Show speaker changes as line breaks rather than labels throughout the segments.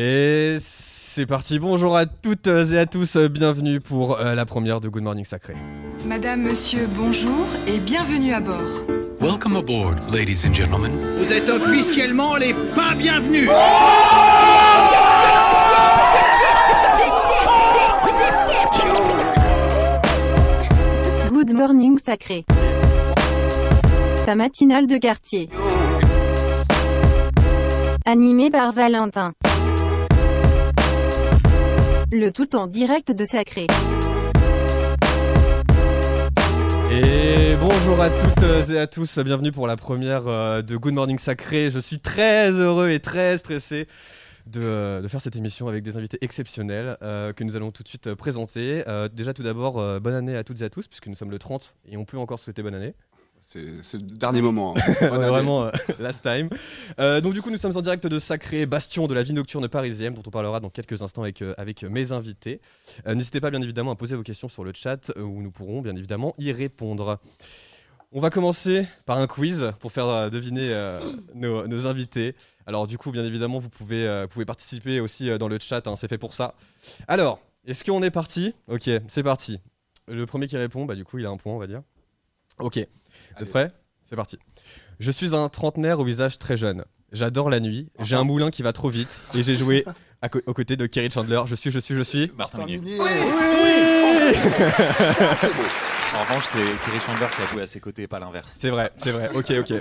Et c'est parti, bonjour à toutes et à tous, bienvenue pour euh, la première de Good Morning Sacré.
Madame, monsieur, bonjour et bienvenue à bord.
Welcome aboard, ladies and gentlemen.
Vous êtes officiellement les pas bienvenus
Good morning sacré. Ta matinale de quartier. Animée par Valentin. Le tout en direct de Sacré.
Et bonjour à toutes et à tous, bienvenue pour la première euh, de Good Morning Sacré. Je suis très heureux et très stressé de, euh, de faire cette émission avec des invités exceptionnels euh, que nous allons tout de suite euh, présenter. Euh, déjà tout d'abord, euh, bonne année à toutes et à tous, puisque nous sommes le 30 et on peut encore souhaiter bonne année.
C'est c'est le dernier moment. hein. Bonne
Ouais,
année.
vraiment euh, last time. Euh, donc du coup, nous sommes en direct de Sacré Bastion de la vie nocturne parisienne, dont on parlera dans quelques instants avec, euh, avec mes invités. Euh, N'hésitez pas bien évidemment à poser vos questions sur le chat, euh, où nous pourrons bien évidemment y répondre. On va commencer par un quiz pour faire euh, deviner euh, nos, nos invités. Alors du coup, bien évidemment, vous pouvez, euh, vous pouvez participer aussi euh, dans le chat, hein, c'est fait pour ça. Alors, est-ce qu'on est parti Ok, c'est parti. Le premier qui répond, bah du coup, il a un point, on va dire. Ok, vous êtes
Allez.
prêts C'est parti. Je suis un trentenaire au visage très jeune. J'adore la nuit, j'ai un moulin qui va trop vite et j'ai joué à co- aux côtés de Kerry Chandler. Je suis, je suis, je suis.
Martin Minuit.
Terminé.
En revanche, c'est Thierry Chandler qui a joué à ses côtés, pas l'inverse.
C'est vrai, c'est vrai. Ok, ok.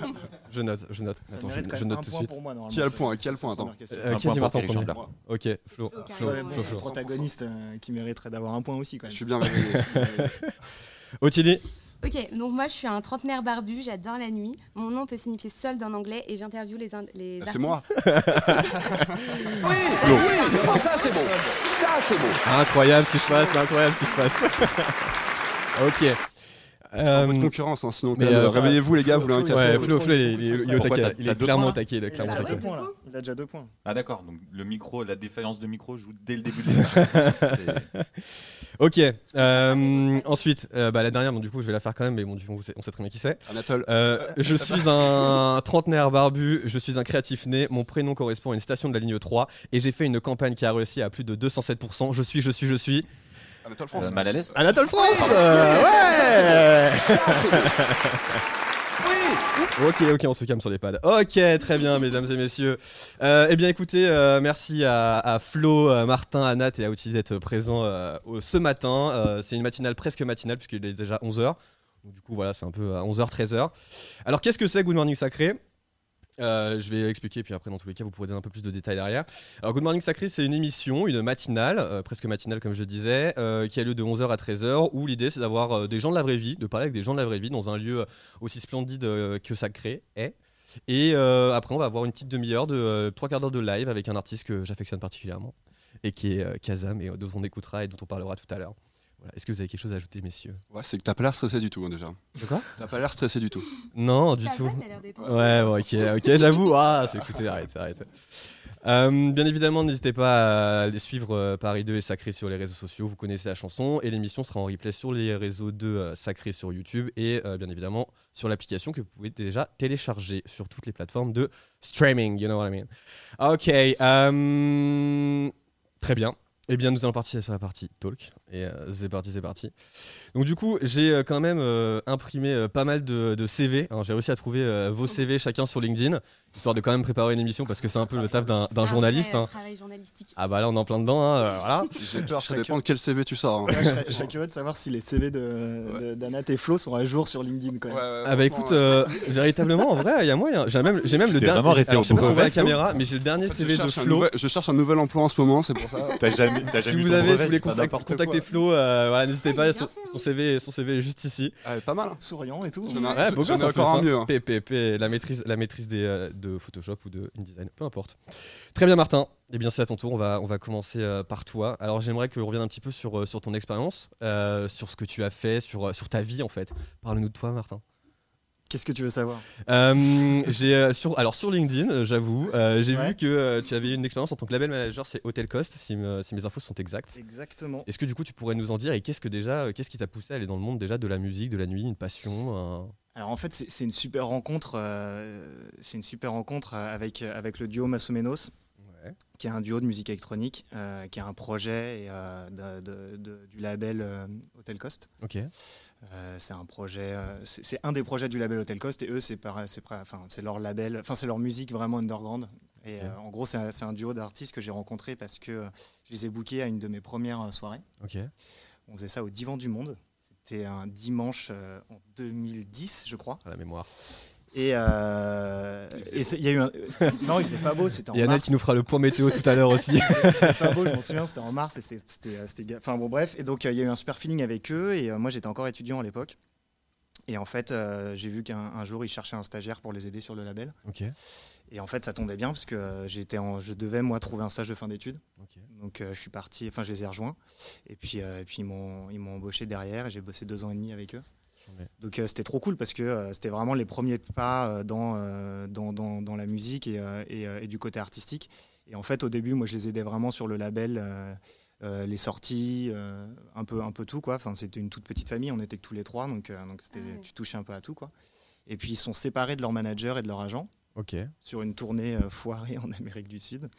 Je note, je note.
Ça
Attends, je,
mérite quand
je
même
note
un
tout de
point
suite.
pour moi, normalement.
Qui a le
c'est-
point Qui a le
c'est
point
la
Attends.
première question.
Euh,
Un
qui a
point
dit
pour
Martin en
Thierry
premier
Chandler.
Ok, Flo, Flo,
Ouais, mais
Flo,
c'est
Flo.
le protagoniste euh, qui mériterait d'avoir un point aussi quand
Je
même.
suis bien réveillé.
Ottilie,
Ok, donc moi je suis un trentenaire barbu, j'adore la nuit. Mon nom peut signifier solde en anglais et j'interviewe les, ind- les
Ah,
artistes.
C'est moi.
incroyable ce qui se passe, incroyable ce qui se passe. ok. Euh,
Votre concurrence, hein, sinon.
mais,
quand même,
euh,
réveillez-vous, les gars, vous voulez un
Flo-
café
ouais,
Flo-
Flo, Flo, il est, il est- il est au
Pourquoi
taquet.
t'as-
Il
t'as
est
deux
clairement au
points
taquet. Il est
Il a
clairement
déjà
au
ouais,
deux
taquet.
points là.
du coup.
Il a déjà deux points.
Ah d'accord, donc le micro, la défaillance de micro joue dès le début de l'émission. C'est-
Ok. euh, ensuite, euh, bah, la dernière, bon, du coup, je vais la faire quand même, mais bon, du coup, on sait- on sait très bien qui c'est.
Anatole.
Euh, je suis un trentenaire barbu, je suis un créatif né, mon prénom correspond à une station de la ligne 3 et j'ai fait une campagne qui a réussi à plus de 207%. Je suis, je suis, je suis.
Anatole France.
Euh, mal à l'aise
Anatole France euh, Ouais Ok, ok, on se calme sur les pads. Ok, très bien, mesdames et messieurs. Euh, eh bien, écoutez, euh, merci à, à Flo, à Martin, à Nat et à Outil d'être présents euh, au- ce matin. Euh, c'est une matinale presque matinale, puisqu'il est déjà 11h. Donc, du coup, voilà, c'est un peu à 11h, 13h. Alors, qu'est-ce que c'est Good Morning Sacré Euh, je vais expliquer, puis après, dans tous les cas, vous pourrez donner un peu plus de détails derrière. Alors, Good Morning Sacré, c'est une émission, une matinale, euh, presque matinale comme je disais, euh, qui a lieu de 11h à 13h, où l'idée c'est d'avoir euh, des gens de la vraie vie, de parler avec des gens de la vraie vie dans un lieu aussi splendide euh, que Sacré est. Et euh, après, on va avoir une petite demi-heure de euh, trois quarts d'heure de live avec un artiste que j'affectionne particulièrement, et qui est euh, Kazam, et euh, dont on écoutera et dont on parlera tout à l'heure. Voilà. Est-ce que vous avez quelque chose à ajouter, messieurs
Ouais, c'est que t'as pas l'air stressé du tout, hein, déjà.
De quoi
T'as pas l'air stressé du tout.
Non, du
Ça
tout.
va, t'as l'air détendu.
Ouais, bon, ok, ok, j'avoue. Ah, c'est écoutez, arrête, arrête. Euh, bien évidemment, n'hésitez pas à les suivre euh, Paris 2 et Sacré sur les réseaux sociaux. Vous connaissez la chanson et l'émission sera en replay sur les réseaux de euh, Sacré sur YouTube et euh, bien évidemment sur l'application que vous pouvez déjà télécharger sur toutes les plateformes de streaming. You know what I mean? Ok. euh, très bien. Eh bien, nous allons partir sur la partie talk. Et euh, c'est parti, c'est parti. Donc du coup, j'ai euh, quand même euh, imprimé euh, pas mal de, de CV. hein. J'ai réussi à trouver euh, vos CV chacun sur LinkedIn, histoire de quand même préparer une émission parce que c'est un peu le taf d'un d'un
Après,
journaliste.
euh,
hein.
Travail journalistique.
Ah bah là, on est en plein dedans. hein, euh, voilà.
J'ai peur, ça
Chacun.
dépend de quel CV tu sors. hein.
Là, je, serais, je serais curieux de savoir si les CV de- de- d'Anat et Flo sont à jour sur LinkedIn quand
Ouais,
même.
ouais,
Ah bah
franchement,
écoute,
hein.
euh, véritablement, en vrai, il y a moyen. J'ai même, j'ai même le
T'es
dernier.
vraiment resté
alors,
au
je sais pas si on
bout.
voit la
Ouais, Flo.
caméra, mais j'ai le dernier
En fait, je
CV de
cherche un
Flo.
nouvel- Je cherche un nouvel emploi en ce moment, c'est pour ça.
T'as jamais, t'as jamais
Si
eu
vous
ton
avez, si
brevet,
vous
c'est
voulez
pas
contacter,
n'importe quoi.
contacter Flo, euh, voilà, n'hésitez
Ah, il
pas.
est
Son,
bien fait, hein.
son CV, son CV est juste ici.
Ah, pas mal. hein.
Souriant et tout.
J'en ai-
Ouais, beau
j'en
gosse
ai
en
encore
plus,
un
hein.
mieux. hein.
PPP, la maîtrise, la maîtrise des, euh, de Photoshop ou de InDesign, peu importe. Très bien, Martin. Eh bien, c'est à ton tour. On va, on va commencer euh, par toi. Alors, j'aimerais qu'on revienne un petit peu sur, euh, sur ton expérience, euh, sur ce que tu as fait, sur, euh, sur ta vie en fait. Parle-nous de toi, Martin.
Qu'est-ce que tu veux savoir
Euh, j'ai, euh, sur, alors, sur LinkedIn, euh, j'avoue, euh, j'ai
Ouais.
vu que euh, tu avais une expérience en tant que label manager, c'est Hotel Cost, si, me- si mes infos sont exactes.
Exactement.
Est-ce que du coup, tu pourrais nous en dire et qu'est-ce que déjà, euh, qu'est-ce qui t'a poussé à aller dans le monde déjà de la musique, de la nuit, une passion un-
Alors en fait, c'est c'est une super rencontre. euh, c'est une super rencontre euh, avec, euh, avec le duo Massomenos. qui est un duo de musique électronique, euh, qui est un projet et, euh, de- de- de- du label euh, Hotel Cost.
Ok.
Euh, c'est un projet, euh, c'est c'est un des projets du label Hotel Cost et eux, c'est par- c'est par- enfin, c'est leur label, enfin c'est leur musique vraiment underground. Et
Ok.
euh, en gros, c'est un, c'est un duo d'artistes que j'ai rencontré parce que euh, je les ai bookés à une de mes premières euh, soirées.
Ok.
On faisait ça au Divan du Monde. C'était un dimanche euh, en 2010, je crois.
À la mémoire.
Et euh, et c'est- il y a eu un... euh, non, il faisait pas beau, c'était en
Il y en a
mars.
qui nous fera le point météo tout à l'heure aussi.
C'était pas beau, je m'en souviens, c'était en mars et c'est- c'était euh, c'était ga- enfin bon bref et donc euh, il y a eu un super feeling avec eux et euh, moi j'étais encore étudiant à l'époque. Et en fait, euh, j'ai vu qu'un un jour ils cherchaient un stagiaire pour les aider sur le label
ok.
et en fait ça tombait bien parce que euh, j'étais en je devais moi trouver un stage de fin d'études.
Ok.
Donc euh, je suis parti, enfin je les ai rejoints et puis euh, et puis ils m'ont ils m'ont embauché derrière et j'ai bossé deux ans et demi avec eux.
Chambé.
Donc euh, c'était trop cool parce que euh, c'était vraiment les premiers pas euh, dans, euh, dans, dans, dans la musique et, euh, et, euh, et du côté artistique. Et en fait, au début, moi, je les aidais vraiment sur le label, euh, euh, les sorties, euh, un, peu, un peu tout. Quoi. Enfin, c'était une toute petite famille, on était que tous les trois, donc, euh, donc c'était,
Ah ouais.
tu touchais un peu à tout. Quoi. Et puis ils sont séparés de leur manager et de leur agent
Ok.
sur une tournée euh, foirée en Amérique du Sud.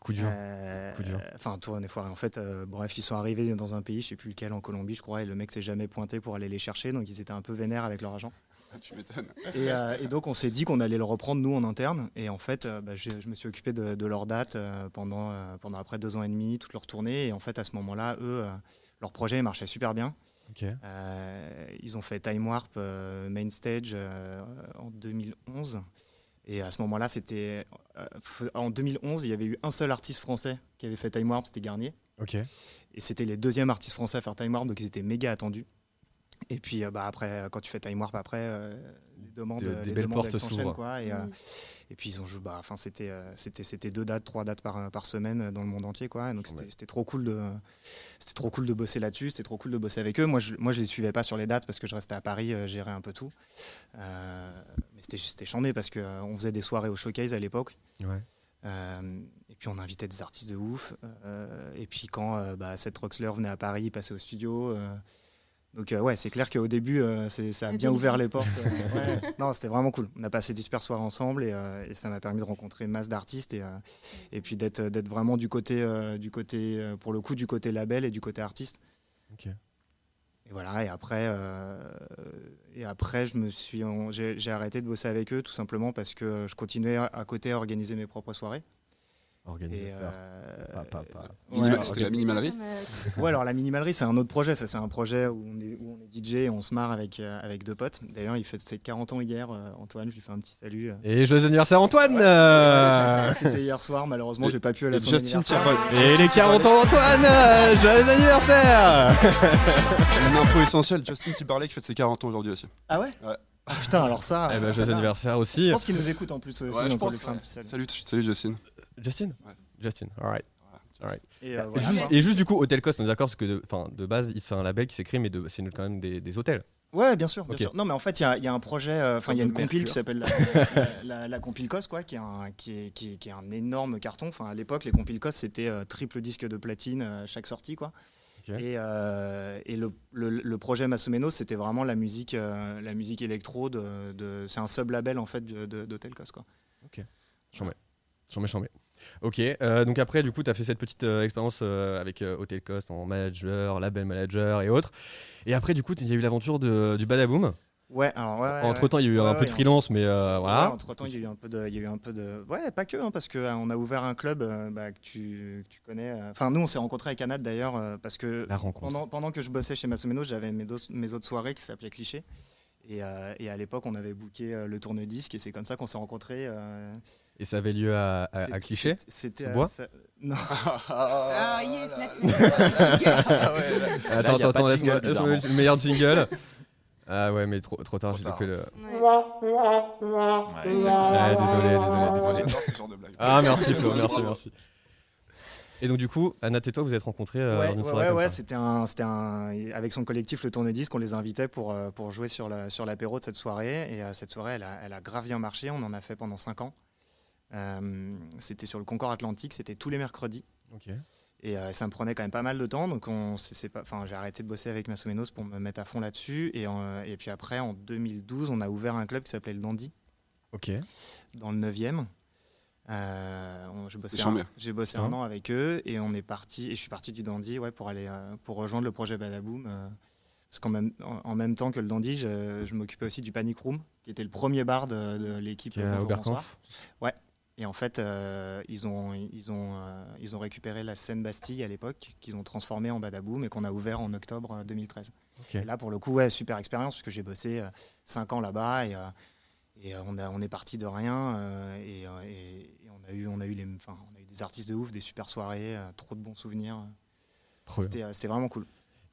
Coup dur.
Euh,
Coup dur.
Enfin, toi, on est foiré. En fait, euh, bref, ils sont arrivés dans un pays, je sais plus lequel, en Colombie, je crois, et le mec s'est jamais pointé pour aller les chercher, donc ils étaient un peu vénères avec leur agent.
Tu m'étonnes.
Et, euh, et donc, on s'est dit qu'on allait le reprendre, nous, en interne. Et en fait, euh, bah, je, je me suis occupé de, de leur date euh, pendant, euh, pendant après deux ans et demi, toute leur tournée. Et en fait, à ce moment-là, eux, euh, leur projet il marchait super bien.
Ok.
Euh, ils ont fait Time Warp euh, Main Stage euh, en 2011. Et à ce moment-là, c'était. euh, f- en 2011, il y avait eu un seul artiste français qui avait fait Time Warp, c'était Garnier.
Ok.
Et c'était les deuxièmes artistes français à faire Time Warp, donc ils étaient méga attendus. Et puis euh, bah, après, euh, quand tu fais Time Warp, après, euh, les demandes,
De-
euh,
des
les
belles
demandes
portes
elles s'enchaînent,
s'ouvrent.
quoi. Et, euh,
Mm.
et puis ils ont joué, bah, enfin c'était, euh, c'était, c'était deux dates, trois dates par, par semaine euh, dans le monde entier, quoi. Et donc c'était,
Ouais.
c'était trop cool de, c'était trop cool de bosser là-dessus, c'était trop cool de bosser avec eux. Moi, je, moi je les suivais pas sur les dates parce que je restais à Paris, euh, gérais un peu tout. Euh, mais c'était, c'était chambé parce que euh, on faisait des soirées au showcase à l'époque.
Ouais.
Euh, et puis on invitait des artistes de ouf. Euh, et puis quand euh, bah, Seth Roxler venait à Paris, il passait au studio. euh, donc euh, ouais, c'est clair qu'au début, euh, c'est- ça a
La
bien
belle
ouvert
vie.
les portes. euh, ouais. Non, c'était vraiment cool. On a passé des super soirs ensemble et, euh, et ça m'a permis de rencontrer masse d'artistes et, euh, et puis d'être d'être vraiment du côté, euh, du côté euh, pour le coup, du côté label et du côté artiste.
Ok.
Et voilà, et après, euh, et après je me suis, en- j'ai j'ai arrêté de bosser avec eux tout simplement parce que je continuais à- à côté à organiser mes propres soirées. Et,
Organisateur.
euh,
Pas, pas, pas.
Ouais,
C'était la minimalerie
Comme, euh,
Ouais, alors la minimalerie, c'est un autre projet. Ça, c'est un projet où on est, où on est DJ et on se marre avec, euh, avec deux potes. D'ailleurs, il fait ses 40 ans hier, euh, Antoine. Je lui fais un petit salut. euh.
Et joyeux anniversaire Antoine euh.
C'était hier soir, malheureusement, j'ai pas pu aller à
Et
son
Justin
anniversaire.
Timberlake.
Et les 40 ans Antoine euh, Joyeux anniversaire
J'ai une info essentielle. Justin Timberlake fête ses 40 ans aujourd'hui aussi.
Ah ouais,
Ouais.
Ah putain, alors ça.
Eh
euh,
ben joyeux
ça va.
anniversaire
Je
aussi.
pense qu'il nous écoute en plus. aussi,
Ouais, je
donc on
pense,
lui fait un
ouais.
petit salut.
Salut, salut Justin.
Justin
Ouais.
Justin, alright.
Et, euh, voilà.
Juste- et juste du coup, Hotel Cost, on est d'accord, parce que de, enfin, de base, il- c'est un label qui s'écrit, mais de- c'est quand même des, des hôtels.
Ouais, bien sûr, bien
Ok.
sûr. Non, mais en fait, il y a, il y a un projet, euh, enfin, il y a une
Comme
compile
Mercure.
qui s'appelle la, la- la- la compile COS, quoi, qui est un, qui est, qui est- qui est un énorme carton. Enfin, à l'époque, les compiles COS, c'était euh, triple disque de platine euh, à chaque sortie, quoi.
Ok.
Et, euh, et le, le, le projet Masomeno, c'était vraiment la musique, euh, la musique électro. De, de- c'est un sub-label, en fait, de- de- d'Hôtel COS, quoi.
Chambé, chambé. Ok, euh, donc après, du coup, tu as fait cette petite euh, expérience euh, avec euh, Hotel Cost en manager, label manager et autres. Et après, du coup, il y a eu l'aventure de- du Badaboom.
Ouais, alors, ouais, ouais,
Entre
ouais.
temps, il y a eu
Ouais,
un
ouais,
peu de
et en-
freelance, mais euh, voilà.
entre temps, il y a eu un peu de, il y a eu un peu de, ouais, pas que, hein, parce que euh, on a ouvert un club euh, bah, que, tu, que tu connais. euh. Enfin, nous, on s'est rencontrés avec Anad d'ailleurs, euh, parce que
La rencontre.
Pendant, pendant que je bossais chez Massomeno, j'avais mes, dos- mes autres soirées qui s'appelaient Cliché. Et, euh, et à l'époque, on avait booké euh, le tourne-disque et c'est comme ça qu'on s'est rencontrés. euh,
Et ça avait lieu à, à- à
c'est-
Cliché.
c'est- C'était
Au
à-
bois
ça- Non, Oh
Ah yes, là, tu m'as dit.
Ah
Attends, attends,
y a pas de
attends,
jingle,
laisse-moi laisse-moi le meilleur jingle. Ah ouais, mais trop, trop tard,
Trop
j'ai
tard.
loupé le.
Ouais.
Ouais, exactement.
Ah, désolé, désolé,
Moi,
désolé.
J'adore ce genre de blague.
Ah merci Flo, merci, merci. Et donc, du coup, Anna et toi, vous êtes rencontrés euh,
ouais,
lors d'une
ouais,
soirée
ouais,
comme
ouais,
ça.
c'était un, c'était un, avec son collectif le tourne-disque, on les invitait pour, euh, pour jouer sur la, sur l'apéro de cette soirée. Et euh, cette soirée, elle a, elle a grave bien marché. On en a fait pendant 5 ans. Euh, c'était sur le Concorde Atlantique, c'était tous les mercredis.
Ok.
Et euh, ça me prenait quand même pas mal de temps, donc on, c'est, c'est pas, enfin, j'ai arrêté de bosser avec Massomenos pour me mettre à fond là-dessus. Et, en- et puis après, en 2012, on a ouvert un club qui s'appelait le Dandy,
Ok.
dans le 9e. Euh, on- j'ai bossé,
C'est
un,
chambé.
j'ai bossé
Putain.
un an avec eux et on est parti. Et je suis parti du Dandy, ouais, pour aller euh, pour rejoindre le projet Badaboom. euh, parce qu'en même en, en même temps que le Dandy, je, je m'occupais aussi du Panic Room, qui était le premier bar de, de l'équipe.
Qui est à
Bonjour, Bonsoir.
Euh, Oberkampf.
Et en fait, euh, ils, ont, ils, ont, euh, ils ont récupéré la scène Bastille à l'époque, qu'ils ont transformée en Badaboom et qu'on a ouvert en octobre euh, 2013.
Ok.
Et là, pour le coup, ouais, super expérience, parce que j'ai bossé 5 ans là-bas et, euh, et, euh, on, a, on est parti de rien. euh, et euh, et- et on, a eu, on, a eu les, enfin, on a eu des artistes de ouf, des super soirées, euh, trop de bons souvenirs.
Trop bien.
C'était euh, c'était vraiment cool.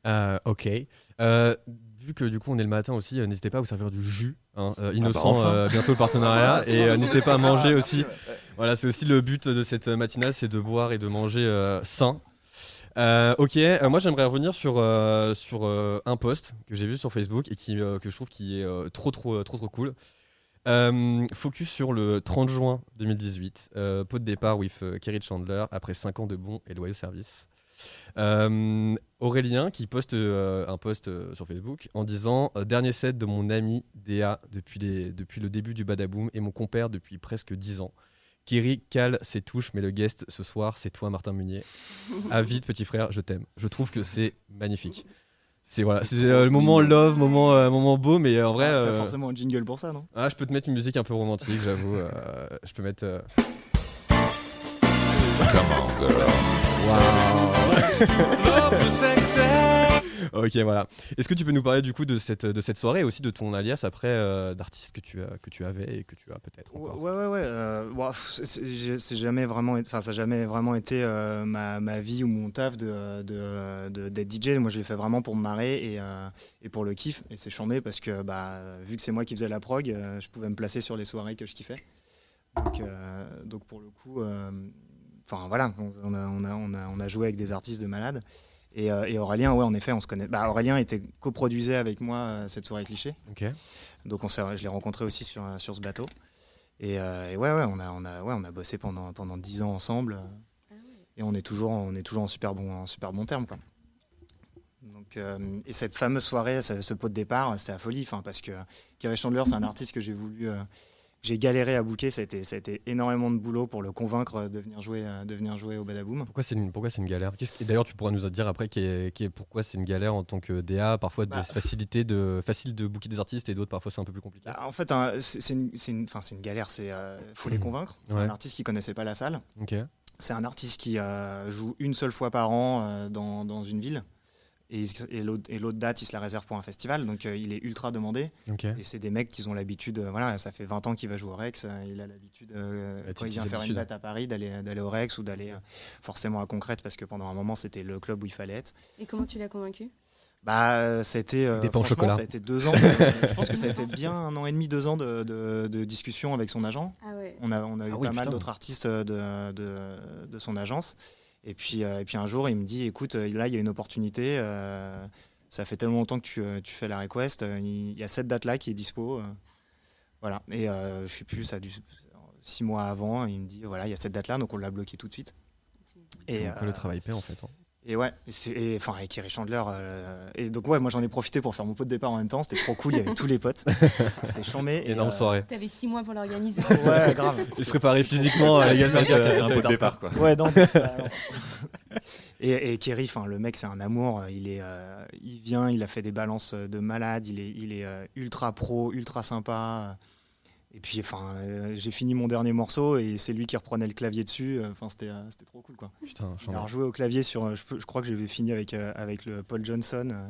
Euh, ok. Euh, vu que du coup on est le matin aussi, euh, n'hésitez pas à vous servir du jus. hein. Euh, innocent,
enfin.
euh, bientôt le partenariat. et euh, n'hésitez pas à manger aussi. Voilà, c'est aussi le but de cette matinale, c'est de boire et de manger euh, sain. Euh, ok, euh, moi j'aimerais revenir sur, euh, sur euh, un post que j'ai vu sur Facebook et qui, euh, que je trouve qui est euh, trop, trop euh, trop trop cool. Euh, focus sur le 30 juin 2018, euh, pot de départ with euh, Kerry Chandler après 5 ans de bons et loyaux services. Euh, Aurélien qui poste euh, un post euh, sur Facebook en disant euh, Dernier set de mon ami Déa depuis, les- depuis le début du Badaboom et mon compère depuis presque 10 ans. Kerry cale ses touches, mais le guest ce soir, c'est toi, Martin Munier. à vite, petit frère, je t'aime. Je trouve que c'est magnifique. C'est voilà, c'est euh, le moment love, moment, euh, moment beau, mais euh, en vrai.
Ah, T'as
euh,
forcément un jingle pour ça, non
ah, je peux te mettre une musique un peu romantique, j'avoue. euh, je peux mettre. euh, Ok, voilà. Est-ce que tu peux nous parler du coup de cette, de cette soirée et aussi de ton alias après euh, d'artiste que tu, as, que tu avais et que tu as peut-être
Ouais,
encore
ouais, ouais. ouais, euh, ouah, pff, c'est- c'est j'ai- c'est jamais vraiment, été- enfin, ça n'a jamais vraiment été euh, ma, ma vie ou mon taf de de- de- d'être DJ. Moi, je l'ai fait vraiment pour me marrer et, euh, et pour le kiff. Et c'est chambé parce que, bah, vu que c'est moi qui faisais la prog, euh, je pouvais me placer sur les soirées que je kiffais. Donc, euh, donc pour le coup, euh, enfin voilà, on- on a, on, a, on, a, on a joué avec des artistes de malades. Et, euh, et Aurélien, ouais, en effet, on se connaît. Bah, Aurélien était coproduisait avec moi euh, cette soirée cliché.
Ok.
Donc on s'est- je l'ai rencontré aussi sur, euh, sur ce bateau. Et, euh, et ouais, ouais, on a, on a, ouais, on a bossé pendant, pendant 10 ans ensemble. euh, Et on est toujours, on est toujours en super bon, en super bon terme, quoi. Donc, euh, et cette fameuse soirée, ce, ce pot de départ, euh, c'était la folie, enfin, parce que Kevin Chandler, c'est un artiste que j'ai voulu, euh, que j'ai galéré à bouquer. Ça a, été, ça a été énormément de boulot pour le convaincre de venir jouer, euh, de venir jouer au Badaboom.
Pourquoi c'est une, pourquoi c'est une galère Qu'est-ce qui- D'ailleurs, tu pourras nous dire après qui est, qui est- pourquoi c'est une galère en tant que DA, parfois de
Bah.
facilité de, facile de booker des artistes et d'autres, parfois c'est un peu plus compliqué.
Bah, en fait, hein, c'est c'est une, c'est une, enfin, c'est une galère. C'est euh, faut les
Mhm.
convaincre. C'est
Ouais.
Un artiste qui connaissait pas la salle.
Ok.
C'est un artiste qui euh, joue une seule fois par an euh, dans, dans une ville. Et, il se- et l'autre et l'autre date, il se la réserve pour un festival. Donc euh, il est ultra demandé.
Ok.
Et c'est des mecs qui ont l'habitude. euh, voilà, ça fait 20 ans qu'il va jouer au Rex. euh, il a l'habitude, euh,
La
quand
petite
il vient faire
habitude.
une date à Paris, d'aller d'aller au Rex ou d'aller euh, forcément à Concrète parce que pendant un moment, c'était le club où il fallait être.
Et comment tu l'as convaincu
Bah, euh, ça a été. euh,
Des pains au
franchement,
chocolat.
Ça a été deux ans. de- je pense que ça a été bien un an et demi, deux ans de, de- de discussion avec son agent.
Ah ouais.
On a, on a eu
Ah oui,
pas mal
putain.
d'autres artistes euh, de, de, de son agence. Et puis, euh, et puis un jour, il me dit écoute, euh, là, il y a une opportunité. euh, ça fait tellement longtemps que tu, euh, tu fais la request. euh, Il y a cette date-là qui est dispo. euh, voilà. Et euh, je sais plus, ça a dû. Six mois avant, il me dit voilà, il y a cette date-là, donc on l'a bloqué tout de suite. Et,
Donc, le
euh,
travail paie en fait. hein.
et ouais, et c'est- et enfin avec Kerry Chandler. euh, et donc ouais, moi j'en ai profité pour faire mon pot de départ en même temps. C'était trop cool, il y avait tous les potes. C'était chambé. et,
Énorme
euh,
soirée.
T'avais six mois pour l'organiser.
Ah Ouais, grave.
Et se préparer physiquement, euh, les gars, ça va être, euh,
C'est
ça
un
va
peu
être
de départ, quoi.
Ouais, non. mais- bah, non. et, et Kerry, enfin le mec c'est un amour. Il est, euh, il vient, il a fait des balances de malade. Il est, il est euh, ultra pro, ultra sympa. Et puis enfin, euh, j'ai fini mon dernier morceau et c'est lui qui reprenait le clavier dessus. Enfin c'était, euh, c'était trop cool quoi.
Putain,
Il a
chambard.
rejoué au clavier sur. euh, Je, peux- je crois que j'avais fini avec, euh, avec le Paul Johnson. euh,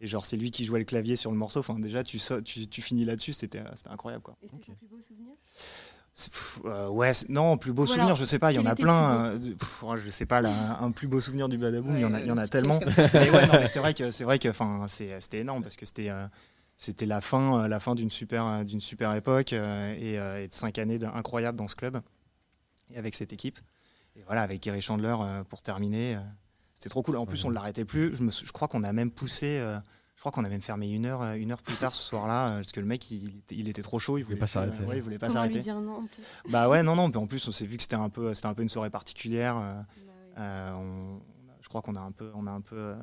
Et genre, c'est lui qui jouait le clavier sur le morceau. Enfin, déjà, tu, so- tu, tu finis là-dessus, c'était euh, c'était incroyable. Quoi.
Et c'était ton plus beau souvenir
C'est- pff, euh, ouais, c'est- non, plus beau
Ou
souvenir,
alors,
je sais pas, il y en
quel
a
était le
plein. euh, de- pff, ouais, je sais pas, là, un plus beau souvenir du Badaboom, il y en a, il y en a
Ouais,
tellement.
c'est comme ça.
Mais ouais, non, mais c'est vrai que c'est vrai que, enfin, c'est- c'était énorme parce que c'était euh, c'était la fin, euh, la fin d'une super euh, d'une super époque euh, et, euh, et de cinq années d'un- incroyables dans ce club et avec cette équipe. Et voilà, avec Gary Chandler euh, pour terminer, euh, c'était trop cool. En plus, on ne l'arrêtait plus. Je, me sou- je crois qu'on a même poussé. euh, je crois qu'on a même fermé une heure, euh, une heure plus tard ce soir-là, euh, parce que le mec, il, était- il était trop chaud, il
voulait
voulait
pas
plus, euh,
s'arrêter.
ouais, il voulait pas
Comment lui
s'arrêter.
dire non en plus
Bah ouais, non, non. Puis en plus, on s'est vu que c'était un peu, c'était un peu une soirée particulière. euh,
Bah ouais.
euh, on- on a- je crois qu'on a un peu, on a un peu euh,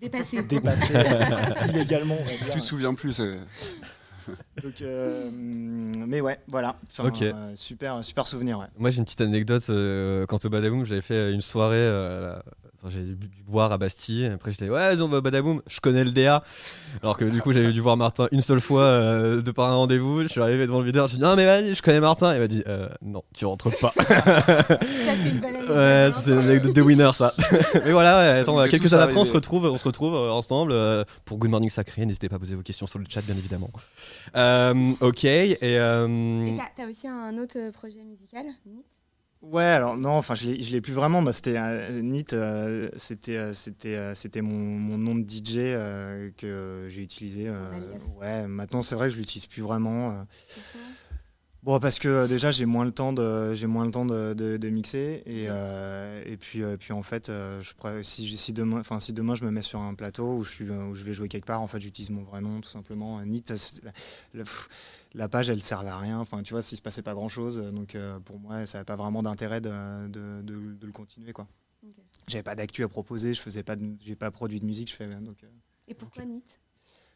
Dépassé.
dépassé euh, illégalement. on va dire.
Tu te souviens plus, c'est-
Donc, euh, mais ouais, voilà. Enfin,
Ok.
euh, super, super souvenir. Ouais.
Moi j'ai une petite anecdote euh, quant au Badaboom, j'avais fait euh, une soirée, euh, là- enfin, j'avais bu du boire à Bastille, après j'étais ouais vas-y, on va au Badaboom, je connais le DA, alors que du coup j'avais dû voir Martin une seule fois euh, de par un rendez-vous, je suis arrivé devant le videur, j'ai dit non mais vas-y je connais Martin, il m'a dit Euh, non tu rentres pas,
Ça, c'est une bonne anecdote.
ouais ça, c'est l'anecdote de winner ça, mais voilà ouais,
Ça
attends,
nous est
euh, quelques
tous
années après on
arrivé.
se retrouve, on se retrouve euh, ensemble euh, pour Good Morning Sacré, n'hésitez pas à poser vos questions sur le chat bien évidemment, Euh, ok et euh,
Et t'as- t'as aussi un autre projet musical, Nit
Ouais, alors non, enfin je l'ai, je l'ai plus vraiment. Bah, c'était euh, Nit, euh, c'était, euh, c'était, euh, c'était mon, mon nom de DJ euh, que j'ai utilisé. euh,
Alias.
ouais, maintenant c'est vrai que je l'utilise plus vraiment. euh. Bon, parce que euh, déjà j'ai moins le temps de, j'ai moins le temps de, de- de mixer et, euh, et puis, euh, puis en fait, euh, je pourrais- si, je- si demain, enfin si demain je me mets sur un plateau où je suis, euh, où je vais jouer quelque part, en fait j'utilise mon vrai nom tout simplement. Euh, Nit, c'est- la, la- pff, la page elle servait à rien. Enfin tu vois, s'il se passait pas grand chose, donc euh, pour moi ça n'avait pas vraiment d'intérêt de, de- de- de le continuer quoi.
Ok.
J'avais pas d'actu à proposer, je faisais pas, de- j'ai pas produit de musique, je fais donc. euh,
Et pourquoi Nit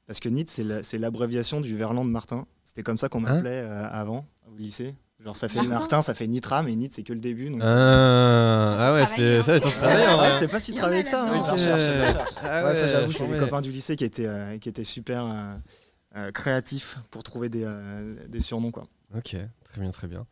parce que NIT, c'est la- c'est l'abréviation du Verland Martin. C'était comme ça qu'on
Hein
m'appelait euh, avant, au lycée. Genre, ça fait
Martin
Martin, ça fait Nitra, mais NIT, c'est que le début. Donc...
Ah, ah ouais, c'est
Travailler,
ça,
hein.
attends, c'est
Ouais,
travaillé, hein.
ouais, c'est pas si
Il y en
travaillé
a
que ça. hein.
là-dedans.
Je cherche, je cherche.
Ah
Ouais, ça, j'avoue, c'est
chambé.
les copains du lycée qui étaient, euh, qui étaient super euh, euh, créatifs pour trouver des, euh, des surnoms. Quoi.
Ok, très bien, très bien.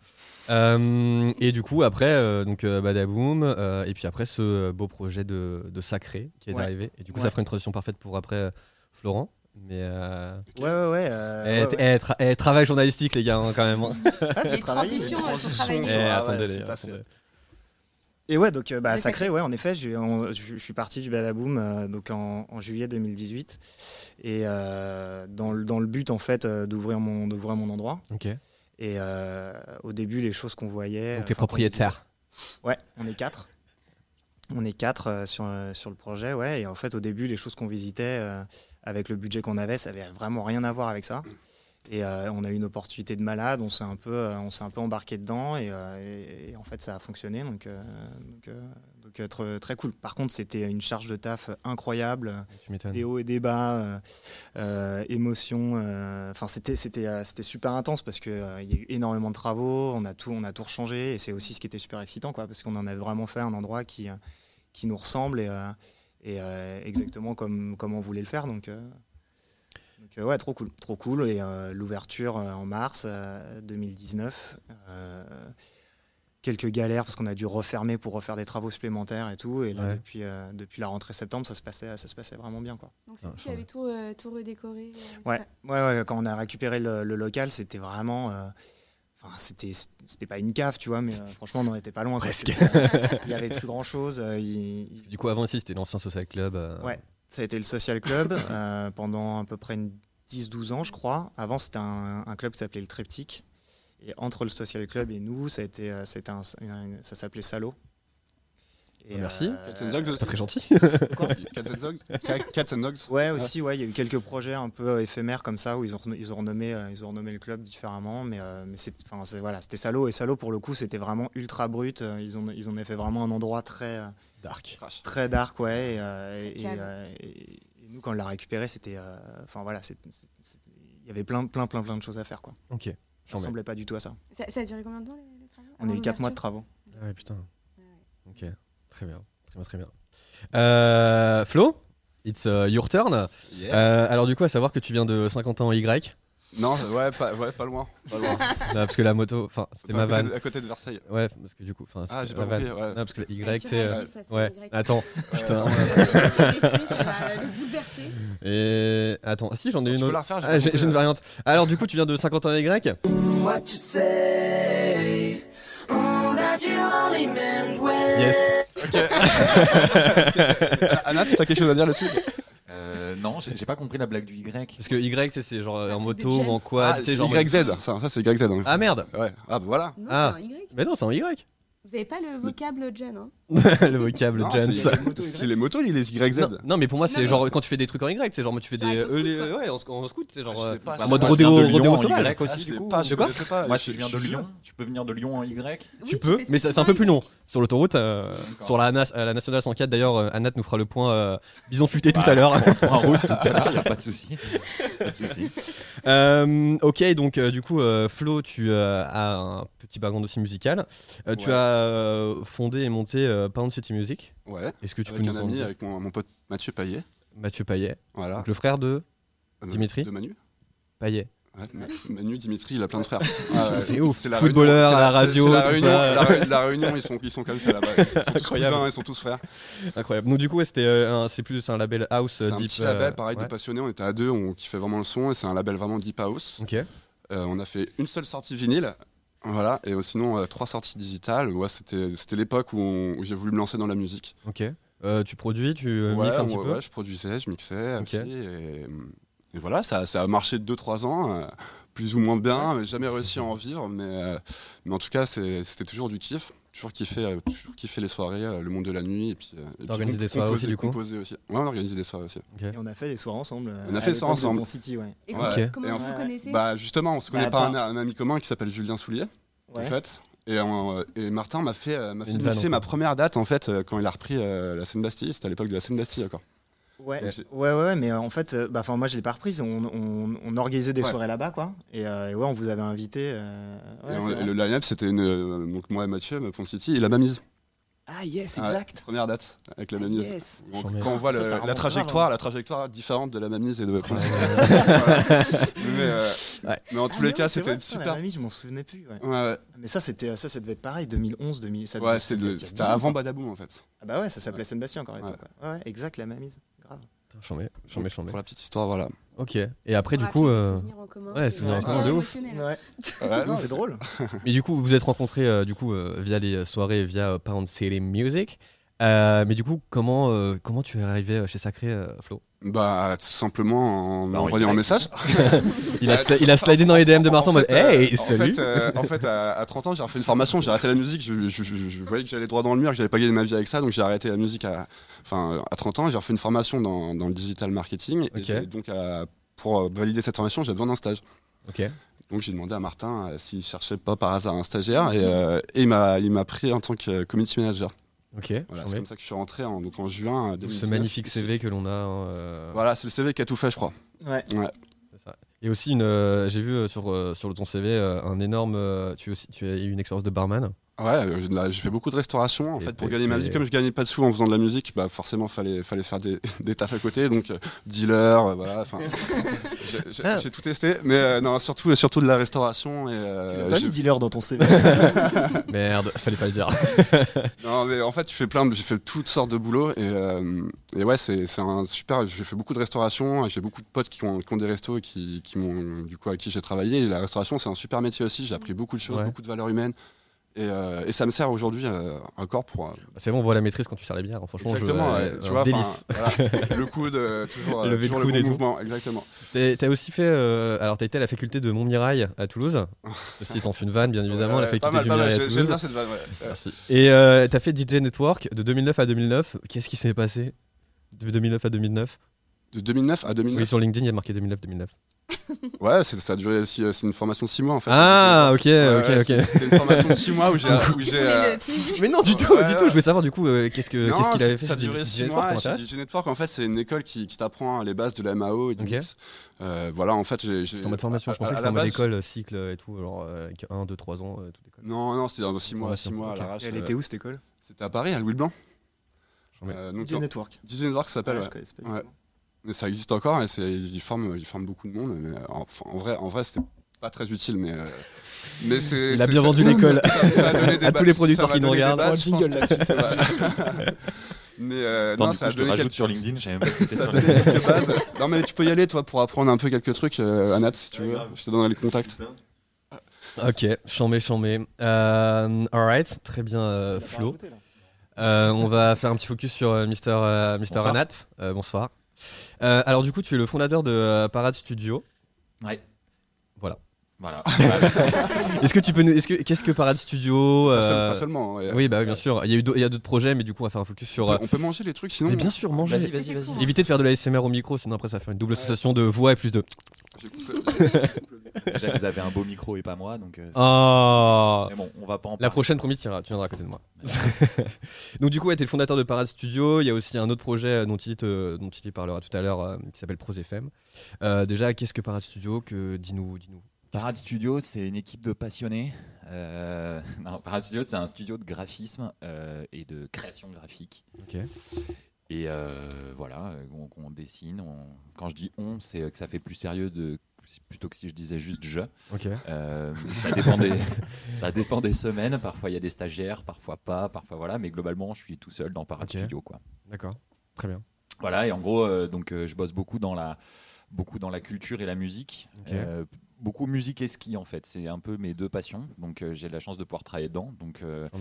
Euh, et du coup, après, euh, donc euh, Badaboom, euh, et puis après ce euh, beau projet de, de Sacré qui est
Ouais.
arrivé. Et du coup,
Ouais.
ça ferait une transition parfaite pour après euh, Florent. Mais. euh,
Ouais, ouais, ouais. euh,
eh,
ouais, ouais.
eh, tra- eh, travail journalistique, les gars, hein, quand même. hein.
Ah, c'est
Les
travaillé.
transitions, euh, elles sont
Transition.
Eh,
travaillées.
Ah ouais,
attendez,
c'est
les-
pas
attendez.
Et ouais, donc euh, bah,
Le
sacré, ouais, en effet, j'ai- on- je je suis parti du Badaboom euh, donc en, en juillet 2018 et euh, dans, le- dans le but en fait euh, d'ouvrir mon d'ouvrir mon endroit.
Ok.
Et euh, au début, les choses qu'on voyait.
Donc,
euh,
t'es propriétaire.
Ouais, on est quatre. On est quatre euh, sur, euh, sur le projet, ouais. Et en fait, au début, les choses qu'on visitait euh, avec le budget qu'on avait, ça avait vraiment rien à voir avec ça. Et euh, on a eu une opportunité de malade, on s'est un peu, euh, on s'est un peu embarqué dedans et, euh, et- et en fait, ça a fonctionné. Donc, euh, donc, euh, donc, euh, tr- très cool. Par contre, c'était une charge de taf incroyable
Tu m'étonnes.
des hauts et des bas, euh, euh, émotions. euh, Enfin, c'était c'était euh, c'était super intense parce que euh, il y a eu énormément de travaux, on a tout on a tout rechangé et c'est aussi ce qui était super excitant quoi parce qu'on en a vraiment fait un endroit qui euh, qui nous ressemble et, euh, et, euh, exactement comme comme on voulait le faire donc. euh, donc, euh, ouais, trop cool, trop cool. Et euh, l'ouverture euh, en mars euh, 2019, euh, quelques galères parce qu'on a dû refermer pour refaire des travaux supplémentaires et tout. Et là,
Ouais.
depuis, euh, depuis la rentrée septembre, ça se passait, ça se passait vraiment bien, quoi.
Donc
Ah,
c'est vous qui
chambé.
avez tout, euh, tout redécoré. euh,
Ouais,
ça.
ouais, ouais, quand on a récupéré le, le local, c'était vraiment. euh, Enfin, c'était, c'était pas une cave, tu vois, mais euh, franchement, on n'en était pas loin. quoi.
Presque.
C'était- Il y avait plus euh, grand chose.
Du coup, avant ici, c'était l'ancien Social Club. euh,
Ouais. Ça a été le Social Club euh, pendant à peu près une 10-12 ans, je crois. Avant, c'était un, un club qui s'appelait le Triptyque. Et entre le Social Club et nous, ça, a été, euh, c'était un- un- ça s'appelait Salo. Et,
Ah, merci.
euh,
Cats and Dogs
C'est
aussi.
pas très gentil.
Quoi Cats and Dogs Ca- Cats and Dogs
Ouais, aussi, ouais, il y a eu quelques projets un peu euh, éphémères comme ça où ils ont, reno- ils ont, renommé, euh, ils ont renommé le club différemment, mais, euh, mais c'est, enfin, c'est- voilà, c'était salaud. Et salaud, pour le coup, c'était vraiment ultra brut. Euh, Ils ont, ils en ont fait vraiment un endroit très, euh,
Dark.
très dark, ouais. Et, euh, et-
Cave.
et, euh, et- et nous, quand on l'a récupéré, c'était. euh, Enfin, voilà, c'est- c'est- c'est- il y avait plein, plein, plein, plein de choses à faire, quoi.
Ok.
Ça ressemblait pas du tout à ça.
Ça, ça a duré combien de temps les, les travaux
On a eu 4 mois de
travail.
travaux.
Ah ouais, putain.
Ouais.
Ok, très bien. Très bien, très bien. Euh, Flo, it's uh, your turn.
Yeah.
Euh, alors, du coup, à savoir que tu viens de 50 ans en Y.
Non, ouais, pas, ouais, pas loin. Pas loin.
Non, parce que la moto, enfin, c'était
Pas
ma
à, côté
vanne.
de, à côté de Versailles.
Ouais, parce que du coup, enfin,
Ah,
c'était
j'ai
la
pas
vanne.
compris. Ouais.
Non, parce que le
Ouais,
Y,
tu
c'est. euh,
réagis, ça, sur
Ouais,
le direct.
attends, putain.
Ça va le bouleverser.
Et. Attends, ah, si, j'en ai une
Tu peux la
autre.
refaire j'ai
Ah,
pas
j'ai
compris,
j'ai une
là.
variante. Alors, du coup, tu viens de 50 ans en Y Yes.
Ah, Anna, tu as quelque chose à dire là-dessus
Euh, non, j'ai j'ai pas compris la blague du Y.
Parce que Y, tu sais, c'est genre
Ah,
en
des
moto ou en
Jens.
quad.
Ah,
tu sais,
c'est
genre-
YZ. Ça, ça c'est YZ. hein.
Ah merde
Ouais. Ah, bah voilà.
Non,
Ah.
c'est un Y.
Mais non, c'est en Y.
Vous avez pas le vocable John, hein
le vocable
Non,
Jans.
c'est- C'est les motos, il est YZ.
Non, non, mais pour moi,
Non,
c'est
mais
genre
c'est-
quand tu fais des trucs en Y, c'est genre tu fais des.
Ouais, avec
euh,
le scout,
les-
quoi.
ouais, on, se- on scout, c'est genre.
Ah, je sais
euh,
pas,
bah,
c'est
mode
pas-
rodéo,
je viens de
rodéo
Lyon en
sauvage.
Y aussi,
Ah, je
du
l'ai
coup.
pas,
De quoi
je sais pas.
Moi, si je viens de
je-
Lyon, tu peux venir de Lyon en Y.
Oui,
Tu peux,
fais ce que
mais
tu
ça- c'est un
veux
peu
avec-
plus long. Sur l'autoroute, euh,
D'accord.
sur la, nas- euh, la nationale 104, d'ailleurs, euh, Anat nous fera le point euh, bison futé tout
Bah,
à l'heure.
En route, tout à l'heure, il n'y a pas de souci. Pas de souci.
Euh, ok, donc euh, du coup, euh, Flo, tu euh, as un petit background aussi musical. Euh, Tu
Ouais.
as euh, fondé et monté euh, Pound City Music.
Ouais,
Est-ce que tu
avec
peux
un
nous en
ami,
dire
avec Ah. mon, mon pote Mathieu Payet.
Mathieu Payet,
Voilà.
donc le frère de
Euh,
Dimitri
De Manu.
Payet.
Ouais, Ma- Manu, Dimitri, il a plein de frères. Ah, ouais.
C'est ouf.
la
Footballeur,
réunion, c'est
à la
c'est-
radio,
c'est la
tout
réunion,
ça.
La, Ré- la réunion, ils sont, ils sont comme ça là-bas. Ils sont tous
Incroyable.
cousins, ils sont tous frères.
Incroyable. Donc du coup, ouais, c'était euh, un- c'est plus un label house euh,
C'est un
deep.
petit label,
euh,
pareil,
ouais.
de passionnés. On était à deux, on kiffait vraiment le son. Et c'est un label vraiment deep house.
Ok.
Euh, on a fait une seule sortie vinyle. Voilà, et euh, sinon euh, trois sorties digitales. Ouais, c'était c'était l'époque où, on- où j'ai voulu me lancer dans la musique.
Ok. Euh, tu produis, tu euh,
ouais,
mixes un
on-
petit peu.
ouais, je produisais, je mixais.
Ok.
aussi, et, et voilà, ça, ça a marché 2-3 ans, euh, plus ou moins bien. mais Jamais réussi à en vivre, mais, euh, mais en tout cas, c'est- c'était toujours du kiff. Toujours kiffé, euh, toujours kiffé les soirées, euh, le monde de la nuit. Et puis, euh, et puis
T'organisais des
comp-
soirées aussi,
composer-
du coup
composer aussi. Ouais, on organisait des soirées aussi.
Et on a fait des soirs ensemble. euh,
On a
à
fait des soirs
l'époque de
ensemble.
Pont City, ouais.
Et
Ouais.
comment,
Ok.
comment
Et en
vous
fait-
vous connaissez
Bah justement, on se connaît
Bah,
par
pas-
un, un ami commun qui s'appelle Julien Soulier,
Ouais.
en fait. Et, on- et Martin m'a fait, euh, m'a fait
Une vanne
mixer
encore.
ma première date en fait euh, quand il a repris euh, la scène Bastille. C'était à l'époque de la scène Bastille encore.
Ouais,
Donc,
ouais,
j'ai-
ouais, ouais, mais euh, en fait, euh, bah, enfin, moi je l'ai pas reprise. On, on- on organisait des
Ouais.
soirées là-bas, quoi. Et, euh, et ouais, on vous avait invité. euh, ouais,
et, on-
c'est
et
vrai.
le line-up c'était une, euh, donc moi et Mathieu, euh, Pont City et la Mamise.
Ah yes,
Ouais,
exact.
première date avec la
Ah,
Mamise.
yes.
Donc,
J'en mets.
quand on voit
Ça,
le-
ça remonte
la
grave,
trajectoire,
hein.
la trajectoire différente de la Mamise et de Pont City. Voilà. mais, euh,
Ouais.
mais en tous
Ah,
les
mais
cas,
ouais, c'est
c'était
vrai, putain, La
super.
mamie, je m'en souvenais plus. ouais.
Ouais, ouais,
Mais ça, c'était, euh, ça, ça devait être pareil, 2011, 2000. ça devait-
ouais,
ça
c'était
devait
de-
être il y a
c'était
10 ans,
avant
quoi.
Badaboum en fait.
Ah bah ouais, ça s'appelait
Ouais.
Saint-Bastien encore à l'époque. Ouais. ouais, exact, la mamise. Grave.
Putain, J'en mets, j'en mets, j'en mets.
Pour la petite histoire, voilà.
Ok. Et après,
On
du
rappelle
coup,
des
euh,
souvenirs en commun,
ouais,
et-
souvenirs
en
Ah,
commun de
ouais,
ouf.
émotionnel.
Ouais.
Ouais, non,
c'est drôle.
mais du coup, vous vous êtes rencontrés euh, du coup euh, via les euh, soirées, et via euh, Pound City Music. Euh, mais du coup, comment euh, comment tu es arrivé euh, chez Sacré euh, Flo
Bah tout simplement en
Bah, en
envoyant un
Y.
message.
Il
Bah,
a sli- il a slidé dans les DM de Martin en mode
fait, euh,
Hey,
en
salut.
fait, euh, en fait, à, à 30 ans, j'ai refait une formation, j'ai arrêté la musique, je, je- je- je voyais que j'allais droit dans le mur, que j'allais pas gagner ma vie avec ça, donc j'ai arrêté la musique à, enfin, à 30 ans, j'ai refait une formation dans, dans le digital marketing. et
Ok.
j'ai- donc, à- pour euh, valider cette formation, j'avais besoin d'un stage.
Ok.
Donc, j'ai demandé à Martin euh, s'il cherchait pas par hasard un stagiaire, et, euh, et il m'a il m'a pris en tant que euh, community manager.
Ok.
Voilà,
j'en
c'est
mets.
comme ça que je suis rentré en, donc en juin. euh,
Tout
2019.
ce magnifique CV que l'on a. hein, euh,
Voilà, c'est le CV qui a tout fait, je crois.
Ouais.
c'est ça. Et aussi une, euh, j'ai vu euh, sur euh, sur ton CV euh, un énorme. euh, tu aussi, tu as eu une expérience de barman.
Ouais, euh, j'ai de la- j'ai fait beaucoup de restauration en
Et
fait pour
t'es-
gagner ma
t'es-
vie. Comme je gagnais pas de sous en faisant de la musique, bah forcément fallait fallait faire des, des tafs à côté, donc euh, dealer, euh, voilà. Enfin, j'ai- j'ai
Ah.
j'ai tout testé, mais euh, non surtout surtout de la restauration et. euh,
T'as pas
j'ai-
mis dealer dans ton CV.
Merde, fallait pas le dire.
non mais en fait tu fais plein, de- j'ai fait toutes sortes de boulots et, euh, et ouais c'est c'est un super. J'ai fait beaucoup de restauration, j'ai beaucoup de potes qui ont, qui ont des restos et qui qui m'ont du coup à qui j'ai travaillé. Et la restauration c'est un super métier aussi. J'ai appris beaucoup de choses,
Ouais.
beaucoup de valeurs humaines. Et, euh, et ça me sert aujourd'hui euh, encore pour, euh,
C'est bon, on voit la maîtrise quand tu sers les bières. hein, Franchement, je-
Exactement,
euh,
ouais, tu
un
vois,
délice.
enfin, voilà, le coude, euh, toujours, euh,
Le lever de
toujours le
coude
bon
et tout.
mouvement, exactement.
T'es- T'as aussi fait. euh, alors, t'as été à la faculté de Montmirail à Toulouse. Ceci étant une vanne, bien évidemment,
Ouais,
la
ouais,
faculté
pas mal,
du
pas mal,
Montmirail à
j'ai- j'aime
Toulouse.
bien cette vanne, ouais.
Merci. Et euh, t'as fait DJ Network de 2009 à 2009. Qu'est-ce qui s'est passé de 2009 à 2009
De 2009 à
Oui,
2009.
sur LinkedIn, il y a marqué 2009-2009.
Ouais, c'est- ça a duré, six- euh, c'est une formation de 6 mois en fait.
Ah, ok,
Ouais, ouais,
ok,
c'est-
ok.
C'était une formation de 6 mois où j'ai. où
Tu
j'ai,
voulais
euh,
le piéger.
Mais non, du tout,
Ouais,
du tout.
ouais.
Je veux savoir du coup, euh, qu'est-ce que-
non,
qu'est-ce qu'il avait
c'est-
fait
ça a
chez
duré
DJ
6
Network,
mois.
ça
Chez
m'intéresse.
DJ Network, en fait, c'est une école qui, qui t'apprend les bases de la MAO et du
Ok.
mix. Euh, voilà, en fait, j'ai. j'ai-
C'était en mode formation, je
à-
pensais
à
que c'était
la
en mode
base-
école, euh, cycle et tout, genre 1, 2, 3 ans, euh, toute école.
Non, non, c'était en 6 mois,
Formation,
6 mois à
ok.
l'arrache.
Elle
euh,
était où cette école
C'était à Paris, à Louis Blanc.
J'en mets.
Euh, donc,
DJ Network.
DJ Network ça s'appelle.
Ouais,
ouais.
je connaissais pas du
Ouais.
Euh,
tout.
Mais ça existe encore et c'est- ils forment, ils forment beaucoup de monde. mais en, en vrai, en vrai, c'était pas très utile, mais euh, mais c'est.
Il a
c'est-
bien
ça-
vendu
ça-
l'école.
ça- ça a donné des
À
ba-
tous les producteurs
ça va
qui nous
donner des
regardent.
bases,
Faut un
je
jingle
pense que ça va. mais euh,
Attends,
non,
du
ça
coup,
a
je te
donné
rajoute
quelques-
sur LinkedIn, j'avais même pas été
ça a
sur
donné
LinkedIn.
quelques bases. Non mais tu peux y aller toi pour apprendre un peu quelques trucs, euh, Anat, si tu
Ouais,
veux.
grave. Euh,
Je te donnerai les contacts.
Ok, chambé, chambé. Euh, alright, très bien, euh,
Tu l'as pas
Flo.
rajouté, là.
Euh, on va faire un petit focus sur euh, Mister, euh, Mister
Bonsoir.
Anat. Euh, bonsoir. Euh, alors, du coup, tu es le fondateur de euh, Parade Studio.
Ouais.
Voilà.
Voilà.
Est-ce que tu peux nous. Est-ce que qu'est-ce que Parade Studio
Pas, seul-
euh,
pas seulement. hein, et-
Oui, bah oui, bien sûr. Il y a eu d'au- il y a d'autres projets, mais du coup, on va faire un focus sur.
On
euh,
peut- on peut manger les trucs sinon.
Mais bien sûr, manger.
vas-y, vas-y, vas-y.
Évitez de faire de la SMR au micro, sinon après ça va faire une double association de voix et plus de.
J'ai coupé-
Déjà, vous avez un beau micro et pas moi, donc. euh, c'est-
Oh
Mais bon, on va pas en
Ah. La
parler.
prochaine, promis, tu viendras tu viendras à côté de moi. Donc du coup, ouais, t'es le fondateur de Parade Studio. Il y a aussi un autre projet euh, dont il, te- dont il parlera tout à l'heure, euh, qui s'appelle Pros FM. Euh, déjà, qu'est-ce que Parade Studio Que dis-nous, dis-nous.
Parade Studio, c'est une équipe de passionnés. Euh, non, Parade Studio, c'est un studio de graphisme euh, et de création graphique.
Ok.
Et euh, voilà, euh, on, on dessine. on- Quand je dis on, c'est euh, que ça fait plus sérieux de plutôt que si je disais juste je.
Ok.
Euh, ça, dépend des, ça dépend des semaines. Parfois, il y a des stagiaires, parfois pas, parfois voilà. Mais globalement, je suis tout seul dans Parade
Ok.
Studio, quoi.
D'accord. Très bien.
Voilà, et en gros, euh, donc, euh, je bosse beaucoup dans, la, beaucoup dans la culture et la musique.
Ok.
Euh, beaucoup musique et ski, en fait. C'est un peu mes deux passions. Donc, euh, j'ai la chance de pouvoir travailler dedans. Donc, euh,
Ouais.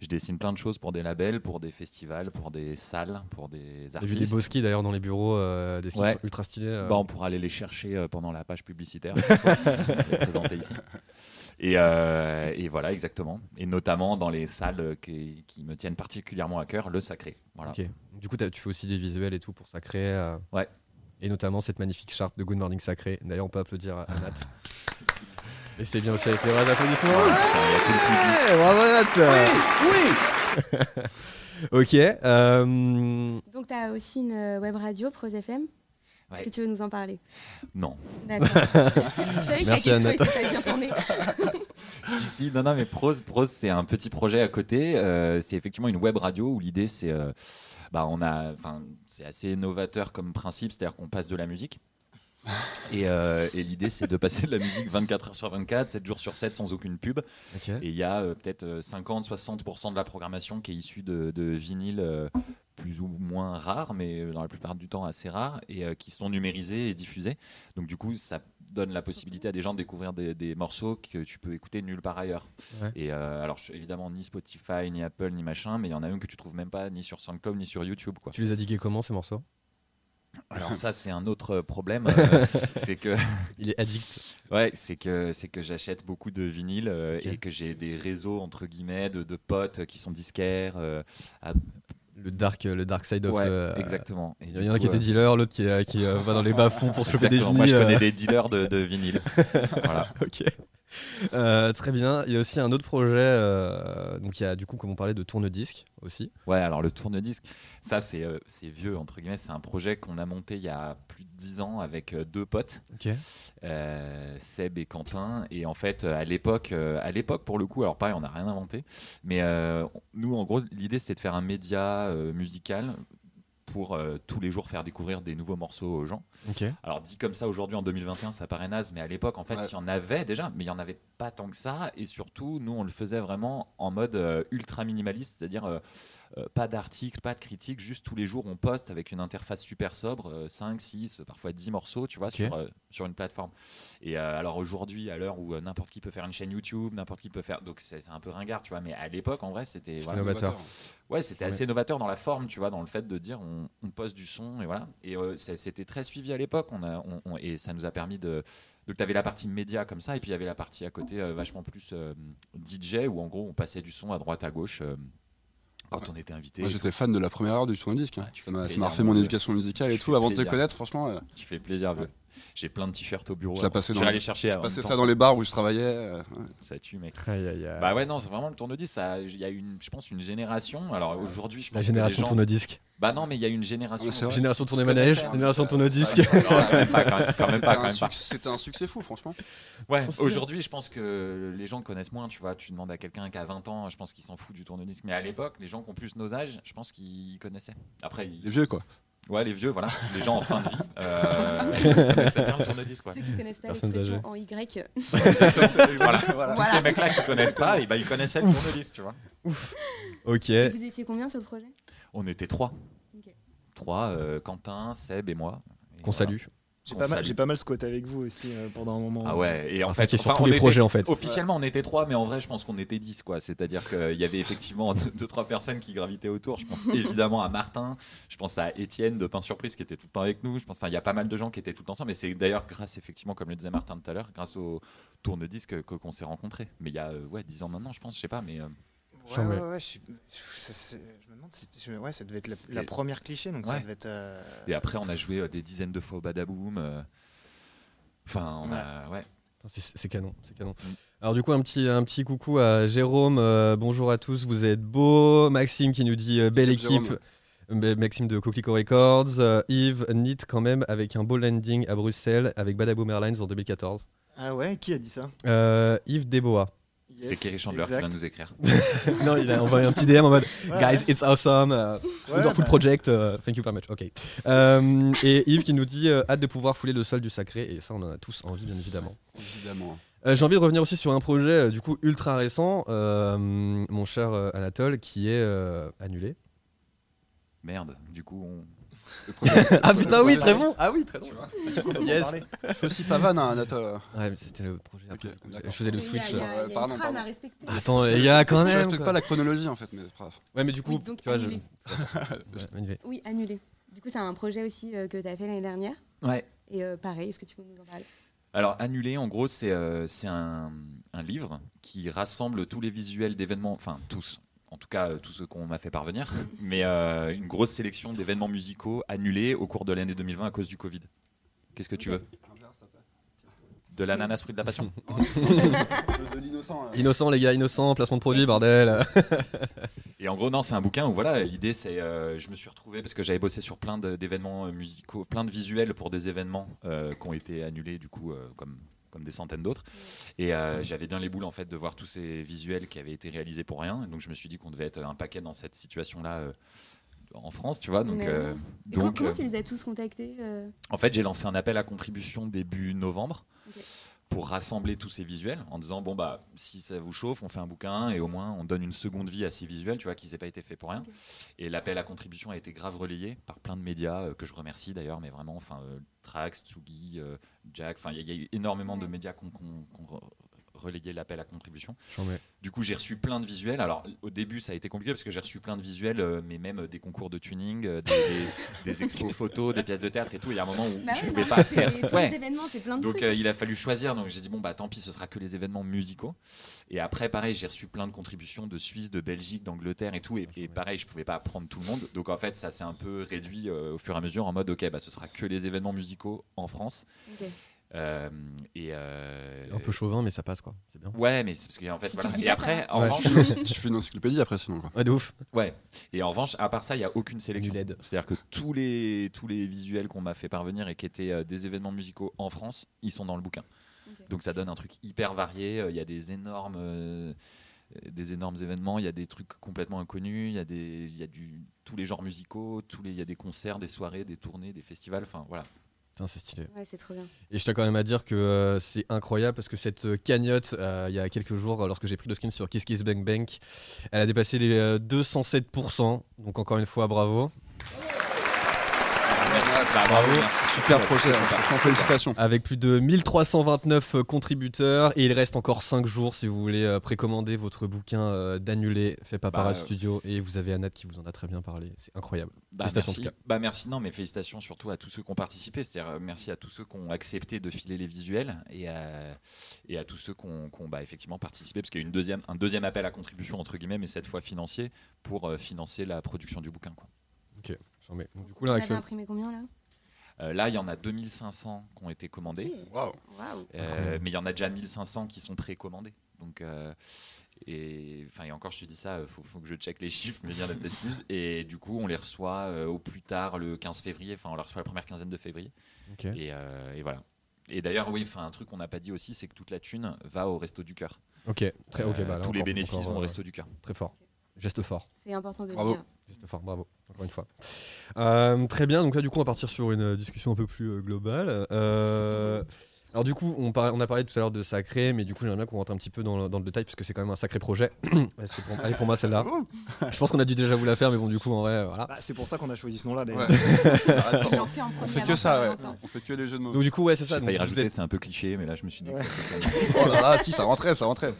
je dessine plein de choses pour des labels, pour des festivals, pour des salles, pour des
J'ai
artistes.
vu des beaux skis d'ailleurs dans les bureaux, euh, des skis
Ouais.
qui sont ultra stylés. euh.
Bah, on pourra aller les chercher euh, pendant la page publicitaire, les présenter ici. Et, euh, et voilà, exactement. Et notamment dans les salles euh, qui, qui me tiennent particulièrement à cœur, le sacré. Voilà.
Ok. Du coup, t'as- tu fais aussi des visuels et tout pour sacré. euh,
Ouais.
Et notamment cette magnifique charte de Good Morning Sacré. D'ailleurs, on peut applaudir à Nat. et c'est bien aussi avec les vrais applaudissements.
Putain, il y a tout le public.
Ouais, bravo Nat Ok. euh,
Donc, tu as aussi une euh, web radio, Pros FM. Est-ce
Ouais.
que tu veux nous en parler
Non.
D'accord. Je savais que
Merci,
la question
Anna.
était t'as bien tournée.
Si, si, non, non, mais Prose, Prose c'est un petit projet à côté. Euh, c'est effectivement une web radio où l'idée, c'est. euh, bah, on a. Enfin, c'est assez novateur comme principe, c'est-à-dire qu'on passe de la musique. Et, euh, et l'idée, c'est de passer de la musique 24 heures sur 24, 7 jours sur 7, sans aucune pub.
Ok.
Et il y a euh, peut-être euh, 50-60% de la programmation qui est issue de, de vinyles euh, plus ou moins rares, mais euh, dans la plupart du temps assez rares, et euh, qui sont numérisés et diffusés. Donc du coup, ça donne la possibilité à des gens de découvrir des, des morceaux que tu peux écouter nulle part ailleurs.
Ouais.
Et euh, alors, je- évidemment, ni Spotify, ni Apple, ni machin, mais il y en a une que tu trouves même pas ni sur SoundCloud, ni sur YouTube. Quoi.
Tu les as digués comment ces morceaux
Alors ça, c'est un autre euh, problème, euh, c'est que
Il est addict.
Ouais, c'est que c'est que j'achète beaucoup de vinyles euh,
Ok.
et que j'ai des réseaux entre guillemets de, de potes qui sont disquaires. euh, à-
Le dark, euh, le dark side of.
ouais,
euh,
exactement. Et
Il
du
y en a
coup,
qui étaient
euh,
dealers, l'autre qui, euh, qui, euh, va dans les bas-fonds pour se choper des
exactement. Moi, je
vinyles, euh.
connais des dealers de, de vinyles. voilà.
Ok. Euh, très bien. Il y a aussi un autre projet. euh, donc il y a du coup, comme on parlait, de tourne-disque aussi.
Ouais, alors le tourne-disque, ça c'est euh, c'est vieux entre guillemets. C'est un projet qu'on a monté il y a plus de dix ans avec euh, deux potes.
Ok.
euh, Seb et Quentin. Et en fait, euh, à l'époque, euh, à l'époque pour le coup, alors pareil, on n'a rien inventé, mais euh, on- nous, en gros, l'idée c'était de faire un média euh, musical pour euh, tous les jours faire découvrir des nouveaux morceaux aux gens.
Ok.
Alors dit comme ça aujourd'hui en 2021, ça paraît naze, mais à l'époque, en fait,
Ouais.
il y en avait déjà, mais il y en avait pas tant que ça. Et surtout, nous, on le faisait vraiment en mode euh, ultra minimaliste, c'est-à-dire euh, euh, pas d'article, pas de critique, juste tous les jours, on poste avec une interface super sobre, 5, 6, parfois 10 morceaux, tu vois,
Ok.
sur, euh, sur une plateforme. Et euh, alors aujourd'hui, à l'heure où euh, n'importe qui peut faire une chaîne YouTube, n'importe qui peut faire, donc c'est c'est un peu ringard, tu vois, mais à l'époque, en vrai, c'était
C'était
voilà,
novateur.
Ouais, c'était
Ouais.
assez novateur dans la forme, tu vois, dans le fait de dire on, on poste du son et voilà. Et euh, ça- c'était très suivi à l'époque. On a- on- on- et ça nous a permis de. Donc tu avais la partie média comme ça et puis il y avait la partie à côté euh, vachement plus euh, DJ où en gros on passait du son à droite à gauche euh, quand on était invité.
Moi j'étais fan de la première heure du tourne disque. hein.
Ah, tu fais
ça m'a ça
plaisir,
m'a refait mon
mon
éducation musicale et
Tu
tout.
fais
Avant de te
plaisir.
connaître, franchement, euh,
Tu fais plaisir, vieux.
Ouais.
J'ai plein de t-shirts au bureau.
Je
Je
l'ai passé dans-
vais aller chercher.
je
en
passais
même
ça
temps.
dans les bars où je travaillais. euh, ouais.
Ça tue, mec.
Aïe, aïe, aïe.
Bah ouais, non, c'est vraiment le tourne-disque. ça- Il y a une, je pense, une génération. Alors aujourd'hui, je pense
La
que les
génération
gens-
tourne-disque.
Bah non, mais il y a une génération.
Ouais, c'est vrai.
Génération
connais
tourne-manège.
ça, hein,
Génération
ça-
tourne-disque.
Ouais, non, quand même pas, quand même- quand même
C'était
pas, quand
un
même pas.
succ- C'était un succès fou, franchement.
Ouais,
Considère-
aujourd'hui, je pense que les gens connaissent moins, tu vois. Tu demandes à quelqu'un qui a 20 ans, je pense qu'il s'en fout du tourne-disque. Mais à l'époque, les gens qui ont plus nos âges, je pense qu'ils connaissaient. Après, ils-
Les vieux quoi.
ouais, les vieux, voilà. Les gens en fin de vie. Euh... ils connaissaient bien le tourne-disque, quoi.
Ceux qui connaissent pas
Personnes
l'expression en Y, euh,
Voilà. Tous
Voilà.
ces mecs-là qui connaissent pas, et bah, ils connaissaient le tourne-disque, tu vois.
Ok.
et vous étiez combien sur le projet
On était trois.
Ok.
Trois, euh, Quentin, Seb et moi. Et
Qu'on
voilà.
salue.
J'ai
On
pas, mal-
salue.
j'ai pas mal squatté avec vous aussi euh, pendant un moment.
Oh, Ah ouais, et en
Enfin,
fait,
qui est sur
enfin,
tous
on
les
était-
projets en fait.
Officiellement, on était trois, mais en vrai, je pense qu'on était dix, quoi. C'est-à-dire qu'il y avait effectivement deux, deux, trois personnes qui gravitaient autour. Je pense évidemment à Martin, je pense à Étienne de Pain Surprise qui était tout le temps avec nous. Je pense, enfin, il y a pas mal de gens qui étaient tout le temps ensemble. Et c'est d'ailleurs grâce, effectivement, comme le disait Martin tout à l'heure, grâce au tourne-disque que- qu'on s'est rencontrés. Mais il y a, euh, ouais, dix ans maintenant, je pense, je sais pas, mais euh,
Ouais,
Genre,
ouais,
ouais.
ouais, je, suis- ça, c'est- je me demande, si c'était- je- ouais, ça devait être la, la
C'était-
première cliché, donc
Ouais.
ça devait être. euh,
et après, on a joué euh, des dizaines de fois au Badaboom. euh, Enfin, on a, ouais.
Putain, C'est c'est canon, c'est canon.
Mm.
Alors du coup un petit un petit coucou à Jérôme. euh, bonjour à tous, vous êtes beaux. Maxime qui nous dit euh, belle
Salut,
équipe. Euh, Maxime de Coquelicot Records, euh, Yves Nitt quand même avec un beau landing à Bruxelles avec Badaboom Airlines en 2014.
Ah ouais, qui a dit ça
Euh, Yves Desboa.
Yes,
c'est Kerry Chandler qui
exact.
vient nous écrire.
non, il a envoyé un petit DM en mode
Ouais,
Guys, it's awesome. euh,
ouais,
Wonderful
bah,
project. euh, thank you very much. Ok. Euh, et Yves qui nous dit euh, hâte de pouvoir fouler le sol du sacré et ça on en a tous envie bien évidemment.
Évidemment.
Euh, J'ai envie de revenir aussi sur un projet euh, du coup ultra récent, euh, mon cher euh, Anatole, qui est euh, annulé.
Merde, du coup, on.
Le premier-
ah putain oui, très bon. Ah oui, très bon.
on en
Yes.
parlait.
Je fais aussi hein. Pavane, hein, Anatole.
Ouais, mais c'était le projet. après.
Ok,
je
d'accord.
faisais le
Mais il y a-
switch.
Il y a, il y a
euh,
une
pardon,
trame à
pardon.
respecter.
Attends, il y a quand
Je
même.
respecte
quoi.
pas la chronologie en fait, mais c'est pas grave.
Ouais, mais du coup,
Oui, donc
tu vois, je.
annulé.
Ouais, annulé.
Oui, annulé. Du coup, c'est un projet aussi euh, que tu as fait l'année dernière.
Ouais.
Et euh, pareil, est-ce que tu peux nous en parler
Alors, Annulé, en gros, c'est euh, c'est un, un livre qui rassemble tous les visuels d'événements, enfin tous, en tout cas euh, tous ceux qu'on m'a fait parvenir, mais euh, une grosse sélection d'événements musicaux annulés au cours de l'année 2020 à cause du Covid. Qu'est-ce que tu veux De l'ananas fruit de la passion
De l'innocent. hein.
Innocent, les gars, innocent, placement de produit,
Ouais, c'est ça.
bordel.
Et en gros, non, c'est un bouquin où voilà, l'idée c'est. euh, je me suis retrouvé parce que j'avais bossé sur plein de- d'événements euh, musicaux, plein de visuels pour des événements euh, qui ont été annulés, du coup, euh, comme, comme des centaines d'autres. Et euh, j'avais bien les boules en fait de voir tous ces visuels qui avaient été réalisés pour rien. Donc je me suis dit qu'on devait être un paquet dans cette situation-là euh, en France, tu vois. Donc,
Mais
euh,
Et quand-
donc,
Comment
euh,
tu les as tous contactés euh,
en fait, j'ai lancé un appel à contribution début novembre
Ok.
pour rassembler tous ces visuels en disant bon bah si ça vous chauffe, on fait un bouquin et au moins on donne une seconde vie à ces visuels, tu vois, qu'ils n'aient pas été faits pour rien.
Ok.
Et l'appel à contribution a été grave relayé par plein de médias euh, que je remercie d'ailleurs, mais vraiment, enfin euh, Trax, Tsugi, euh, Jack, enfin il y, a- il y a eu énormément de
Ouais.
médias qui ont relayé l'appel à contribution.
J'en mets.
Du coup, j'ai reçu plein de visuels. Alors, au début, ça a été compliqué parce que j'ai reçu plein de visuels, euh, mais même euh, des concours de tuning, euh, des, des- des expos photos, des pièces de théâtre et tout. Il y a un moment où
Bah
je
ouais,
pouvais
non,
pas
c'est-
faire.
Tous
Ouais.
les événements, c'est plein de
Donc,
trucs.
euh, il a fallu choisir. Donc, j'ai dit, bon, bah tant pis, ce sera que les événements musicaux. Et après, pareil, j'ai reçu plein de contributions de Suisse, de Belgique, d'Angleterre et tout. Et, et pareil, je pouvais pas prendre tout le monde. Donc, en fait, ça s'est un peu réduit euh, au fur et à mesure en mode, ok, bah ce sera que les événements musicaux en France.
Ok.
Euh, et euh,
Un peu chauvin, mais ça passe quoi. C'est bien.
Ouais, mais c'est parce qu'en fait,
Si tu
voilà.
le
Et
dis pas, ça
après,
va.
en
Ouais.
revanche,
Je fais une encyclopédie après sinon. Quoi.
Ouais, de ouf.
Ouais. Et en revanche, à part ça, il n'y a aucune sélection.
Du LED.
C'est-à-dire que tous les, tous les visuels qu'on m'a fait parvenir et qui étaient euh, des événements musicaux en France, ils sont dans le bouquin.
Ok.
Donc ça donne un truc hyper varié. Euh, Il y a des énormes, euh, des énormes événements, il y a des trucs complètement inconnus, il y a, des, il y a du, tous les genres musicaux, tous les, il y a des concerts, des soirées, des tournées, des festivals. Enfin voilà.
Putain, c'est stylé.
Ouais, c'est trop bien.
Et je tiens quand même à dire que euh, c'est incroyable parce que cette euh, cagnotte, euh, il y a quelques jours, euh, lorsque j'ai pris le skin sur Kiss Kiss Bank Bank, elle a dépassé les euh, 207%. Donc encore une fois, bravo.
Merci, bah, bravo, merci.
Super
Ouais,
projet, hein.
super,
franchement
super.
félicitations.
Avec plus de 1329 euh, contributeurs. Et il reste encore 5 jours si vous voulez euh, précommander votre bouquin euh, d'annulé fait par
Bah,
Parade
euh,
Studio. Et vous avez Anat qui vous en a très bien parlé. C'est incroyable.
Bah,
Félicitations,
merci.
en tout
Bah, merci, non, mais félicitations surtout à tous ceux qui ont participé. C'est-à-dire, euh, merci à tous ceux qui ont accepté de filer les visuels et à, et à tous ceux qui ont, qui ont, bah, effectivement participé, parce qu'il y a eu une deuxième, un deuxième appel à contribution, entre guillemets, mais cette fois financier, pour euh, financer la production du bouquin. Quoi.
J'en mets. Donc, du coup, là,
On avait
actuellement-
imprimé combien là
Euh, là, il y en a 2500 qui ont été commandés,
Ok.
Waouh.
Waouh.
euh,
Incroyable.
mais il y en a déjà 1500 qui sont précommandés. Donc, euh, et, enfin, et encore, je te dis ça, il faut, faut que je check les chiffres, mais il y en a peut-être plus. Et du coup, on les reçoit euh, au plus tard le 15 février, enfin, on les reçoit la première quinzaine de février.
Ok.
Et, euh, et voilà. Et d'ailleurs, oui, enfin, un truc qu'on n'a pas dit aussi, c'est que toute la thune va au Resto du Cœur.
Ok. Très, ok,
Euh,
bah, là,
tous les
encore-
bénéfices
encore,
vont au
euh,
Resto du Cœur.
Très fort. Geste fort.
C'est important de le
Bravo.
dire.
Juste fort, bravo, encore une fois. Euh, très bien, donc là du coup on va partir sur une euh, discussion un peu plus euh, globale. Euh, Alors du coup, on, par- on a parlé tout à l'heure de Sacré, mais du coup, j'aimerais bien qu'on rentre un petit peu dans le, dans le détail, puisque c'est quand même un sacré projet. Ouais, c'est pour, allez, pour moi celle-là. Je pense qu'on a dû déjà vous la faire, mais bon, du coup, en vrai, euh, voilà.
Bah, c'est pour ça qu'on a choisi ce nom-là d'ailleurs.
Ouais.
Il en fait en premier.
On fait
avant
que ça, ouais.
Saint-Valentin.
On fait que des jeux de mots.
Donc du coup, ouais, c'est ça.
J'ai
Donc,
failli
vous
rajouter,
êtes-
c'est un peu cliché, mais là je me suis dit. que
Ouais.
c'était-
Oh là là, si, ça rentrait, ça rentrait.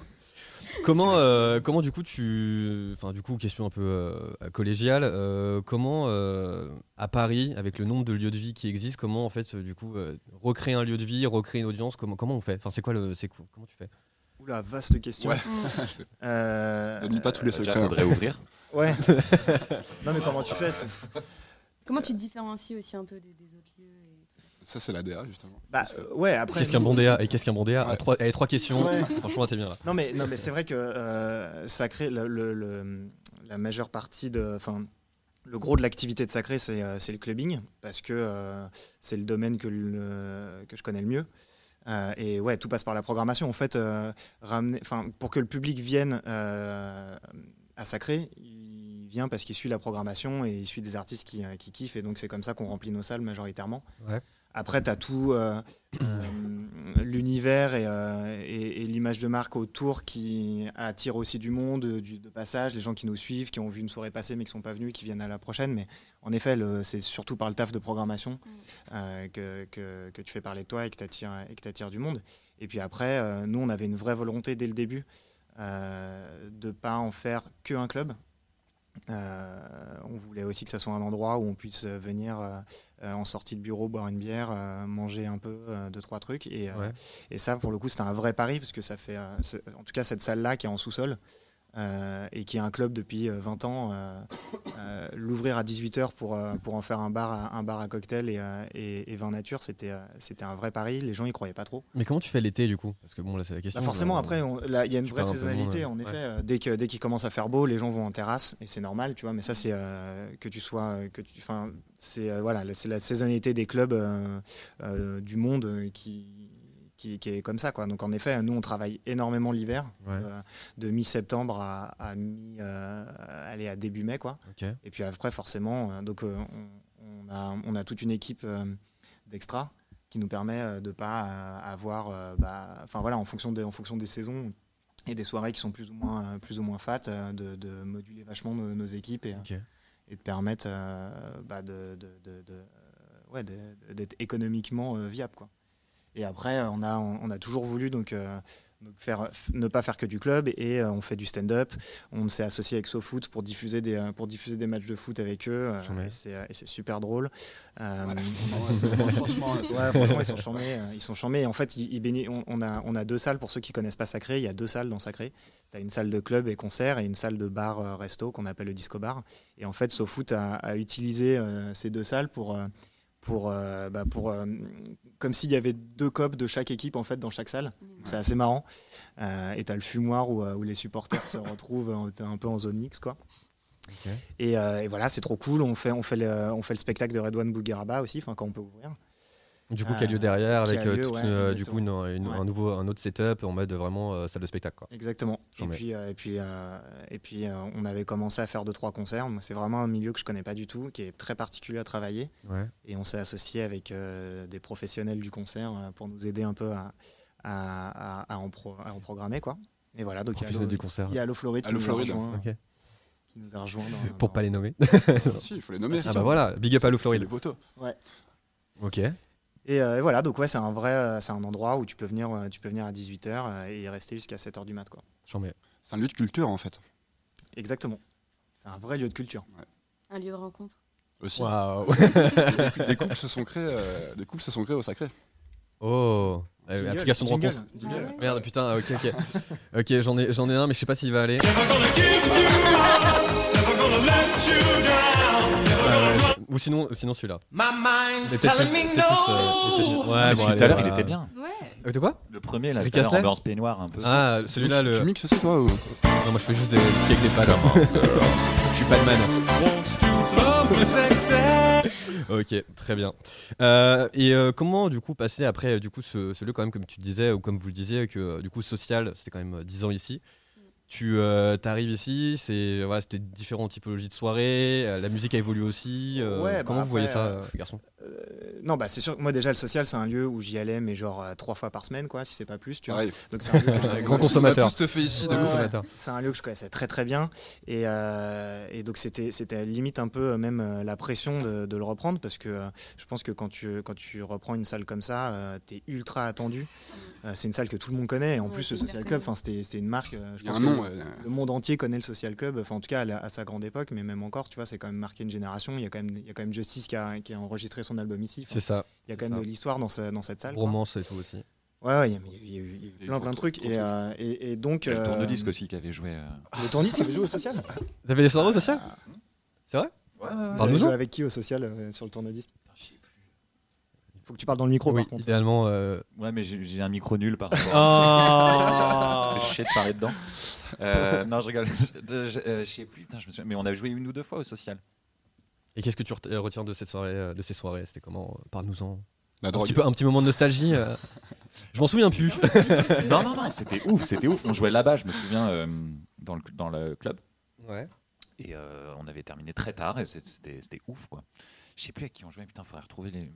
Comment, euh, comment du coup tu, enfin du coup, question un peu euh, collégiale, euh, comment euh, à Paris, avec le nombre de lieux de vie qui existent, comment en fait, euh, du coup, euh, recréer un lieu de vie, recréer une audience, comment, comment on fait Enfin, c'est quoi le, c'est quoi- comment tu fais
Oula, vaste question.
Ouais.
Mm.
Euh,
Ne lis pas tous les
Déjà,
secrets. hein.
faudrait ouvrir.
Ouais. non mais comment tu fais c'est-
Comment tu te différencies aussi un peu des, des autres lieux et-
Ça, c'est la DA, justement.
Bah euh, ouais, après.
Qu'est-ce qu'un bon DA Et qu'est-ce qu'un bon DA
Ouais.
trois, allez, trois questions.
Ouais.
Franchement, t'es bien là.
Non mais non mais c'est vrai que euh, Sacré, le, le- le- la majeure partie de, enfin, le gros de l'activité de Sacré, c'est euh, c'est le clubbing parce que euh, c'est le domaine que le- que je connais le mieux. Euh, et ouais, tout passe par la programmation. En fait, euh, ramener, enfin, pour que le public vienne euh, à Sacré, il vient parce qu'il suit la programmation et il suit des artistes qui, euh, qui kiffent. Et donc c'est comme ça qu'on remplit nos salles majoritairement.
Ouais.
Après, tu as tout euh, euh, l'univers et, euh, et- et l'image de marque autour qui attire aussi du monde, euh, du, de passage, les gens qui nous suivent, qui ont vu une soirée passer mais qui sont pas venus, qui viennent à la prochaine. Mais en effet, le- c'est surtout par le taf de programmation euh, que, que- que tu fais parler de toi et que tu attires, du monde. Et puis après, euh, nous, on avait une vraie volonté dès le début euh, de pas en faire que un club. Euh, on voulait aussi que ça soit un endroit où on puisse euh, venir euh, euh, en sortie de bureau, boire une bière, euh, manger un peu, euh, deux, trois trucs. Et, euh,
Ouais.
et ça, pour le coup, c'était un vrai pari, parce que ça fait, euh, c'est- en tout cas, cette salle-là qui est en sous-sol euh, et qui est un club depuis euh, 20 ans, euh, euh, l'ouvrir à 18h pour, euh, pour en faire un bar à, un bar à cocktail et, euh, et, et vin nature, c'était euh, c'était un vrai pari. Les gens y croyaient pas trop.
Mais comment tu fais l'été du coup Parce que bon, là, c'est la question. euh,
Bah, forcément,
genre,
après, on- là, il y a une
tu
vraie
parles un peu moins,
saisonnalité,
euh,
en
ouais.
effet. Euh, Dès que dès qu'il commence à faire beau, les gens vont en terrasse, et c'est normal, tu vois. Mais ça, c'est euh, que tu sois, euh, que tu, enfin, c'est euh, voilà, la- c'est la saisonnalité des clubs euh, euh, du monde euh, qui, qui qui est comme ça, quoi. Donc en effet, nous, on travaille énormément l'hiver,
Ouais.
euh, de mi-septembre à, à mi, euh, allez, à début mai, quoi.
Ok.
Et puis après, forcément, euh, donc euh, on, on a, on a toute une équipe euh, d'extra qui nous permet euh, de pas euh, avoir, euh, bah, enfin voilà, en fonction des, en fonction des saisons et des soirées qui sont plus ou moins, euh, plus ou moins fat, euh, de, de moduler vachement nos, nos équipes et,
Ok.
et de permettre euh, bah, de, de- de- de- euh, ouais, de- de- d'être économiquement euh, viable, quoi. Et après, euh, on a, on on a toujours voulu donc, euh, donc faire, f- ne pas faire que du club et euh, on fait du stand-up. On s'est associé avec SoFoot pour diffuser des, euh, pour diffuser des matchs de foot avec eux. euh,
Chambé.
et c'est euh, et c'est super drôle. Euh,
Ouais.
Ouais, franchement, ils sont chambés. euh, Ils sont chambés. Et en fait, ils, ils béni- on, on a, on a deux salles. Pour ceux qui connaissent pas Sacré, il y a deux salles dans Sacré. Tu as une salle de club et concert et une salle de bar-resto qu'on appelle le disco bar. Et en fait, SoFoot a, a utilisé euh, ces deux salles pour. euh, pour, euh, bah, pour euh, comme s'il y avait deux copes de chaque équipe en fait dans chaque salle Donc, c'est assez marrant Euh, et t'as le fumoir où, euh, où les supporters se retrouvent en- un peu en zone mixte quoi
Ok.
et, euh, et voilà c'est trop cool on fait on fait le, on fait le spectacle de Redouane Bougueraba aussi enfin quand on peut ouvrir
Du coup, qui a lieu
Euh,
derrière
qui a
avec euh,
lieu,
toute
ouais,
une, euh, du coup une,
exactement.
une-
Ouais.
un nouveau, un autre setup en mode vraiment euh, salle de spectacle. Quoi.
Exactement. Et
J'en ai.
puis, euh, et puis, euh, et puis euh, on avait commencé à faire deux, trois concerts. Moi, C'est vraiment un milieu que je connais pas du tout, qui est très particulier à travailler.
Ouais.
Et on s'est associé avec euh, des professionnels du concert euh, pour nous aider un peu à, à, à- à en, pro- à en programmer. Quoi. Et voilà, donc il y a
Professionnel
Allo-
du concert.
il y a Allo Floride qui,
Allo
nous a
Floride.
rejoint,
Ok.
qui nous a rejoint. dans-
Pour
dans-
pas les nommer.
Si, il faut les nommer.
Ah,
Ah bah voilà, big up à Lou
C'est
Floride.
les poteaux.
Ok.
Et, euh, et voilà, donc ouais, c'est un vrai, euh, c'est un endroit où tu peux venir, euh, tu peux venir à 18h et y rester jusqu'à 7h du mat. Quoi.
J'en mets.
C'est un lieu de culture, en fait.
Exactement. C'est un vrai lieu de culture.
Un lieu de rencontre.
Aussi.
Waouh.
Des couples se sont créés, euh, des couples se sont créés au sacré.
Oh. Euh,
Jingle,
application de
jingle,
rencontre.
jingle.
Ah ouais.
Merde, putain, ok, ok. Ok, j'en ai, j'en ai un, mais je sais pas s'il va aller. Euh, ou sinon, ou sinon celui-là. Mais peut-être plus- peut-être plus, euh, peut-être plus- Ouais,
Ah, Mais
bon,
celui
allez,
tout à l'heure, il
voilà.
était bien.
Ouais.
Euh, De quoi
Le premier, là,
Rick
tout à l'heure,
Astley
ambiance peignoir un peu.
Ah, celui-là, le.
Tu mixes aussi, toi ou...
Non, moi je fais juste des trucs avec les hein. pattes. Je suis Pac-Man. ok, très bien. Euh, et euh, comment du coup passer après euh, du coup ce, ce lieu quand même comme tu disais ou comme vous le disiez que euh, du coup social c'était quand même euh, 10 ans ici. Tu arrives ici, c'est voilà, c'était différentes typologies de soirées, euh, la musique a évolué aussi. euh,
Ouais, bah
comment vous voyez
après,
ça,
euh,
euh, garçon
non, bah c'est sûr. que Moi déjà, le social, c'est un lieu où j'y allais, mais genre euh, trois fois par semaine, quoi, si c'est pas plus. Tu vois.
Pareil.
Donc c'est un lieu que
On
je
a
connaissais-
Grand
tous-
consommateur.
On a tous te fait ici.
Ouais,
de
ouais.
consommateur.
C'est un lieu que je connaissais très très bien et, euh, et donc c'était c'était limite un peu euh, même euh, la pression de, de le reprendre parce que euh, je pense que quand tu quand tu reprends une salle comme ça, euh, t'es ultra attendu. Euh, c'est une salle que tout le monde connaît et en
Ouais,
plus
c'est
le
hyper
social
connu.
club, enfin c'était c'était une marque. euh, je
Il y a
pense
un
que
nom.
le-
ouais.
le monde entier connaît le social club, enfin en tout cas à, la- à sa grande époque, mais même encore, tu vois, c'est quand même marqué une génération. Il y a quand même, il y a quand même Justice qui a, qui a enregistré son album ici. Enfin,
C'est ça.
il y a quand
c'est
même
ça.
de l'histoire dans, ce- dans cette salle. quoi.
Romance et tout aussi.
Ouais, ouais, il y a- il y, a eu- il y a eu
Il y a eu
plein, plein de
trop de
trucs.
trucs.
Et, euh, et, et donc.
Il y a le
euh,
tourne-disque aussi qui avait joué. euh,
Le tourne-disque, il joue au social
T'avais des soirées au social C'est vrai
Vous avez
Parle-nous-en.
joué avec qui au social euh, sur le tourne-disque Il faut que tu parles dans le micro,
Oui,
par contre.
idéalement. euh,
Ouais, mais j'ai j'ai un micro nul par rapport.
Oh
Je sais de parler dedans. Euh, non, je rigole. Je, je- euh, je sais plus. Putain, je me souviens. Mais on a joué une ou deux fois au social.
Et qu'est-ce que tu ret- retiens de cette soirée, euh, de ces soirées C'était comment euh, Parle-nous-en.
La
Un petit,
drogue.
peu, un petit moment de nostalgie. euh. Je m'en souviens plus.
Non, non, non, c'était ouf, c'était ouf. On jouait là-bas, je me souviens, euh, dans, le, dans le club.
Ouais.
Et euh, on avait terminé très tard et c'est- c'était c'était ouf, quoi. Je sais plus à qui on jouait. Putain, faudrait retrouver les.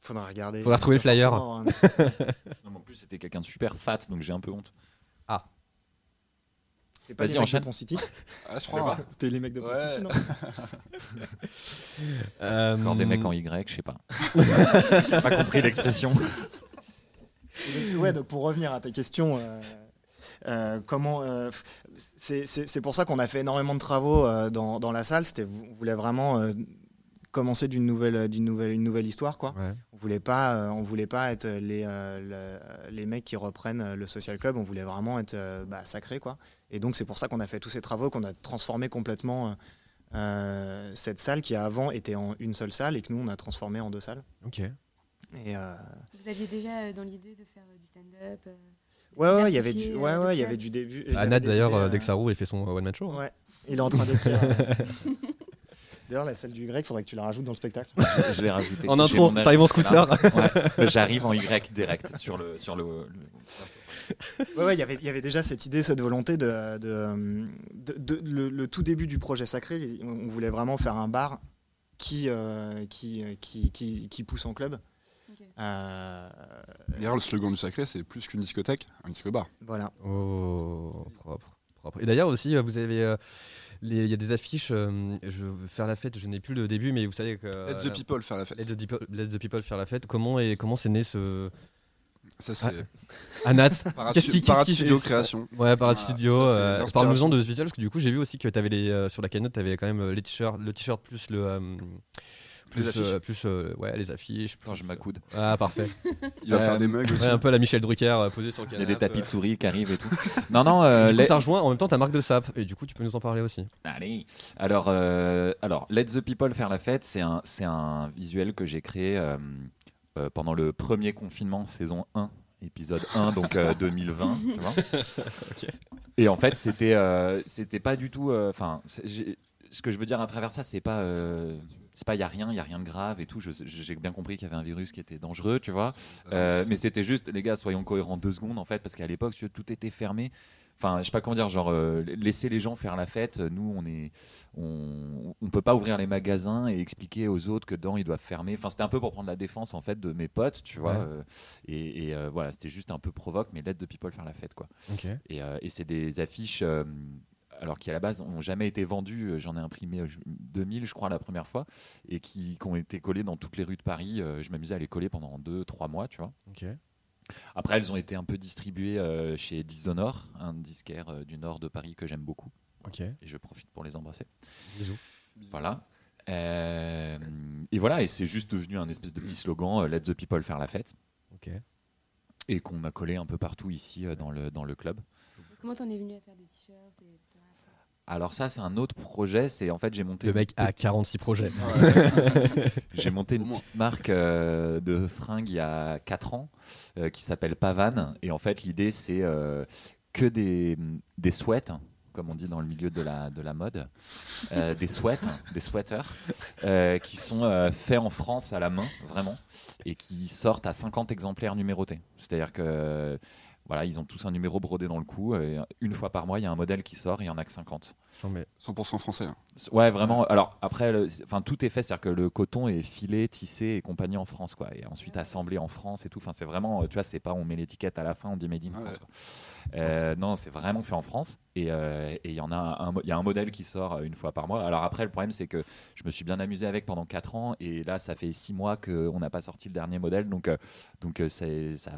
Faudra regarder.
Faudra retrouver le flyer.
Forcément, hein.
Non, mais en plus, c'était quelqu'un de super fat, donc j'ai un peu honte.
C'était pas
Vas-y,
les mecs de
enchaîne.
Pont City Oh,
Ah, je crois.
C'était les mecs de Pont
Ouais.
City, non
Euh,
Encore des mecs en Y, je sais pas. J'ai pas compris l'expression.
Et donc, ouais, donc pour revenir à ta question, euh, euh, comment euh, f- c'est- c'est c'est pour ça qu'on a fait énormément de travaux euh, dans, dans la salle. C'était on voulait vraiment euh, commencer d'une nouvelle d'une nouvelle une nouvelle histoire quoi.
Ouais.
On voulait pas euh, on voulait pas être les euh, le- les mecs qui reprennent euh, le social club. On voulait vraiment être euh, bah, sacré quoi. Et donc c'est pour ça qu'on a fait tous ces travaux, qu'on a transformé complètement. euh, euh, cette salle qui avant était en une seule salle et que nous on a transformé en deux salles
Ok.
et euh,
Vous aviez déjà euh, dans l'idée de faire euh, du stand-up euh,
Ouais, ouais, il y avait du,
diversifier,
ouais,
euh, le
ouais, il y
club.
avait du début. il avait
Anad d'ailleurs,
décidé,
euh,
euh,
dès que ça roule, il fait son one man show. hein.
Ouais, il est en train d'écrire. euh, D'ailleurs, la salle du grec, faudrait que tu la rajoutes dans le spectacle.
Je l'ai rajouté.
En
J'ai
intro,
mon âge.
t'arrives en scooter.
Ouais, J'arrive en Y direct sur le. Sur le, le-
Ouais, ouais, il y avait, il y avait déjà cette idée, cette volonté de, de, de- de- le, le tout début du projet sacré. On on voulait vraiment faire un bar qui, euh, qui, qui, qui, qui pousse en club.
Ok.
Euh,
D'ailleurs, le slogan du sacré, c'est plus qu'une discothèque, un disco-bar.
voilà.
Oh, propre, propre. Et d'ailleurs aussi, euh, vous avez, euh, les- il y a des affiches. euh, je veux faire la fête. Je n'ai plus le début, mais vous savez que. euh,
Let the people faire la fête.
Let the people, let the people faire la fête. Comment et comment c'est né ce
Ça, c'est
Anat
Parat
Qu'est-ce qui- qu'est-ce qui-
Parat Studio Création.
Ouais, par
Voilà,
studio.
ça, c'est
euh,
l'inspiration.
Parle-nous-en de ce visuel parce que du coup, j'ai vu aussi que t'avais les euh, sur la cagnotte, t'avais quand même euh, les t-shirts, le t-shirt plus le euh, plus,
Les affiches.
euh, plus euh, ouais les affiches.
Attends, je m'accoude.
Ah parfait.
Il va
Euh,
faire des mugs aussi.
Ouais, un peu à la Michel Drucker euh, posée sur le
Il y a
canapé.
des tapis de
euh.
souris qui arrivent et tout. Non, non, euh,
Du coup,
les-
ça rejoint en même temps ta marque de sap et du coup, tu peux nous en parler aussi.
Allez. Alors, euh, alors, Let the People faire la fête, c'est un, c'est un visuel que j'ai créé euh, euh, pendant le premier confinement, saison 1, épisode 1, donc euh, 2020. tu vois. Et en fait, c'était, euh, c'était pas du tout. euh, Enfin, c'est- j'ai- ce que je veux dire à travers ça, c'est pas. euh, c'est pas, il y a rien, il y a rien de grave et tout. Je- J'ai bien compris qu'il y avait un virus qui était dangereux, tu vois.
Ah,
Euh, mais c'était juste, les gars, soyons cohérents deux secondes en fait, parce qu'à l'époque, tu- tout était fermé. Enfin, je sais pas comment dire, genre euh, laisser les gens faire la fête. euh, Nous, on est, on, on peut pas ouvrir les magasins et expliquer aux autres que dedans ils doivent fermer. Enfin, c'était un peu pour prendre la défense en fait de mes potes, tu
Ouais.
vois. euh, et et, euh, voilà, c'était juste un peu provoque, mais l'aide de people faire la fête quoi.
Ok.
Et, euh, et c'est des affiches, euh, alors qui à la base n'ont jamais été vendues. Euh, J'en ai imprimé euh, je- 2000, je crois, la première fois, et qui, qui ont été collées dans toutes les rues de Paris. Euh, je m'amusais à les coller pendant 2-3 mois, tu vois.
Ok.
Après, elles ont été un peu distribuées euh, chez Dishonor, un disquaire euh, du nord de Paris que j'aime beaucoup,
Ok.
et je profite pour les embrasser.
Bisous.
Voilà. Euh, et voilà, et c'est juste devenu un espèce de petit slogan euh, Let the people faire la fête.
Ok.
Et qu'on a collé un peu partout ici euh, dans, le, dans le club.
Comment t'en es venu à faire des t-shirts, et etc.
Alors ça, c'est un autre projet. C'est en fait, j'ai monté
Le
une
mec a 46 projets.
J'ai monté
Au
une
moins.
petite marque euh, de fringues il y a 4 ans euh, qui s'appelle Pavane. Et en fait, l'idée, c'est euh, que des, des sweats, comme on dit dans le milieu de la, de la mode, euh, des sweats, des sweaters, euh, qui sont euh, faits en France à la main, vraiment, et qui sortent à 50 exemplaires numérotés. C'est-à-dire que. Voilà, ils ont tous un numéro brodé dans le cou. et une fois par mois, il y a un modèle qui sort, et il y en a que 50.
Non, mais
100% français. hein.
Ouais, vraiment. Alors après, le- enfin tout est fait, c'est-à-dire que le coton est filé, tissé et compagnie en France, quoi, et ensuite assemblé en France et tout. Enfin, c'est vraiment, euh, tu vois, c'est pas on met l'étiquette à la fin, on dit Made in
Ouais.
France. quoi. Euh, non, c'est vraiment fait en France. Et euh, et il y en a un, mo- il y a un modèle qui sort euh, une fois par mois. Alors après, le problème c'est que je me suis bien amusé avec pendant 4 ans, et là, ça fait 6 mois qu'on n'a pas sorti le dernier modèle, donc euh, donc euh, c'est ça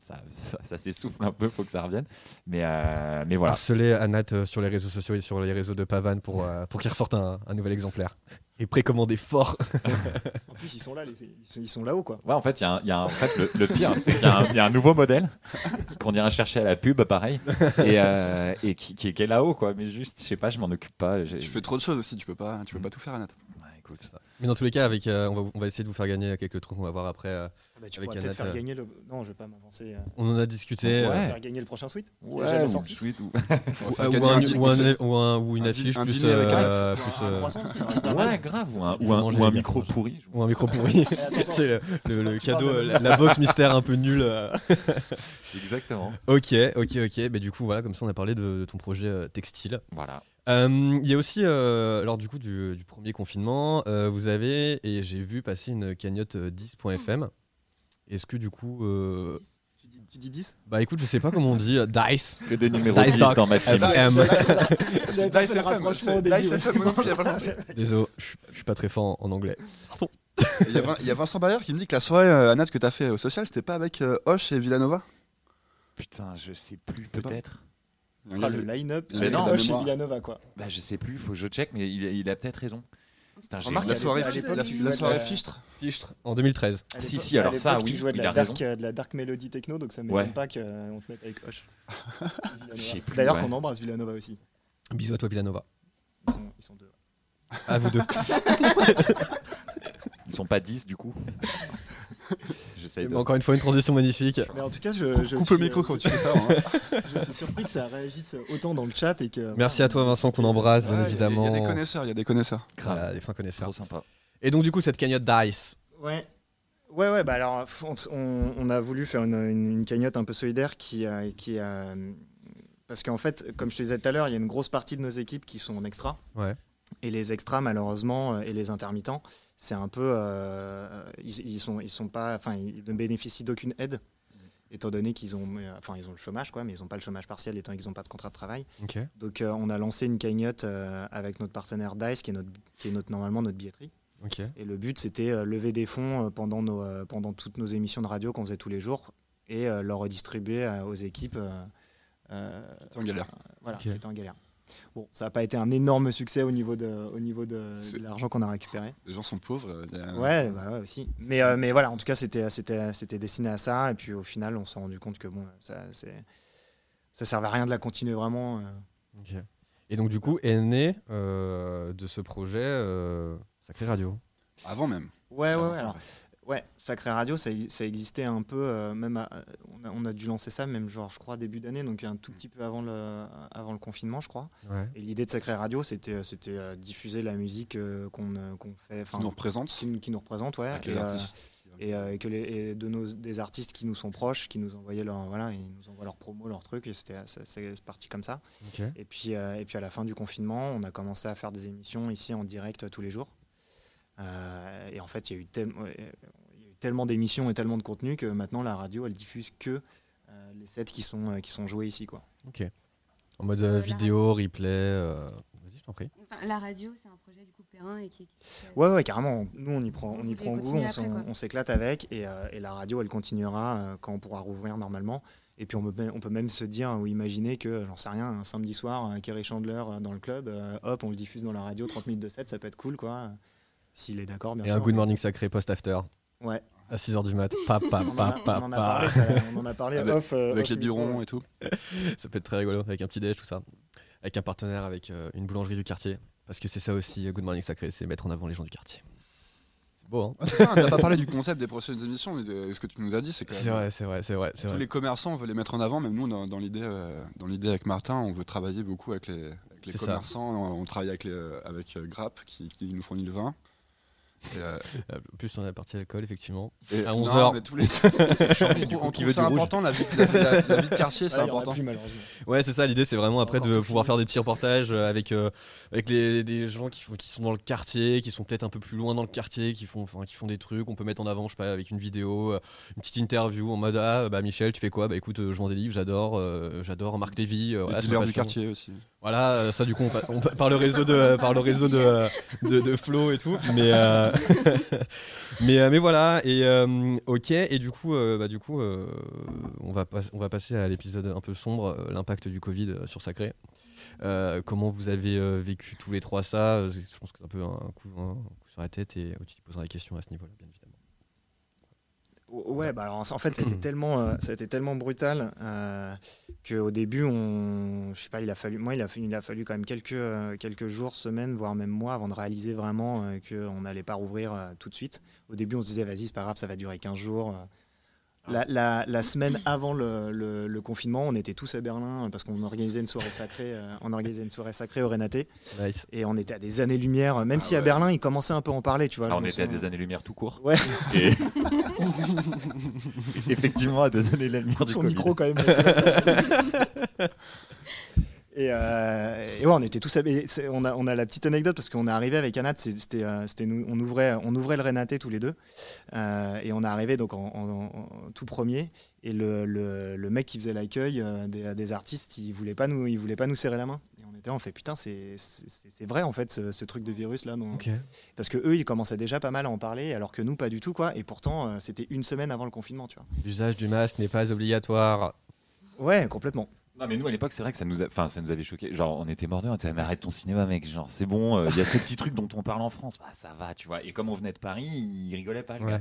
ça, ça, ça s'essouffle un peu, faut que ça revienne. Mais euh, mais voilà.
harceler Anat euh, sur les réseaux sociaux et sur les réseaux de Pavan pour, euh, pour qu'il ressorte un, un nouvel exemplaire. Et précommandez fort.
En plus, ils sont là, les- ils sont là-haut, quoi.
Ouais, en fait, il y a un- il y a un- en fait, le, le pire, c'est qu'il y, a un- il y a un nouveau modèle qu'on ira chercher à la pub, pareil, et, euh, et qui, qui est- qui est là-haut, quoi. Mais juste, je sais pas, je m'en occupe pas. j'ai-
Tu fais trop de choses aussi, tu peux pas, tu peux pas tout faire, Anat.
Ouais, écoute, ça.
Mais dans tous les cas, avec, euh, on, va, on va essayer de vous faire gagner quelques trucs. On va voir après. euh,
Ah bah, tu
Avec
pourras
un
peut-être faire
atta-
gagner le. Non, je vais pas m'avancer. euh,
on en a discuté. euh,
Ouais.
Faire gagner le prochain suite.
Ouais,
jamais
ou
sorti.
sweet, ou-
On va
Ou,
faire
euh, ou
gagner
un-
un ticket.
ou un- ou un- ou une
Un
affiche
dîner- un
plus,
dîner avec
euh, plus,
un
euh,
croissant, parce qu'il en reste pas mal.
Ouais, grave, ou un,
Il
ou
faut
un-
manger
ou un
les
micro
gars,
pourri. je vous-
ou un micro pourri.
Eh, attends, attends,
C'est le, le- le
Tu
cadeau,
parles de-
euh, la, la box mystère un peu nulle. euh.
Exactement.
Ok, ok, ok. Mais du coup, voilà, comme ça, on a parlé de, de ton projet euh, textile.
Voilà.
Euh, Il y a aussi, euh, lors du coup du, du premier confinement, euh, vous avez, et j'ai vu passer une cagnotte euh, 10.fm. Est-ce que du coup. euh,
tu, dis, tu dis 10
bah écoute, je sais pas comment on dit, euh, Dice.
Que des numéros
Dice
10
Talk.
dans ma team.
Bah, M.
J'avais pas fait le rapprochement au
c'est
début,
Dice
ouais.
FM, non, j'avais pas pensé.
Désolé, je suis- je suis pas très fort en, en anglais.
Et Il y a Vin- il y a Vincent Bayer qui me dit que la soirée, euh, Anat, que t'as fait au social, c'était pas avec euh, Hoche et Villanova
Putain, je sais plus,
pas.
peut-être.
Il y a un
Ah,
gars-
le line-up.
Mais
avec
non,
Hoche
mais
et
moi-
Villanova, quoi.
Bah, je sais plus, faut que je check, mais il, il a peut-être raison. Putain, j'ai-
Remarque, la
à
soirée,
l'époque,
la-
tu
la
jouais de
soirée
la-
Fichtre.
En 2013.
À
Si,
l'époque-
si,
à
alors ça,
l'époque,
oui,
Tu jouais de
il a
la
raison.
dark, euh, de la dark mélodie techno, donc ça m'étonne
Ouais.
pas qu'on te mette avec Hoche.
Je sais plus,
D'ailleurs,
ouais.
qu'on embrasse Villanova aussi.
Bisous à toi, Villanova.
Ils sont, ils sont deux.
À vous deux.
Ils sont pas 10 du coup. J'essaye de.
Encore une fois, une transition magnifique.
Mais en tout cas, je, je
Coupe
suis,
le micro
euh,
quand tu fais ça. hein.
Je suis surpris que ça réagisse autant dans le chat et que.
Merci à toi, Vincent, qu'on embrasse,
Ouais, il y
bien
a-
évidemment.
Il y a des connaisseurs, il y a des connaisseurs.
Grave.
Voilà, Ah, des fins connaisseurs.
Trop sympa.
Et donc, du coup, cette cagnotte Dice.
Ouais. Ouais, ouais, bah alors, f- on, s- on- on a voulu faire une, une- une cagnotte un peu solidaire qui. euh, qui euh, parce qu'en fait, comme je te disais tout à l'heure, il y a une grosse partie de nos équipes qui sont en extra.
Ouais.
Et les extras, malheureusement, euh, et les intermittents, c'est un peu. euh, ils, ils sont, ils sont pas. Enfin, ils ne bénéficient d'aucune aide, étant donné qu'ils ont. euh, Enfin, ils ont le chômage, quoi, mais ils n'ont pas le chômage partiel, étant qu'ils n'ont pas de contrat de travail.
Ok.
Donc, euh, on a lancé une cagnotte euh, avec notre partenaire Dice, qui est, notre, qui est notre, normalement notre billetterie.
Ok.
Et le but, c'était euh, lever des fonds euh, pendant, nos, euh, pendant toutes nos émissions de radio qu'on faisait tous les jours et euh, leur redistribuer euh, aux équipes euh, euh,
T'es en galère.
voilà,
Ok.
qui étaient en galère. Bon, ça n'a pas été un énorme succès au niveau de, au niveau de,
C'est-
de l'argent qu'on a récupéré.
Les gens sont pauvres. euh, il y a-
Ouais, bah ouais, aussi. Mais, euh, mais voilà, en tout cas, c'était, c'était, c'était destiné à ça. Et puis au final, on s'est rendu compte que bon, ça c'est- ça servait à rien de la continuer vraiment. euh.
Ok. Et donc, du coup, est né euh, de ce projet euh, Sacré Radio.
Avant même.
Ouais, ouais,
Avant,
ouais.
c'est
alors,
vrai.
Ouais, Sacré Radio, ça, ça existait un peu, euh, même à- euh, on, a, on a dû lancer ça, même genre, je crois, début d'année, donc un
Mm.
tout petit peu avant le, avant le confinement, je crois.
Ouais.
Et l'idée de Sacré Radio, c'était euh, c'était, euh, diffuser la musique euh, qu'on euh, qu'on fait, enfin,
Qui nous représente.
qui, nous- qui nous représente, ouais.
Avec
et,
les
euh,
artistes.
et, euh, et que les, et de nos, des artistes qui nous sont proches, qui nous envoyaient leur, voilà, ils nous envoient leurs promos, leurs trucs, et c'était ça- c'est c'est parti comme ça.
Ok.
Et puis, euh, et puis à la fin du confinement, on a commencé à faire des émissions ici en direct euh, tous les jours. Euh, et en fait, il y a eu, tel- ouais, euh, il y a eu tellement d'émissions et tellement de contenu que maintenant la radio, elle diffuse que euh, les sets qui sont, euh, qui sont joués ici. Quoi.
En mode euh,
Euh, la
vidéo, replay. euh, Vas-y, je t'en pris.
Enfin, la radio, c'est un projet du coup Perrin et qui. qui-
Ouais, ouais, carrément. Nous, on y prend,
Vous
on y
pouvez
prend goût,
continuer
on
après,
s'en-
quoi.
on s'éclate avec. Et, euh, et la radio, elle continuera euh, quand on pourra rouvrir normalement. Et puis, on peut, on peut même se dire ou imaginer que, j'en sais rien, un samedi soir, euh, Kerry Chandler euh, dans le club, euh, hop, on le diffuse dans la radio 30 minutes de set, ça peut être cool, quoi. S'il est d'accord, bien
Et
sûr.
un Good Morning Sacré post-after.
Ouais.
À 6h du mat. Pa, pa,
On en
Ah, pa,
a-
pa,
on en a
pa.
parlé, ça, on en a parlé
Avec-
off, euh,
Avec
off
les
micro.
birons et tout.
Ça peut être très rigolo avec un petit déj, tout ça. Avec un partenaire, avec euh, une boulangerie du quartier. Parce que c'est ça aussi, euh, Good Morning Sacré, c'est mettre en avant les gens du quartier. C'est beau, hein
Ah, c'est ça, on n'a pas parlé du concept des prochaines émissions, mais de- ce que tu nous as dit, c'est que
C'est vrai, c'est vrai, c'est vrai. c'est
tous
vrai.
les commerçants, on veut les mettre en avant. Même nous, dans, dans l'idée, euh, dans l'idée avec Martin, on veut travailler beaucoup avec les, avec les
C'est ça.
commerçants. On, on travaille avec, les, avec euh, Grappe, qui, qui nous fournit le vin. Et, euh,
Euh, Plus on est parti à l'alcool, effectivement.
et-
À
non,
11 heures.
mais tous les-
du coup,
on
qui
trouve
veut
ça
du rouge.
important, la vie, la, la- la vie de quartier, c'est
Ah, il y en a
important.
plus, malheureusement.
Ouais, c'est ça. L'idée, c'est vraiment après
Encore
de
tout
pouvoir
fini.
faire des petits reportages euh, avec, euh, avec les, des gens qui, font- qui sont dans le quartier, qui sont peut-être un peu plus loin dans le quartier, qui font, enfin, qui font des trucs. On peut mettre en avant, je sais pas, avec une vidéo, euh, une petite interview en mode Ah, bah Michel, tu fais quoi Bah écoute, euh, je vends des livres, j'adore, euh, j'adore Marc Lévy. euh,
Les
voilà, c'est ma
dealers du
passion.
quartier aussi.
Voilà, euh, ça du coup, on, pa- on pa- par le réseau de, euh, par le réseau de, euh, de, de Flo et tout, mais euh, mais, euh, mais voilà et euh, ok et du coup, euh, bah, du coup, euh, on va pas- on va passer à l'épisode un peu sombre, euh, l'impact du Covid euh, sur Sacré. Euh, comment vous avez euh, vécu tous les trois ça Euh, Je pense que c'est un peu un coup, un coup sur la tête et euh, tu te poseras des questions à ce niveau-là, bien évidemment.
Ouais, bah alors, en fait,
Mm.
ça a été tellement, euh, ça a été tellement brutal euh, qu'au début, on, je sais pas, il a fallu, moi, il a, il a fallu quand même quelques, euh, quelques jours, semaines, voire même mois avant de réaliser vraiment euh, qu'on n'allait pas rouvrir euh, tout de suite. Au début, on se disait, vas-y, c'est pas grave, ça va durer 15 jours.
Ah.
La, la- la semaine avant le, le- le confinement, on était tous à Berlin euh, parce qu'on organisait une soirée sacrée, euh, on organisait une soirée sacrée au Renaté
Nice.
et on était à des années-lumière. euh, Même
Ah
si à
ouais.
Berlin, ils commençaient un peu à en parler, tu vois.
Alors, Ah, on
Ah, je me
était à
souviens.
des années-lumière tout court.
Ouais.
Et- Effectivement, à des années-lumière
Coupe
du
son
Covid.
micro quand même. parce que là, ça- Et, euh, et ouais, on était tous. habillés. C'est- On a, on a la petite anecdote parce qu'on est arrivé avec Anat. c'est- C'était, euh, c'était nous, on ouvrait, on ouvrait le Renaté tous les deux, Euh, et on est arrivé donc en, en- en tout premier. Et le, le- le mec qui faisait l'accueil euh, des, des artistes, il voulait pas nous, il voulait pas nous serrer la main. Et on était, là, on fait putain, c'est, c'est, c'est vrai en fait ce, ce truc de virus là. dans-
Ok.
Parce que eux, ils commençaient déjà pas mal à en parler, alors que nous, pas du tout quoi. Et pourtant, euh, c'était une semaine avant le confinement, tu vois.
L'usage du masque n'est pas obligatoire.
Ouais, complètement.
Non, mais nous, à l'époque, c'est vrai que ça nous, a- enfin, ça nous avait choqué. Genre, on était mordus, on était, mais arrête ton cinéma, mec. Genre, c'est bon, euh, il y a ce petit truc dont on parle en France. Bah, ça va, tu vois. Et comme on venait de Paris, il rigolait pas, le
Ouais.
gars.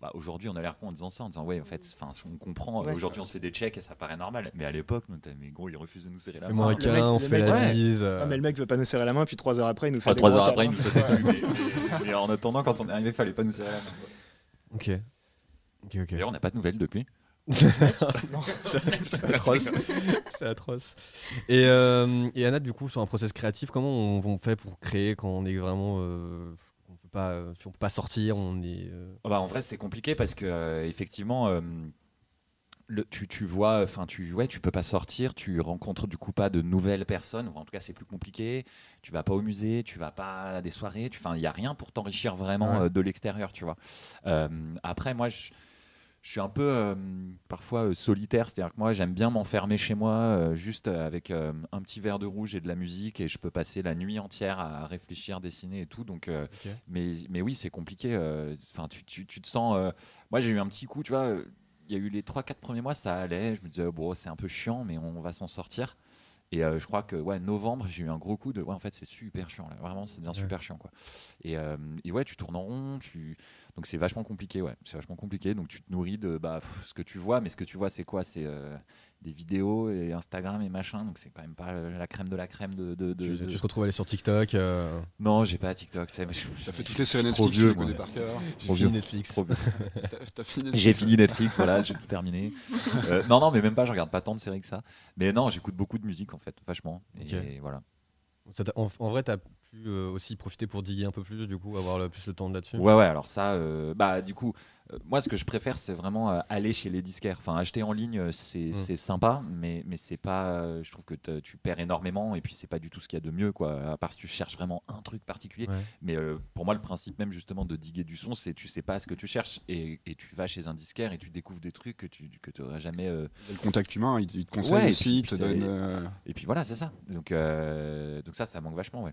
Bah, aujourd'hui, on a l'air con en disant ça, en disant, ouais, en fait, enfin, on comprend.
Ouais.
Aujourd'hui, on se fait des checks et ça paraît normal. Mais à l'époque, nous, t'as- mais gros, ils refusent de nous serrer la
Fais-moi
main.
un
Ah, le mec-
câlin, on se
le
fait
mec-
la
ouais.
bise. euh.
Ah, mais le mec veut pas nous serrer la main, puis trois heures après, il nous fait
Euh. Enfin,
des
trois
gros
heures après, ils
câlins.
nous sautaient dessus. Mais- mais- Mais en attendant, quand on est arrivé, fallait pas nous serrer la main.
Ok. Ok, ok.
D'ailleurs, on n'a pas de nouvelles depuis.
c'est atroce. c'est atroce. Et, euh, et Anna, du coup, sur un process créatif, comment on, on fait pour créer quand on est vraiment. euh, on peut pas, euh, on peut pas sortir, on est. euh,
Ah bah, en vrai, c'est compliqué parce que euh, effectivement, euh, le- tu, tu vois, enfin tu ouais, tu peux pas sortir, tu rencontres du coup pas de nouvelles personnes, ou en tout cas c'est plus compliqué. Tu vas pas au musée, tu vas pas à des soirées, tu- enfin il y a rien pour t'enrichir vraiment
Ouais.
euh, de l'extérieur, tu vois. Euh, après, moi je je suis un peu euh, parfois euh, solitaire, c'est-à-dire que moi j'aime bien m'enfermer chez moi, euh, juste euh, avec euh, un petit verre de rouge et de la musique, et je peux passer la nuit entière à réfléchir, dessiner et tout. Donc, euh,
Ok.
mais, mais oui, c'est compliqué. euh, Enfin, tu, tu- tu te sens. euh, moi j'ai eu un petit coup, tu vois. euh, Il y a eu les 3-4 premiers mois, ça allait. Je me disais, oh, bon, c'est un peu chiant, mais on va s'en sortir. Et euh, je crois que ouais, novembre, j'ai eu un gros coup de ouais, en fait, c'est super chiant. Là. Vraiment, c'est bien
Ouais.
super chiant. Quoi. Et, euh, et ouais, tu tournes en rond, tu, donc c'est vachement compliqué, ouais. C'est vachement compliqué. Donc tu te nourris de bah, pff, ce que tu vois, mais ce que tu vois, c'est quoi C'est euh, des vidéos et Instagram et machin. Donc c'est quand même pas euh, la crème de la crème de. de- de-
tu,
de-
tu te retrouves aller sur TikTok. euh,
Non, j'ai pas TikTok. tu sais, mais je-
T'as fait
je-
toutes les séries
je
Netflix,
suis trop
tu
vieux,
les connais
moi.
par cœur.
j'ai
Trop
fini
vieux.
Netflix.
Trop vieux.
T'as- T'as fini
J'ai fini Netflix, voilà, j'ai tout terminé. Euh, non, non, mais même pas. Je regarde pas tant de séries que ça. Mais non, j'écoute beaucoup de musique en fait, vachement. Et
Ok.
voilà.
Ça t'a- en, en vrai, t'as pu euh, aussi profiter pour diguer un peu plus, du coup, avoir le, plus le temps là-dessus.
Ouais, ouais, alors ça, euh, bah, du coup, euh, moi, ce que je préfère, c'est vraiment euh, aller chez les disquaires. Enfin, acheter en ligne, euh, c'est
Mm.
c'est sympa, mais, mais c'est pas. euh, je trouve que t'as- tu perds énormément, et puis c'est pas du tout ce qu'il y a de mieux, quoi. À part si tu cherches vraiment un truc particulier.
Ouais.
Mais euh, pour moi, le principe même, justement, de diguer du son, c'est tu sais pas ce que tu cherches, et, et tu vas chez un disquaire et tu découvres des trucs que tu que aurais jamais. euh,
Le contact humain, il, il te conseille
Ouais, et puis-
aussi, il te
puis t'as
donne.
les-
euh,
Et puis voilà, c'est ça. Donc, euh, donc ça, ça manque vachement, ouais.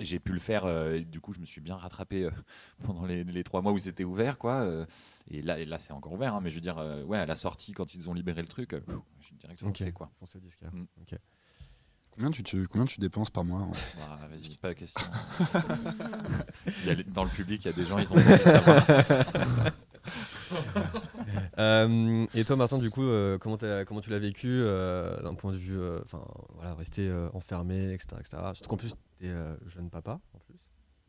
J'ai pu le faire, euh, et du coup, je me suis bien rattrapé euh, pendant les, les trois mois où c'était ouvert, quoi. euh, et là, et là c'est encore ouvert, hein, mais je veux dire, euh, ouais, à la sortie, quand ils ont libéré le truc, euh, pff, je suis direct
Ok.
foncé, quoi.
Foncez au disque. hein.
Mm.
Ok.
Combien tu, tu- combien tu dépenses par mois en-
Bah, Vas-y, pas la question. Il y a les- dans le public, il y a des gens, ils ont envie de savoir.
Euh, et toi, Martin, du coup, euh, comment, t'as- comment tu l'as vécu euh, d'un point de vue, euh, enfin, voilà, rester euh, enfermé, etc., etc. Surtout qu'en plus, t'es euh, jeune papa, en plus.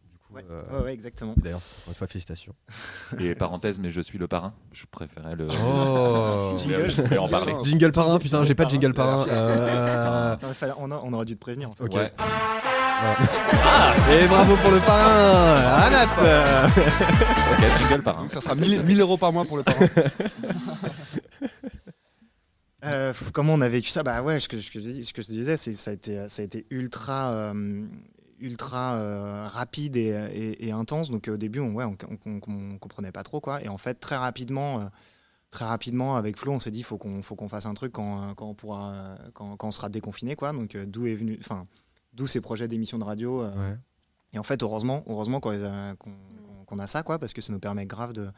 Du coup,
Ouais,
euh,
ouais, ouais, exactement.
D'ailleurs, encore une fois, félicitations.
Et parenthèse, mais je suis le parrain. Je préférais le.
Oh
Je voulais- je voulais en parler.
Jingle parrain, putain, j'ai pas de jingle parrain. Euh,
Putain, il fallait- on, a- on aurait dû te prévenir. En fait.
Ok.
Ouais.
Euh, Et bravo pour le parrain Anat euh,
Ok, jingle par un.
Donc ça sera 1000 1000 euros par mois pour le parrain.
Euh, pff, comment on a vécu ça Bah ouais, ce que, ce que je, dis- ce que je disais, c'est ça a été, ça a été ultra, euh, ultra euh, rapide et, et- et intense. Donc au début, on, ouais, on, on- on- on comprenait pas trop quoi. Et en fait, très rapidement, euh, très rapidement avec Flo, on s'est dit faut qu'on, faut qu'on fasse un truc quand, euh, quand on pourra, euh, quand, quand on sera déconfiné quoi. Donc euh, d'où est venu, enfin, d'où ces projets d'émissions de radio. euh,
Ouais.
Et en fait, heureusement, heureusement qu'on les a,
Mm.
qu'on- qu'on- qu'on a ça, quoi, parce que ça nous permet grave de,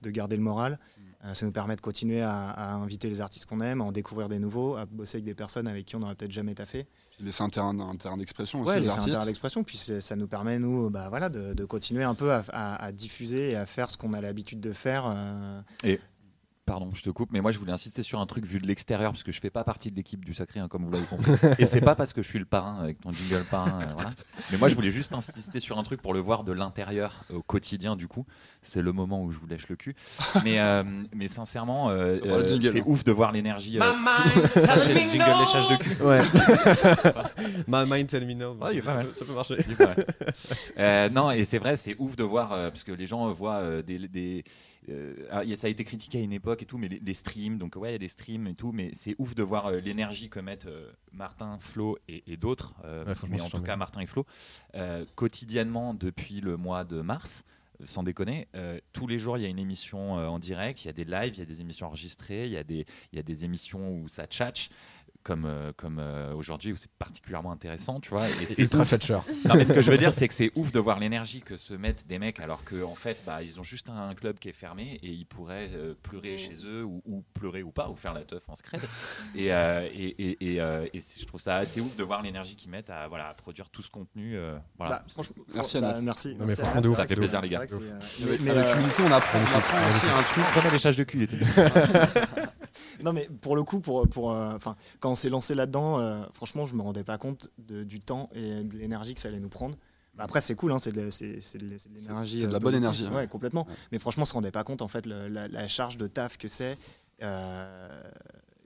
de garder le moral.
Mm.
Euh, ça nous permet de continuer à, à inviter les artistes qu'on aime, à en découvrir des nouveaux, à bosser avec des personnes avec qui on n'aurait peut-être jamais taffé.
Puis laisser un terrain, un terrain d'expression aussi
Ouais,
des
c'est un
artistes.
terrain d'expression. Puis c'est- ça nous permet, nous, bah, voilà, de, de continuer un peu à, à- à diffuser et à faire ce qu'on a l'habitude de faire. euh,
Pardon, je te coupe, mais moi je voulais insister sur un truc vu de l'extérieur parce que je fais pas partie de l'équipe du sacré, hein, comme vous l'avez compris. Et c'est pas parce que je suis le parrain avec ton jingle parrain, euh, voilà. Mais moi je voulais juste insister sur un truc pour le voir de l'intérieur au quotidien. Du coup, c'est le moment où je vous lèche le cul. Mais euh, mais sincèrement, euh,
On parle de
euh,
jingle,
c'est
hein.
ouf de voir l'énergie. euh, ça c'est le jingle léchage de cul.
Ouais. My mind tell me no.
Ouais, il est pas mal.
Ça peut marcher.
Euh, non, et c'est vrai, c'est ouf de voir, euh, parce que les gens euh, voient euh, des... des- euh, alors, il y a- ça a été critiqué à une époque et tout, mais les, les streams, donc ouais, il y a des streams et tout, mais c'est ouf de voir euh, l'énergie que mettent euh, Martin, Flo et, et d'autres, euh,
Ouais, franchement,
mais
c'est
en tout
charmant.
cas Martin et Flo, euh, quotidiennement depuis le mois de mars. euh, Sans déconner, euh, tous les jours il y a une émission euh, en direct, il y a des lives, il y a des émissions enregistrées, il y a des, il y a des émissions où ça tchatche, comme, euh, comme euh, aujourd'hui où c'est particulièrement intéressant, tu vois. Et c'est ouf.
Thatcher.
Non, mais ce que je veux dire, c'est que c'est ouf de voir l'énergie que se mettent des mecs alors qu'en en fait, bah, ils ont juste un club qui est fermé et ils pourraient euh,
Mm.
pleurer chez eux ou, ou pleurer ou pas ou faire la teuf en secret. Et, euh, et, et, et, euh, et c'est- je trouve ça assez ouf de voir l'énergie qu'ils mettent à, voilà, à produire tout ce contenu. euh, voilà.
bah, franchement,
Merci,
bah,
Anat.
merci.
Non, mais
merci,
franchement,
Anat,
de ouf.
c'est vrai
Ça fait plaisir,
que c'est-
les gars.
c'est vrai que c'est, euh,
Avec,
mais- mais,
avec
euh,
l'unité, on apprend. On apprend aussi un truc.
Comment les de cul étaient
Non, mais pour le coup, pour, pour, euh, enfin, quand on s'est lancé là-dedans, euh, franchement, je me rendais pas compte de- du temps et de l'énergie que ça allait nous prendre. Bah, après, c'est cool, hein, c'est de, la- c'est- c'est de la- c'est de l'énergie.
C'est de la
euh,
bonne
positive.
énergie, hein.
Ouais, complètement. Mais franchement, on se rendait pas compte, en fait, le- la, la charge de taf que c'est. euh,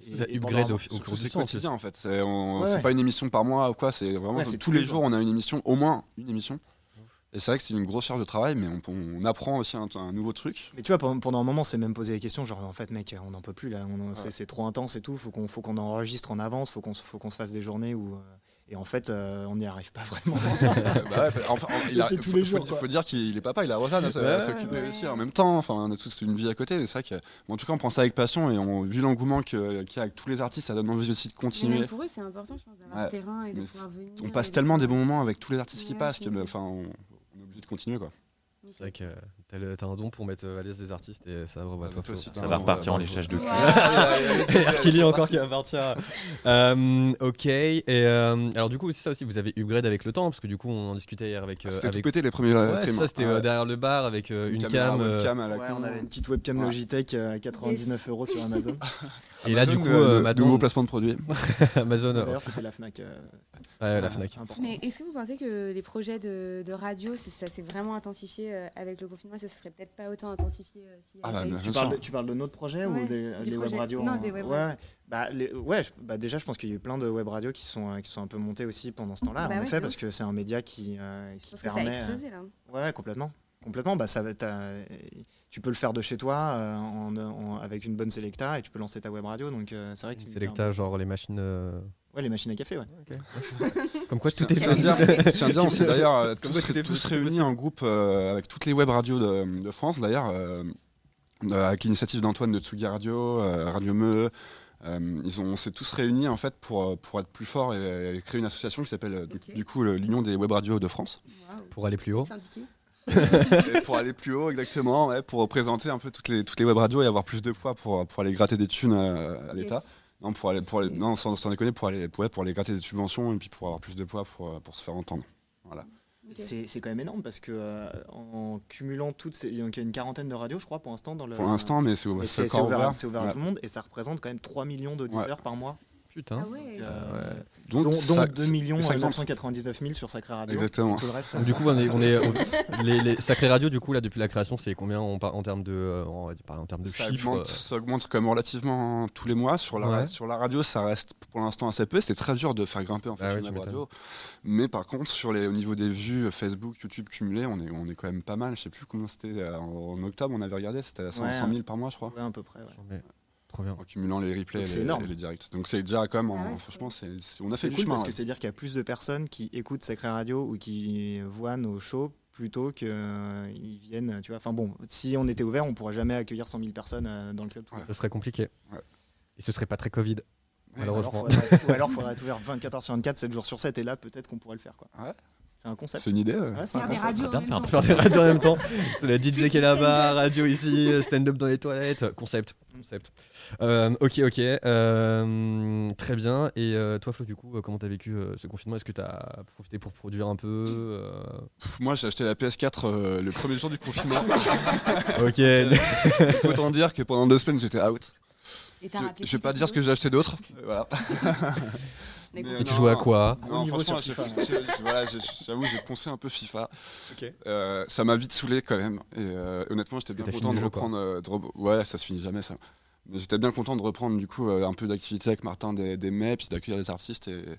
et-
Ça
et pendant
upgrade
un-
au, au
Surtout,
cours
C'est
du temps.
quotidien en fait. C'est on-
Ouais,
c'est
ouais.
pas une émission par mois ou quoi. C'est vraiment
Ouais,
tous,
c'est
les jours on a une émission, au moins une émission. Et c'est vrai que c'est une grosse charge de travail, mais on, on apprend aussi un, un nouveau truc.
Mais tu vois, pendant, pendant un moment, c'est même posé les questions, genre en fait, mec, on n'en peut plus là, on en- c'est c'est trop intense et tout, faut qu'on faut qu'on enregistre en avance, faut qu'on se- faut qu'on se fasse des journées où. euh, Et en fait, euh, on n'y arrive pas vraiment.
Euh, bah ouais, enfin, il
Et
a-
c'est tous
faut-
les
faut-
jours,
faut,
quoi.
dire qu'il est papa, il a Rosanne hein, à
Ouais,
s- s'occuper
ouais.
aussi en même temps. Enfin, on a tous une vie à côté. mais C'est vrai que, bon, en tout cas, on prend ça avec passion et on, vu l'engouement que- qu'il y a avec tous les artistes, ça donne envie aussi de
Mais
continuer.
même pour eux, c'est important, je pense, d'avoir
Ouais.
ce terrain et de
Mais
pouvoir venir.
On
et
passe
de-
tellement des bons moments avec tous les artistes qui
Ouais,
passent que,
c'est-
enfin, on, on est obligé de continuer quoi.
C'est vrai que euh, t'as le- t'as un don pour mettre euh, à l'aise des artistes et ça bravo à toi.
Ah, bah, toi
Flo.
aussi, t'as
Ça
un
va
don,
repartir en
ouais,
léchage de cul.
Arkeli encore qui appartient. euh, ok. Et euh, alors du coup aussi ça aussi vous avez upgrade avec le temps parce que du coup on en discutait hier avec. euh,
Ah, C'était tout
avec...
pété les premiers
Ouais,
streams.
ça c'était
Ah,
euh,
ouais.
derrière le bar avec euh, une
caméra,
cam. euh,
webcam à la
Ouais,
con.
on avait une petite webcam
Ouais.
Logitech euh, à 99 euros sur Amazon.
et là du coup
Amazon, euh,
euh,
le-
maintenant
nouveau placement de produit.
Amazon. euh,
D'ailleurs, c'était la Fnac. euh,
ah,
ouais, la Fnac.
important.
Mais est-ce que vous pensez que les projets de, de radio, c'est- ça s'est vraiment intensifié euh, avec le confinement et ce serait peut-être pas autant intensifié euh, s'il y
Ah bah,
avait eu-
bien
Tu
sûr.
parles, de, tu parles de notre projet
Ouais,
ou des,
du
des web
projet-
radios
non,
en-
des web
ouais,
radios.
ouais. Bah, les- ouais, je- bah, déjà, je pense qu'il y a eu plein de web radios qui sont, euh, qui sont un peu montées aussi pendant ce temps-là,
Bah
en
ouais,
effet,
de
parce
ouf.
que c'est un média qui, euh, qui
Parce que ça a
hein.
permet. euh,
explosé là. hein.
Ouais, ouais, complètement. Complètement, bah, ça, va- t'as- tu peux le faire de chez toi euh, en- en- avec une bonne Selecta et tu peux lancer ta web radio. Donc euh, c'est vrai que tu-
Selecta genre les machines. euh,
Ouais, les machines à café, ouais.
Comme quoi
Je
tout est
tiens à dire- je tiens à dire, on s'est d'ailleurs euh,
Comme quoi,
tous,
tout est
tous
possible.
réunis en groupe euh, avec toutes les web radios de, de France, d'ailleurs, euh, euh, avec l'initiative d'Antoine de Tsugi Radio, euh, Radio Meux. euh, ils ont, on s'est tous réunis en fait pour, euh, pour être plus forts et, et créer une association qui s'appelle euh, du-
Ok.
du coup le- l'Union des web radios de France
Waouh.
pour aller plus haut.
Syndiqué.
Et pour aller plus haut exactement ouais, pour représenter un peu toutes les, toutes les web radios et avoir plus de poids pour, pour aller gratter des thunes euh, à l'État
Yes.
non pour aller pour aller-
C'est-
non sans, sans déconner pour aller pour, ouais, pour aller gratter des subventions et puis pour avoir plus de poids pour, euh, pour se faire entendre
Ok.
C'est c'est quand même énorme parce que euh, en cumulant toutes ces. Donc, il y a une quarantaine de radios, je crois, pour l'instant. dans le-
pour l'instant Bah mais c'est
Mais
c'est
c'est c'est
encore
ouvert,
ouvert.
c'est ouvert
Ouais.
à tout le monde et ça représente quand même 3 millions d'auditeurs par mois.
Putain.
Ah ouais.
Euh, ouais.
Donc,
dont,
ça-
2 millions
euh,
ça augmente.
999 000 sur Sacré Radio.
Exactement.
Tout le reste. euh,
Donc, du coup, on est, on est on- les, les sacrés radios. Du coup, là, depuis la création, c'est combien en, par- en termes de, euh, en, on va dire, par- en termes de
Ça
chiffres
augmente,
euh,
ça augmente quand même relativement tous les mois. Sur la,
Ouais.
sur la radio, ça reste pour l'instant assez peu. C'est très dur de faire grimper en fait
Ah ouais,
sur
tu
la
m'étonnes.
radio. Mais par contre, sur les, au niveau des vues euh, Facebook, YouTube cumulées, on est, on est quand même pas mal. Je sais plus combien c'était euh, en, en octobre, on avait regardé, c'était à 100,
Ouais.
100 000 par mois, je crois,
Ouais, à peu près. ouais.
euh, mais- Trop bien.
en cumulant les replays
Donc, c'est
et les,
énorme.
et les directs. Donc c'est déjà quand même, en-
Ah ouais, c'est
franchement, c'est, c'est- on a fait
C'est
du
cool
chemin. hein.
parce
ouais.
que c'est-à-dire qu'il y a plus de personnes qui écoutent Sacré Radio ou qui voient nos shows plutôt qu'ils viennent, tu vois. Enfin bon, si on était ouvert, on pourrait jamais accueillir 100 000 personnes euh, dans le club. tout le
Ouais.
Ce serait compliqué.
Ouais.
Et ce serait pas très Covid.
temps.
Malheureusement.
Ou alors, faudrait- ou alors il faudrait être ouvert 24 h sur 24, 7 jours sur 7, et là peut-être qu'on pourrait le faire. quoi.
Ah Ouais.
C'est un concept.
C'est une idée. euh. ouais.
Ouais, c'est un
Faire des
concept.
serait
radios.
bien de
en même
faire un
temps.
Faire des radios en même temps. C'est la
Plus
DJ qui
du
est là-bas,
stand-up.
radio ici, stand-up dans les toilettes. Concept. Concept. Euh, ok, ok. Euh, très bien. Et euh, toi, Flo, du coup, euh, comment t'as vécu euh, ce confinement Est-ce que t'as profité pour produire un peu euh,
Pff, moi, j'ai acheté la PS4 euh, le premier jour du confinement.
Ok.
Autant dire que pendant deux semaines, j'étais out.
Et t'as
Je,
rappelé
je vais
toutes
pas
les
dire ce que j'ai acheté d'autre. Euh, Voilà. Mais,
Mais bon.
Et tu
non.
jouais à quoi
Gros niveau
franchement,
sur
j'ai-
FIFA.
j'ai- j'ai- voilà, j'ai- j'avoue, j'ai poncé un peu FIFA.
Ok.
Euh, ça m'a vite saoulé quand même. Et euh, honnêtement, j'étais bien
t'as
content
fini
de
le jeu, quoi.
reprendre. euh, de re- Ouais, ça se finit jamais ça. Mais j'étais bien content de reprendre du coup euh, un peu d'activité avec Martin, des, des mets, puis d'accueillir des artistes. Et...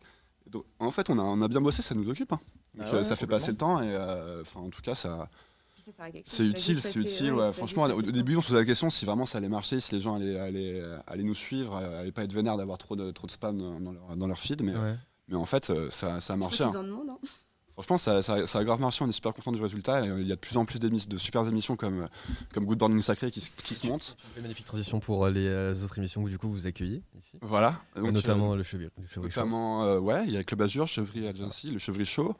donc, en fait, on a, on a bien bossé, ça nous occupe. hein. Donc,
Ah ouais,
euh, ça fait
complètement.
passer le temps. Et euh, enfin, en tout cas, ça,
Puis ça sert à quelque chose,
c'est
pas
utile,
juste
c'est
passer-
utile.
ouais,
ouais.
c'est pas
Franchement,
juste
au
passer
début, on se posait la question si vraiment ça allait marcher, si les gens allaient, allaient, allaient nous suivre, euh, allaient pas être vénères d'avoir trop de, trop de spam dans dans leur, dans leur feed. Mais,
Ouais.
mais en fait, euh, ça, ça a
Je
marché.
crois
hein.
qu'ils en demandent, hein.
Franchement, ça, ça- ça a grave marché. On est super content du résultat. Et, euh, Il y a de plus en plus d'émis- de super émissions comme, euh, comme Good Morning Sacré qui, se- qui se montent.
Une magnifique transition pour euh, les euh, autres émissions que du coup vous accueillez ici.
Voilà. Donc,
notamment le chevalier. le
euh,
Chevalier Chaud.
notamment euh, ouais, il y a Club Azur, Chevry Agency, le Chevry Show.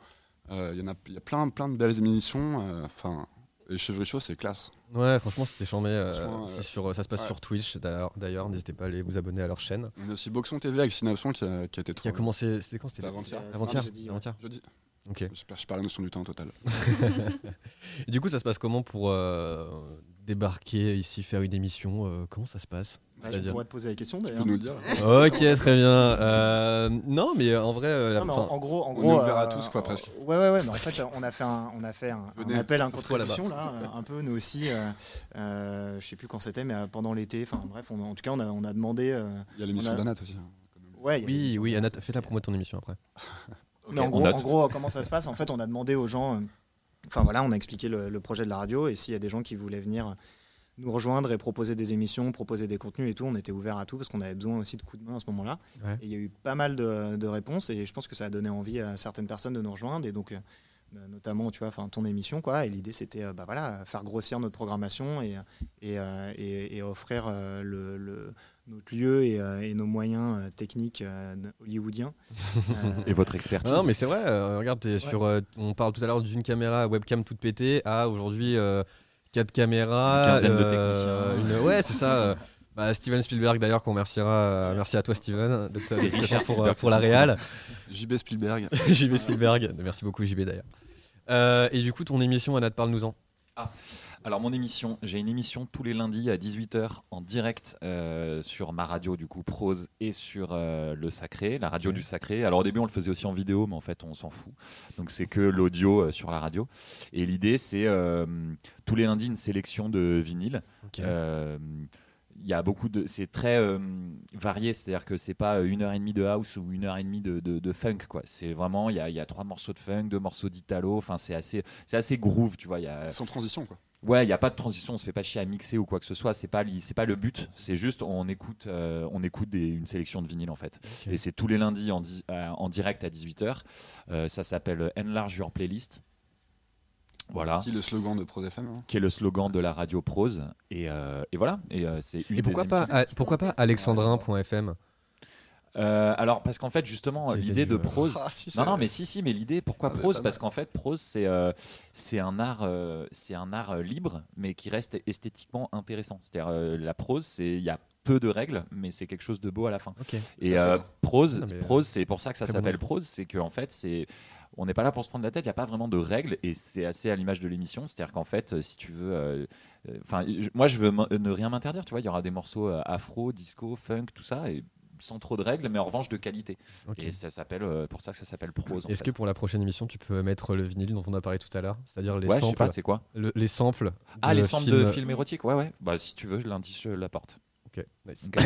Euh, Il y en a, il y a plein, plein de belles émissions. euh, Enfin, et Chevry Show, c'est classe.
Ouais, franchement, c'était chambé. euh,
Franchement,
c'est
euh,
sur, euh, ça se passe
ouais.
sur Twitch d'ailleurs. D'ailleurs, n'hésitez pas à aller vous abonner à leur chaîne.
On a aussi Boxon TV avec Synapson qui a, qui a été
Qui a
trop.
commencé. C'était quand C'était
C'était avant-hier.
avant-hier.
Samedi, ouais.
Avant-hier.
Jeudi.
Ok.
Je perds, je perds la notion du temps total.
Et du coup, ça se passe comment pour euh, débarquer ici, faire une émission euh, Comment ça se passe
Bah, je
C'est-à-dire
pourrais te poser la question
Tu
d'ailleurs.
peux nous le dire
Ok, très bien. Euh, non, mais euh, en vrai, euh, la-
Non, mais en-
enfin,
en gros, en
on
gros, euh,
est ouvert à tous, quoi, presque.
Ouais, ouais, ouais. mais en fait, on a fait un, on a fait un, un
Venez,
appel, un
sauf toi,
contribution là, euh, un peu nous aussi. Euh, euh, je sais plus quand c'était, mais euh, pendant l'été. Enfin bref, on- en tout cas, on a, on a demandé. euh,
Il y a l'émission
On a-
d'Anat aussi. hein.
ouais. il y a
oui,
des-
oui, Anna, fais-la pour moi ton émission après.
Ok,
Mais en
on
gros,
note.
en gros, euh, comment ça se passe En fait, on a demandé aux gens. euh, Enfin voilà, on a expliqué le, le projet de la radio et s'il y a des gens qui voulaient venir euh, nous rejoindre et proposer des émissions, proposer des contenus et tout, on était ouvert à tout parce qu'on avait besoin aussi de coups de main à ce moment-là.
Ouais.
Et il y a eu pas mal de, de réponses et je pense que ça a donné envie à certaines personnes de nous rejoindre et donc euh, euh, notamment tu vois, enfin ton émission quoi. Et l'idée c'était euh, bah voilà, faire grossir notre programmation et et, euh, et- et offrir euh, le, le- notre lieu et, euh, et nos moyens euh, techniques euh, hollywoodiens. Euh,
Et votre expertise.
Ah non, mais c'est vrai. euh, regarde, t'es sur. euh, on parle tout à l'heure d'une caméra webcam toute pétée à aujourd'hui euh, quatre caméras.
Une quinzaine de techniciens.
une- ouais, c'est ça. euh, bah, Steven Spielberg d'ailleurs qu'on remerciera. euh, merci à toi Steven de ta-
C'est
de ta part
Richard
pour, euh,
Spielberg,
pour
c'est
la
son
réal.
JB Spielberg.
JB Spielberg. Merci beaucoup JB d'ailleurs. Euh, et du coup ton émission Anna, parle-nous-en.
Alors mon émission, j'ai une émission tous les lundis à 18h en direct euh, sur ma radio du coup Prose et sur euh, le Sacré, la radio du Sacré. Alors au début on le faisait aussi en vidéo mais en fait on s'en fout. Donc c'est que l'audio euh, sur la radio. Et l'idée c'est euh, tous les lundis une sélection de vinyles. Euh, il y a beaucoup de c'est très euh, varié c'est à dire que c'est pas euh, une heure et demie de house ou une heure et demie de, de- de funk quoi c'est vraiment il y a, il y a trois morceaux de funk deux morceaux d'italo enfin c'est assez c'est assez groove tu vois il y a
Sans transition, quoi.
ouais il y a pas de transition on se fait pas chier à mixer ou quoi que ce soit c'est pas li- c'est pas le but c'est juste on écoute euh, on écoute des- une sélection de vinyles en fait et c'est tous les lundis en, di- à- en direct à 18h ça s'appelle enlarge your playlist
Ah.
voilà
Qui est le slogan de Pro FM. hein.
qui est le slogan de la radio prose et, euh, et voilà et euh, c'est une
Et pourquoi
des
pas,
émissions-
ah, pourquoi pas alexandrin.fm
Euh, alors, parce qu'en fait, justement,
C'est- c'est
l'idée
du,
de
euh,
prose.
Ah, si,
Non,
ça-
non, mais si, si, mais l'idée, pourquoi
Ah, mais
prose
pas
Parce qu'en fait, prose, c'est euh, c'est un art, euh, c'est un art euh, libre, mais qui reste esthétiquement intéressant. C'est-à-dire, euh, la prose, c'est il y a peu de règles, mais c'est quelque chose de beau à la fin.
Ok.
Et
Tout à fait.
euh, prose,
Non, mais, euh,
prose, c'est pour ça que ça
très bonne
s'appelle
réponse.
prose, c'est qu'en fait, c'est on n'est pas là pour se prendre la tête, il n'y a pas vraiment de règles et c'est assez à l'image de l'émission. C'est-à-dire qu'en fait, euh, si tu veux. euh, euh, Enfin, je- moi, je veux m'in- ne rien m'interdire, tu vois. Il y aura des morceaux euh, afro, disco, funk, tout ça. Et sans trop de règles, mais en revanche de qualité.
Ok.
Et ça s'appelle, euh, pour ça que ça s'appelle prose. en
Est-ce
fait.
que pour la prochaine émission, tu peux mettre le vinyle dont on a parlé tout à l'heure C'est-à-dire les
ouais, je sais
samples.
pas, c'est quoi
le- les samples. de
Ah, les samples de films érotiques, ouais, ouais. Bah, si tu veux, lundi, je l'apporte.
Ok, nice.
Ok.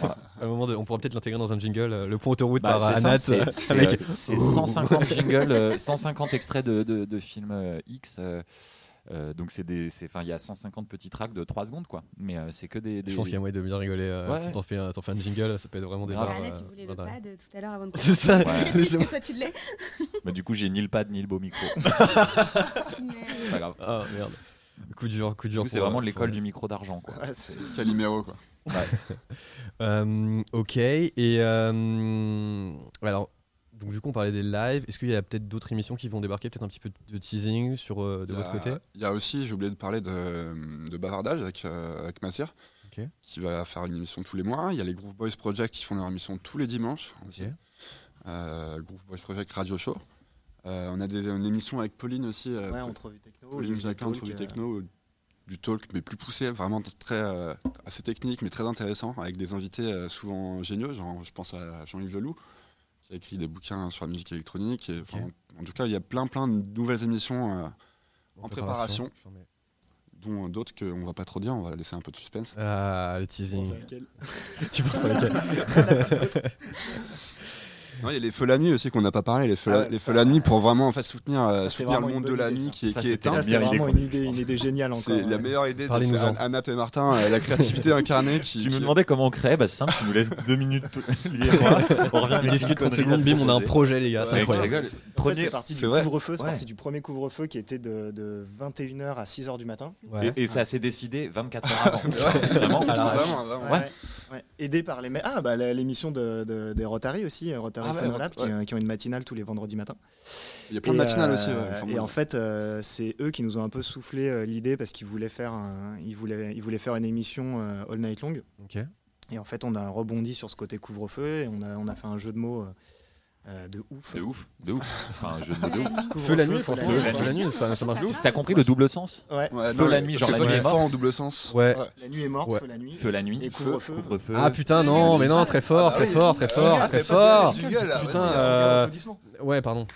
Voilà.
À un moment de- on pourra peut-être l'intégrer dans un jingle, euh, le point autoroute
Bah,
par
c'est
Anat.
simple, c'est-
avec-
c'est, euh, c'est 150 jingles, euh, 150 extraits de, de, de films euh, X. euh, euh, donc c'est des, c'est, 'fin, il y a 150 petits tracks de 3 secondes quoi. Mais euh, c'est que des. des-
Je pense qu'il y a moyen de bien rigoler. euh,
Ouais.
Si t'en fais, un- t'en fais un jingle, ça peut être vraiment des
Grave.
barres,
Anna,
euh,
tu voulais le
barres d'arrêt.
pad tout à l'heure avant de
C'est ça.
Ouais.
Parce que toi, tu l'es.
Bah, du coup j'ai ni le pad ni le beau micro.
Mais- euh,
C'est pas grave.
Ah merde. Coup dur, coup
Du
dur.
coup, c'est
pour,
vraiment
euh,
l'école
pour-
du micro d'argent quoi.
Ouais, c'est-
Calimero, quoi.
Euh, ok. Et euh, alors, donc du coup, on parlait des lives. Est-ce qu'il y a peut-être d'autres émissions qui vont débarquer, peut-être un petit peu de teasing sur euh, de
Il y a-
votre côté
Il y a aussi, j'ai oublié de parler de, de bavardage avec, euh, avec Massir,
Ok.
qui va faire une émission tous les mois. Il y a les Groove Boys Project qui font leur émission tous les dimanches. aussi.
Ok.
Euh, Groove Boys Project Radio Show. Euh, on a des, une émission avec Pauline aussi. euh,
Ouais,
Pauline
entrevue techno.
Pauline
du- du
Jacquin,
talk,
entrevue
euh,
techno, euh, du talk, mais plus poussé, vraiment très, euh, assez technique, mais très intéressant, avec des invités euh, souvent géniaux. Genre, je pense à Jean-Yves Leloup, qui a écrit des bouquins sur la musique électronique. et, enfin, En tout cas, il y a plein, plein de nouvelles émissions. euh, en préparation. dont d'autres qu'on va pas trop dire, on va laisser un peu de suspense.
Ah, le
Euh,
je pense
teasing.
à laquelle.
tu penses à laquelle
Non, il y a les feux la nuit aussi qu'on n'a pas parlé, les feux, la-
Ah ouais.
les feux la nuit pour vraiment en fait soutenir, euh,
c'est
soutenir le
vraiment
monde
une
de la
bonne idée,
nuit
ça.
qui, est-
Ça,
qui est
c'était
éteint.
Ça, c'était
Première idée
vraiment
qu'on-
une idée, une idée géniale encore. hein.
C'est la
ouais.
meilleure idée de
Parlez-nous-en.
c'est An- Anat et Martin, euh, la créativité incarnée qui,
Tu me
qui-
demandais comment on crée, bah c'est simple, tu nous laisses deux minutes. Lui et moi, on revient
On
avec une
discute 30
connerie à
secondes, bim, on a un
proposer.
projet, les gars.
Ouais,
C'est
Ouais,
incroyable.
tu rigoles.
En fait,
Prenez-
c'est parti
C'est
du
vrai.
couvre-feu, c'est
Ouais.
parti du premier couvre-feu qui était de, de 21h à 6h du matin.
Ouais.
Et, et ça s'est décidé 24 heures avant. C'est vraiment
C'est
à l'arrache.
vraiment, vraiment.
Ouais.
ouais. Aidé par les. ma- Ah, bah la- l'émission de, de- des Rotary aussi, euh, Rotary
Ah ouais,
Fun Lab,
ouais.
qui, euh, qui ont une matinale tous les vendredis matins.
Il y a plein de
Et,
matinales
euh,
aussi. ouais, enfin,
et
bon,
en fait, euh, c'est eux qui nous ont un peu soufflé euh, l'idée parce qu'ils voulaient faire, un- ils voulaient, ils voulaient faire une émission euh, all night long.
Ok.
Et en fait, on a rebondi sur ce côté couvre-feu et on a, on a fait un jeu de mots euh, euh, de ouf.
C'est ouf, de ouf. Enfin, je
Ah,
de ouf.
Feu la nuit,
Couvre-feu,
franchement.
la
Feu la nuit, ça ça marche de ouf.
Si t'as compris le double sens
Ouais.
ouais,
feu
non,
la
mais-
nuit,
parce
genre
que
la
toi,
nuit
t'es
est morte.
fort en double sens.
Ah,
Ouais.
La nuit est morte,
Ouais.
feu la nuit.
Feu la nuit,
Et couvre-feu.
couvre-feu.
Ah putain, non, mais non, très
Ah
fort, très fort, très fort, très fort. Putain, euh, Ouais, pardon.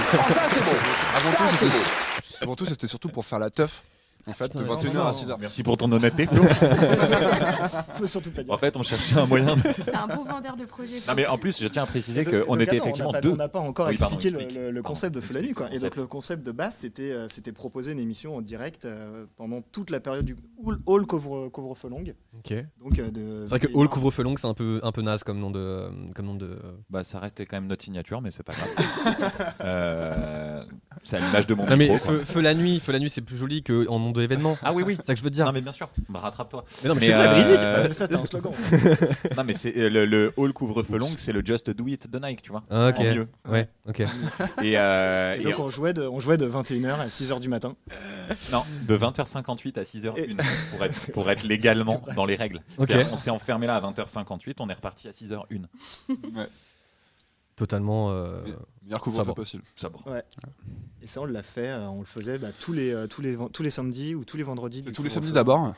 Avant tout, c'était- Avant tout, c'était surtout pour faire la teuf. En fait, de
Putain,
21h
non,
à
non.
6h.
Merci pour ton honnêteté, Flo.
Faut surtout pas dire.
en fait, on cherchait un moyen. de-
C'est un bon vendeur de projet.
Non, mais en plus, je tiens à préciser
Donc,
qu'on
donc,
était
attends,
effectivement
on n'a pas-
deux.
On n'a pas encore
Oui, pardon,
expliqué le-
explique.
le, le
Pardon,
concept de Feu la
explique
nuit.
le
Quoi. Et
concept.
donc le concept de base, c'était euh, c'était proposer une émission en direct euh, pendant toute la période du hall hall couvre- couvre-feu longue.
Ok. C'est
Donc, euh, de
vrai que Hall couvre-feu long, c'est un peu, un peu naze comme nom de. Comme nom de...
Bah, ça restait quand même notre signature, mais c'est pas grave. Euh, C'est à l'image de mon
Non, mais
micro, quoi.
feu, feu la nuit, feu la nuit, c'est plus joli que en nom d'événement.
Ah oui, oui.
C'est ça que je veux te dire.
Non, mais bien sûr. Bah, rattrape-toi.
Mais non, mais
mais
c'est vrai,
euh,
Brigitte.
Ça, c'était un slogan.
Non, mais c'est euh, le, le hall couvre-feu long, c'est le Just Do It de Nike, tu vois.
Ah,
En mieux.
ok. Ouais, ok.
Et, euh,
Et
et-
donc, on jouait de, on jouait de 21h à 6h du matin.
Non, de 20h58 à 6h01 pour être, pour être légalement dans les règles.
Ok.
C'est-à-dire, On s'est enfermé là à 20h58, on est reparti à 6h01.
Totalement. euh,
Mais- Meilleur couvre-feu
va.
possible.
Sobre.
Et ça, on l'a fait, euh, on le faisait bah, tous, les, euh, tous, les, ven- tous les samedis ou tous les vendredis. du
Tous les
couvre-feu.
samedis d'abord.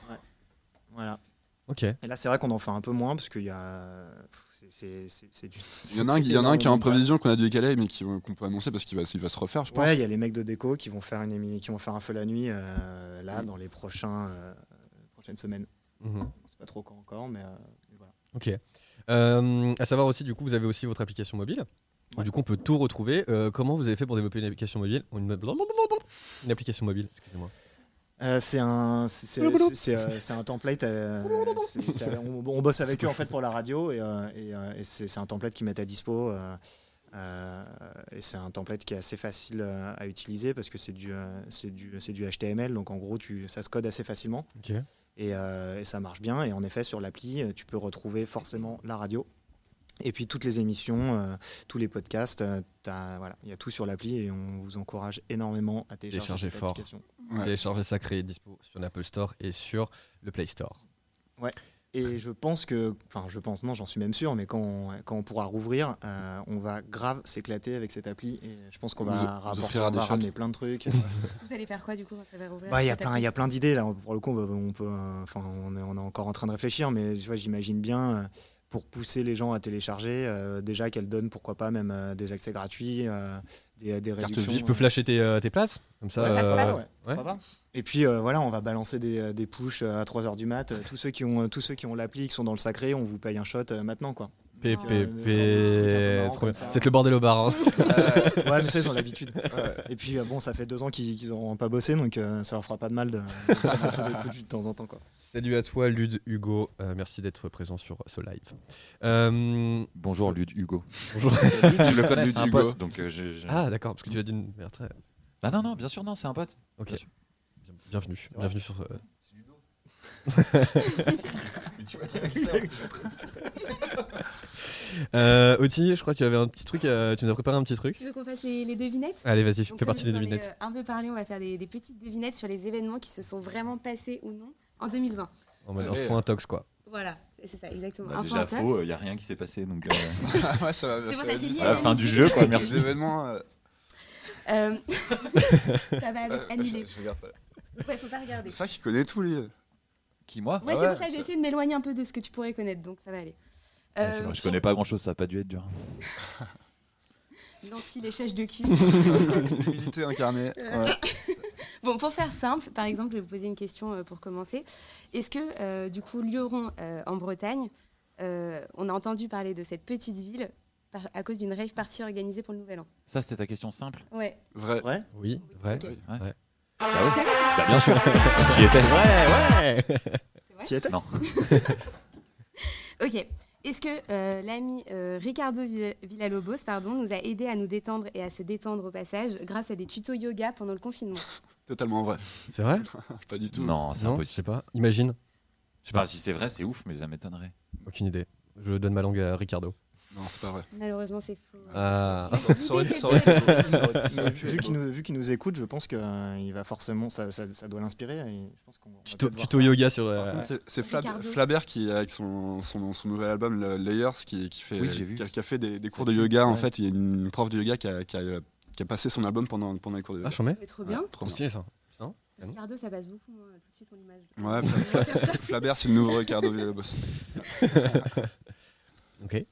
Voilà.
Ok.
Et là, c'est vrai qu'on en fait un peu moins parce qu'il y a. pff, c'est- c'est- c'est- c'est du-
Il y en a un, il y en a un qui est en prévision qu'on a dû décaler, mais qui- euh, qu'on peut annoncer parce qu'il va, il va se refaire, je pense.
Ouais, il y a les mecs de déco qui vont faire, une émi- qui vont faire un feu la nuit euh, là dans les prochains, euh, prochaines semaines.
Mhm.
On sait pas trop quand encore, mais euh, mais voilà.
Ok. Euh, à savoir aussi, du coup, vous avez aussi votre application mobile.
Ouais.
Du coup, on peut tout retrouver. Euh, comment vous avez fait pour développer une application mobile Une, une application mobile, excusez-moi.
Euh, c'est un, c'est- c'est- c'est- c'est, euh, c'est un template. euh, c'est- c'est- on, on bosse avec eux en fait pour la radio et, euh, et, euh, et c'est c'est un template qu'ils mettent à dispo. euh, euh, et c'est un template qui est assez facile euh, à utiliser parce que c'est du, euh, c'est du, c'est du HTML, donc en gros tu, ça se code assez facilement
Ok.
et, euh, et ça marche bien. Et en effet, sur l'appli, euh, tu peux retrouver forcément la radio et puis toutes les émissions, euh, tous les podcasts. euh, t'as- voilà, il y a tout sur l'appli et on vous encourage énormément à télécharger,
Téléchargez
cette
fort.
application.
Ouais.
Téléchargez Sacré est dispo sur l'Apple Store et sur le Play Store.
Et je pense que, enfin, je pense, non, j'en suis même sûr, mais quand on, quand on pourra rouvrir, euh, on va grave s'éclater avec cette appli. Et je pense qu'on
Vous-
va,
vous
rapporter,
offrira
on
des
va
shots.
ramener plein de trucs.
Vous allez faire quoi du coup quand ça va rouvrir
Bah, il y a
Cette
plein, il y
appli
a plein d'idées là. Pour le coup, on, va- on peut, euh, enfin, on est, on est encore en train de réfléchir, mais tu vois, j'imagine bien euh, pour pousser les gens à télécharger. euh, déjà qu'elle donne, pourquoi pas, même euh, des accès gratuits, euh, des, des
Carte
réductions.
vie,
Je peux flasher tes, euh, tes places Comme ça.
Ouais,
passe,
euh,
passe.
ouais.
Pourquoi pas Et puis euh, voilà, on va balancer des, euh, des pushs euh, à 3h du mat. Euh, Tous ceux qui ont, euh, tous ceux qui ont l'appli, qui sont dans le sacré, on vous paye un shot euh, maintenant quoi.
Non.
PPP.
Non,
Trop
comme
bien.
ça.
C'est le bordel au bar. hein.
Ouais, mais ça ils ont l'habitude. Et puis euh, bon, ça fait deux ans qu'ils qu'ils n'auront pas bossé, donc euh, ça leur fera pas de mal de, de prendre des coups de jus de temps en temps quoi.
Salut à toi, Lude Hugo. Euh, merci d'être présent sur ce live. Euh,
Bonjour Lude Hugo.
Bonjour.
Je le connais,
Lude
c'est un
Hugo.
pote. Donc, euh, je- je-
Ah, d'accord, parce que tu as dit une merde. très-
Ah non, non, bien sûr, non, c'est un pote.
Ok.
Bien sûr.
Bienvenue.
vrai.
Bienvenue sur. euh, Euh, Oti, je crois que tu avais un petit truc. euh, tu nous as préparé un petit truc.
Tu veux qu'on fasse les, les devinettes
Allez, vas-y, fais
Donc,
partie
comme
des
je vous en ai,
devinettes.
euh, un peu parlé, on va faire des, des petites devinettes sur les événements qui se sont vraiment passés ou non en 2020.
En mode
Allez.
info intox, quoi.
Voilà, c'est ça, exactement.
Bah,
Info
déjà
intox.
faux, il n'y a rien qui s'est passé. Donc, euh,
Ah ouais, ça va,
C'est
ça
pour
va
ça qu'il
vite.
y
à la
a
fin du jeu, quoi, merci.
Les événements. euh,
Euh, ça va avec
euh,
annuler.
je- je regarde pas.
Ouais, faut pas regarder.
C'est ça qui connaît tout, lui.
Qui, moi
Moi,
Ah
c'est
ouais.
pour ça que j'ai essayé de m'éloigner un peu de ce que tu pourrais connaître, donc ça va
Ouais,
aller.
Ah,
euh,
c'est vrai, Je connais pas grand chose, ça n'a pas dû être dur.
L'anti-léchage de cul.
L'humilité incarnée.
Euh,
ouais.
Bon, pour faire simple, par exemple, je vais vous poser une question euh, pour commencer. Est-ce que, euh, du coup, Lioron, euh, en Bretagne, euh, on a entendu parler de cette petite ville par- à cause d'une rave party organisée pour le Nouvel An
Ça, c'était ta question simple
Ouais.
Vrai.
Vrai
Oui, vrai.
Ok.
ouais.
Tu savais
Bah, Bien sûr, j'y étais.
Eh
Ouais, ouais.
T'y étais
Non.
Ok. Est-ce que euh, l'ami euh, Ricardo Vill- Villalobos pardon, nous a aidé à nous détendre et à se détendre au passage grâce à des tutos yoga pendant le confinement
Totalement vrai.
C'est vrai
Pas du tout.
Non, Oh, c'est
Non, je
impossible.
sais pas. Imagine.
Je sais pas si c'est vrai, c'est ouf, mais ça m'étonnerait.
Aucune idée. Je donne ma langue à Ricardo.
Non, c'est pas vrai.
Malheureusement, c'est faux.
Ah.
bah, Ça aurait- ça aurait- ça aurait- ça aurait pu
Vu euh,
être
qu'il
beau.
nous, vu qu'il nous écoute, je pense que euh, il va forcément, ça, ça, ça doit l'inspirer. et je pense qu'on va
Tuto,
peut-être voir
tuto
ça.
yoga sur. euh,
Par contre, c'est- C'est Flab-
Ricardo.
Flabert qui, avec son, son, son nouvel album le- Layers, qui, qui fait,
Oui, j'ai vu.
qui, a, qui a fait des, des
Ça
cours de
tue.
yoga. En
Ouais.
fait, il y a une prof de yoga qui a, qui a, qui a passé son album pendant, pendant les cours de
Ah,
yoga.
j'en mets.
Trop bien.
Ouais, trop
Trop
bien.
stylé ça. Putain.
bah
Ricardo, ça passe beaucoup moins, euh, tout de suite, on l'image.
Ouais, Fla- Fla- Flabert, c'est le nouveau Ricardo euh, Villalobos.
Ok.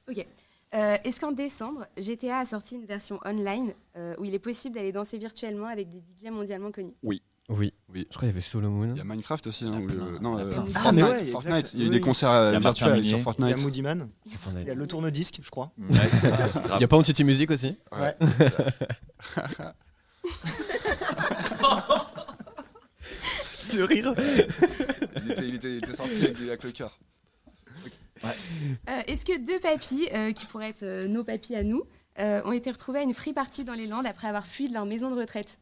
Euh, Est-ce qu'en décembre, GTA a sorti une version online euh, où il est possible d'aller danser virtuellement avec des DJ mondialement connus
Oui.
Oui.
Je crois qu'il y avait Solo Moon.
Il y a Minecraft aussi. hein,
Il y a
où
plein,
le-
il y
non,
a
euh,
plein.
Fortnite,
Ah, mais ouais, exact.
Fortnite, il y a eu
Oui,
des
oui.
concerts euh,
Il y a Martin
virtuels sur
Minier.
Il y
Fortnite.
a Moody Man,
Enfin,
il y a le tourne disque, je crois.
Ouais,
Il
grave.
n'y a pas Entity Music aussi
Ouais.
Ce rire
Il était, il était- il était sorti avec, des- avec le cœur.
Euh, Est-ce que deux papis, euh, qui pourraient être euh, nos papis à nous, euh, ont été retrouvés à une free party dans les Landes après avoir fui de leur maison de retraite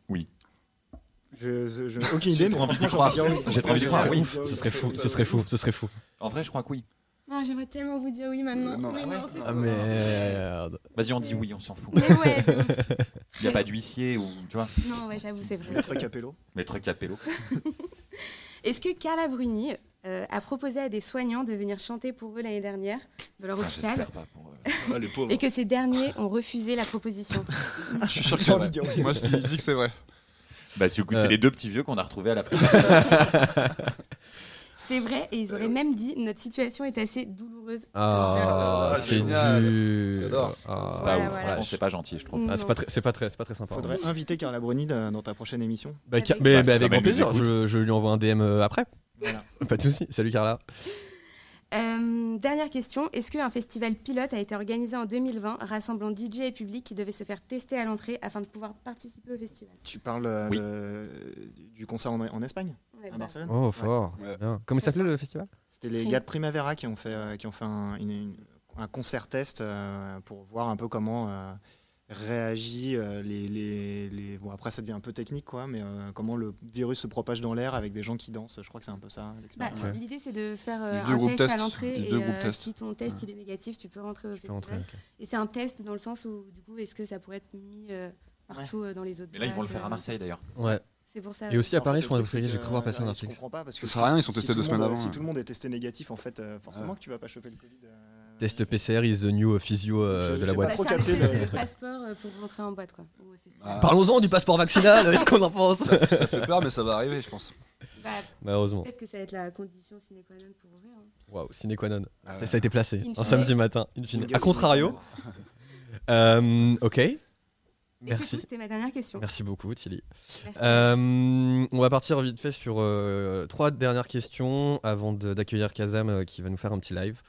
Je, je, je- aucune idée, mais
trop envie d'y
franchement,
croire.
j'ai envie de dire oui.
J'ai trop envie d'y
Je-
croire, oui.
Ce serait fou, ce serait fou, ce serait fou.
En vrai, je crois que oui.
Non, j'aimerais tellement vous dire oui maintenant.
Euh, non.
Mais non, c'est
Ah
faux.
merde.
Vas-y, on dit oui, on s'en fout.
Mais ouais, de ouf.
Il n'y a pas d'huissier ou tu vois,
Non, ouais, j'avoue, c'est
Le
vrai.
truc à pélo.
mais truc à pélo.
Est-ce que Carla Bruni euh, a proposé à des soignants de venir chanter pour eux l'année dernière dans leur
Enfin,
hôpital
J'espère pas pour. euh,
Ah, les pauvres.
et que ces derniers ont refusé la proposition
Je suis sûr que
J'ai
c'est
envie
vrai.
de dire oui.
Moi, je dis, je dis que c'est vrai.
Bah, c'est c'est
Euh.
les deux petits vieux qu'on a retrouvés à la fin.
C'est vrai, et ils auraient même dit notre situation est assez douloureuse.
Ah,
Ah,
c'est
génial.
dur.
J'adore.
Ah,
C'est pas
Voilà,
ouf,
voilà.
franchement, c'est pas gentil, je trouve.
Mm.
Ah, c'est pas très, c'est pas très, c'est pas très sympa.
Faudrait inviter Carla Bruni de- dans ta prochaine émission.
Bah, Ca-
Avec-
mais,
Bah,
mais avec
quand
grand
même, nous
plaisir.
écoute.
Je, je lui envoie un DM euh, après.
Voilà.
Pas de souci. Salut Carla.
Euh, dernière question, est-ce qu'un festival pilote a été organisé en 2020 rassemblant DJ et public qui devaient se faire tester à l'entrée afin de pouvoir participer au festival
Tu parles euh,
Oui.
de- du concert en, en Espagne,
Ouais,
à
bah,
Barcelone
Oh fort.
Ouais.
Bien. Comment il s'appelait le festival
C'était les
Prime.
gars de Primavera qui ont fait, euh, qui ont fait un, une- une- un concert test euh, pour voir un peu comment euh, réagit euh, les, les- les- Bon, après, ça devient un peu technique, quoi, mais euh, comment le virus se propage dans l'air avec des gens qui dansent. Je crois que c'est un peu ça
bah,
l'expérience.
Ouais.
L'idée c'est de faire euh,
Les deux
un
groupes
test à
tests.
l'entrée
Les
et
deux groupes
euh,
tests.
si ton test il est négatif tu peux rentrer au
Je peux rentrer,
festival.
ok.
Et c'est un test dans le sens où du coup est-ce que ça pourrait être mis euh, partout euh, dans les autres
Mais là, ils vont le
boîtes,
faire
euh,
à Marseille d'ailleurs.
Ouais.
C'est pour ça.
Et aussi à
En fait,
Paris,
le
je crois.
truc,
Vous savez,
c'est
j'ai
que,
cru voir passer
euh,
un
je
article.
comprends pas parce que
Ça sert à rien, ils sont
si
testés
tout
deux
le
semaines
monde-
avant,
Si
hein.
tout le monde est testé négatif, en fait, euh, forcément que tu vas pas choper le Covid. euh,
Test PCR is the new physio euh,
Je-
de la
j'ai
Bah,
boîte.
pas trop
c'est un
capté
espèce
le-
de passeport euh, pour rentrer en boîte, quoi. ou au festival.
Ah,
Parlons-en du passeport vaccinal, est-ce qu'on en pense
Ça fait peur, mais ça va arriver, je pense.
Bah,
Malheureusement.
Peut-être que ça va être la condition sine qua non pour ouvrir. hein.
Waouh, sine qua non.
Euh,
Ça a été placé
In
un
fine.
samedi matin, in fine.
Jingle,
A contrario, euh, ok,
Et c'est
Merci.
tout, c'était ma dernière question.
merci beaucoup Tilly.
Merci.
Euh, on va partir vite fait sur euh, trois dernières questions avant de- d'accueillir Kazam euh, qui va nous faire un petit live.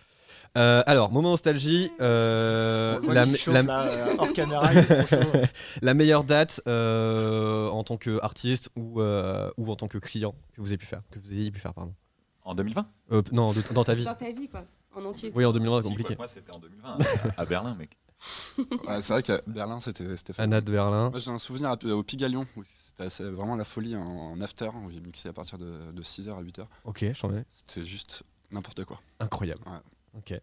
Euh, alors, moment nostalgie, euh,
On voit
la,
qu'il
me-
chauffe,
la-
là, euh, hors caméra, il est trop chaud.
la meilleure date euh, en tant qu'artiste ou, euh, ou en tant que client que vous ayez pu faire, que vous ayez pu faire pardon.
En 2020
Euh, p- non, de- dans ta vie.
Dans ta vie, quoi, en entier.
Oui, en 2020, c'est
Si,
compliqué.
quoi, Moi, c'était en 2020, euh, à, à Berlin, mec.
ouais, c'est vrai qu'à Berlin, c'était c'était fun.
Anna de Berlin.
Moi, j'ai un souvenir à- au Pigalion, où c'était assez- vraiment la folie en, en after, hein, où j'ai mixé à partir de, 6h à 8h.
Ok, j'en ai.
C'était juste n'importe quoi.
Incroyable. Ok.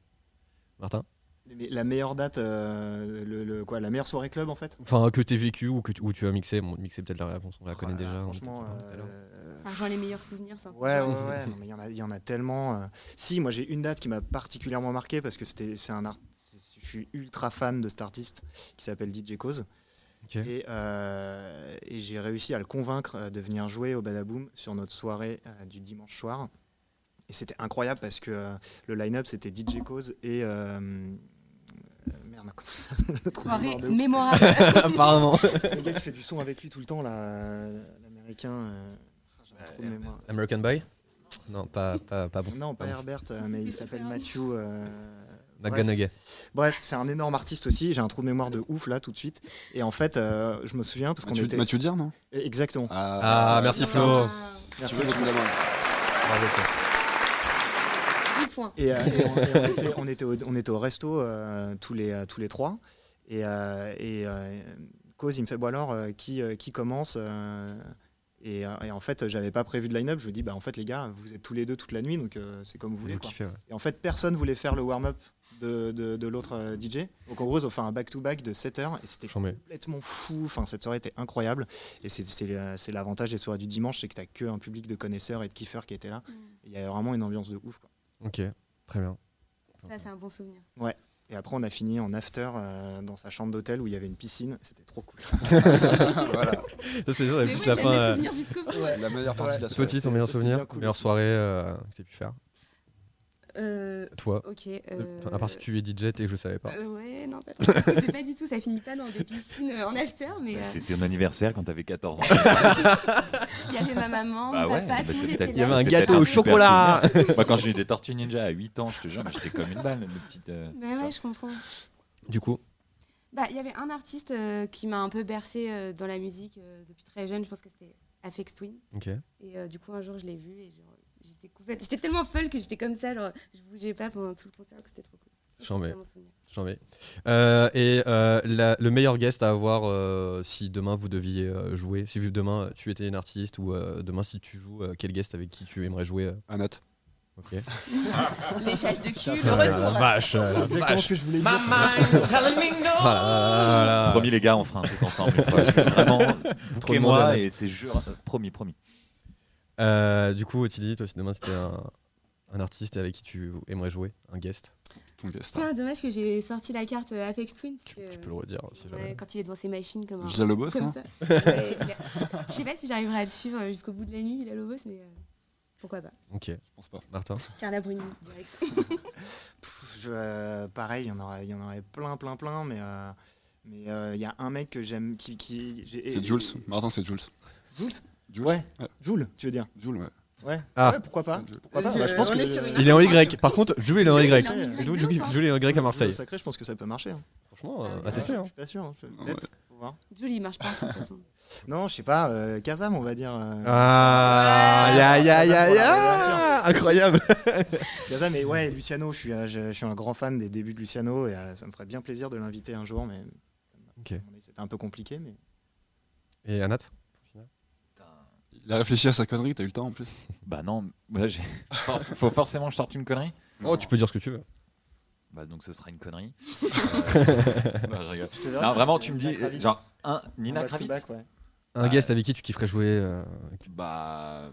Martin
Mais La meilleure date, euh, le, le- quoi, la meilleure soirée club en fait
Enfin, que t'es vécu ou que tu, ou tu as mixé. Bon, mixé peut-être la réponse, on la connaît
Oh là là,
déjà. on
Franchement,
en a parlé tout à l'heure.
euh,
Ça rejoint les meilleurs souvenirs, ça.
Ouais, ouais, ouais. Non, mais il y en a, il y en a tellement. euh. Si, moi, j'ai une date qui m'a particulièrement marqué parce que c'était, c'est un art. c'est- Je suis ultra fan de cet artiste qui s'appelle DJ Cause.
Ok.
Et, euh, et j'ai réussi à le convaincre euh, de venir jouer au Badaboom sur notre soirée euh, du dimanche soir. Et c'était incroyable parce que euh, le line-up c'était DJ Cause et. euh, euh, merde, comment ça s'appelle le trou de
Soirée
mémoire de ouf.
mémorable.
Apparemment.
Le gars qui fait du son avec lui tout le temps, là, euh, l'américain. euh, j'ai un trou de mémoire.
American Boy Non, pas, pas, pas Ah bon.
Non, pas
Pardon.
Herbert, euh,
Si,
mais
c'était
il s'appelle
Herbert.
Matthew. euh, bref,
McGonaghy.
Bref, c'est un énorme artiste aussi. J'ai un trou de mémoire de ouf là tout de suite. Et en fait, euh, je me souviens parce qu'on
Mathieu,
était
Mathieu Dire, non
exactement.
Ah, merci,
merci,
Flo.
Merci
Merci beaucoup.
beaucoup.
Bravo, Flo.
10 Ah, points.
Et, euh, et on, et on était, on était au, on était au resto euh, tous les euh, tous les trois. Et, euh, et euh, cause, il me fait bon alors euh, qui euh, qui commence. euh, et, euh, et en fait, j'avais pas prévu de line-up. Je me dis, bah en fait, les gars, vous êtes tous les deux toute la nuit, donc euh, c'est comme vous voulez.
Vous
Quoi.
kiffez, ouais.
Et en fait, personne voulait faire le warm-up de, de, de l'autre euh, DJ. Donc en gros, ils ont fait un back-to-back de 7 heures et c'était
J'en mets.
complètement fou. Enfin, cette soirée était incroyable. Et c'est- c'est euh, c'est l'avantage des soirées du dimanche, c'est que t'as que un public de connaisseurs et de kiffeurs qui étaient là. Il y avait vraiment une ambiance de ouf. quoi.
Ok, très bien.
Ça, c'est un bon souvenir.
Et après, on a fini en after euh, dans sa chambre d'hôtel où il y avait une piscine. C'était trop cool.
voilà,
Ça, c'est ça,
Mais
plus la
oui, il y a
fin.
des
euh,
souvenirs jusqu'au bout. ouais.
la meilleure partie de
Toi,
la soirée.
Ouais.
Titi, ton
C'était-
meilleur
c'était bien
souvenir,
cool
meilleure
aussi.
soirée euh, que t'as pu faire.
Euh,
Toi,
ok.
de-
euh,
enfin, à part si tu es DJ et que je savais pas.
euh, ouais, non, pas trop. c'est pas du tout, ça finit pas dans des piscines euh, en after, mais
Bah,
euh,
C'était mon anniversaire quand t'avais 14 ans.
il y avait ma maman,
Bah
mon
ouais,
papa,
bah,
tout le monde
c'était-
était là.
Il y avait un
C'est
gâteau
peut-être
au
un super
chocolat
Moi, quand j'ai eu des Tortues Ninja à 8 ans, je te jure, mais j'étais comme une balle, une petite. euh,
Mais Bah ouais, je comprends.
Du coup,
Bah, il y avait un artiste euh, qui m'a un peu bercé dans la musique euh, depuis très jeune. Je pense que c'était Afex Twin.
ok.
Et euh, du coup, un jour, je l'ai vu et genre, j'étais complète- J'étais tellement folle que j'étais comme ça, genre, je bougeais pas pendant tout le concert, c'était trop cool. Ça,
J'en
c'est
mets.
mon souvenir.
J'en vais. Euh, et euh, la- le meilleur guest à avoir euh, si demain vous deviez euh, jouer, si vous- demain euh, tu étais une artiste ou euh, demain si tu joues, euh, quel guest avec qui tu aimerais jouer euh,
Anat.
ok.
L'échage de cul,
c'est
le
un-
la
retour.
vache, euh, la
Ah,
C'est exactement ce
vache.
que je voulais
My
dire.
mind's telling me no.
Ah là là là là.
Promis, les gars, on fera un truc ensemble. une fois. Je vais vraiment,
de monde à
bouquez-moi
mettre.
et c'est jure. euh, Promis, promis.
Euh, du coup, Tilly, toi si demain c'était un, un artiste avec qui tu aimerais jouer, un guest,
Ton guest.
Putain, dommage que j'ai sorti la carte euh, Apex Twin. Parce
tu,
que,
tu peux le redire si
ouais,
jamais.
quand il est devant ses machines comme un.
Villa Lobos,
Comme
non
ça. Ouais, il a- Je sais pas si j'arriverai à le suivre euh, jusqu'au bout de la nuit, il a Lobos, mais euh, pourquoi pas.
Ok,
Je pense pas.
Martin.
Carla Bruni, direct.
Pff, je- euh, pareil, il y en aurait, il y en aurait plein, plein, plein, mais. euh, mais euh, il y a un mec que j'aime qui. qui j'ai-
C'est Jules. Martin, c'est Jules.
Jules
Jules
Ouais.
Ouais.
Jules, tu veux dire
Jules, ouais.
Ouais.
Ah.
Ouais, pourquoi pas
Jules.
Pourquoi pas Bah, Je pense
on
que
est sur une
Il est en Y. Par contre, Jules il est en
Il est en
Y.
Y.
Et nous, Jules Jules est en Y à Marseille.
Sacré, je pense que ça peut marcher. hein.
Franchement, euh,
Bah,
Ah,
à tester.
Je
hein.
suis pas sûr. hein, peut-être,
Ouais.
faut voir.
Julie, il marche pas de toute façon.
Non, je sais pas. euh, Kazam, on va dire. euh,
Ah, ya ya ya
pour la
ya Incroyable
Kazam, mais ouais, Luciano, je suis, euh, je, je suis un grand fan des débuts de Luciano et euh, ça me ferait bien plaisir de l'inviter un jour, mais
Ok.
c'était un peu compliqué. Mais
Et Anat
Il a réfléchi à sa connerie, t'as eu le temps en plus.
Bah non, moi, j'ai- For- faut forcément que je sorte une connerie.
Oh, tu peux dire ce que tu veux.
Bah donc ce sera une connerie. Euh, non, je rigole.
Je te donne-
Non, vraiment, tu me
Nina
dis
Kravitz.
genre un
En
Nina
back to
Kravitz.
back, ouais.
Un
Euh,
guest avec qui tu kifferais jouer euh,
Bah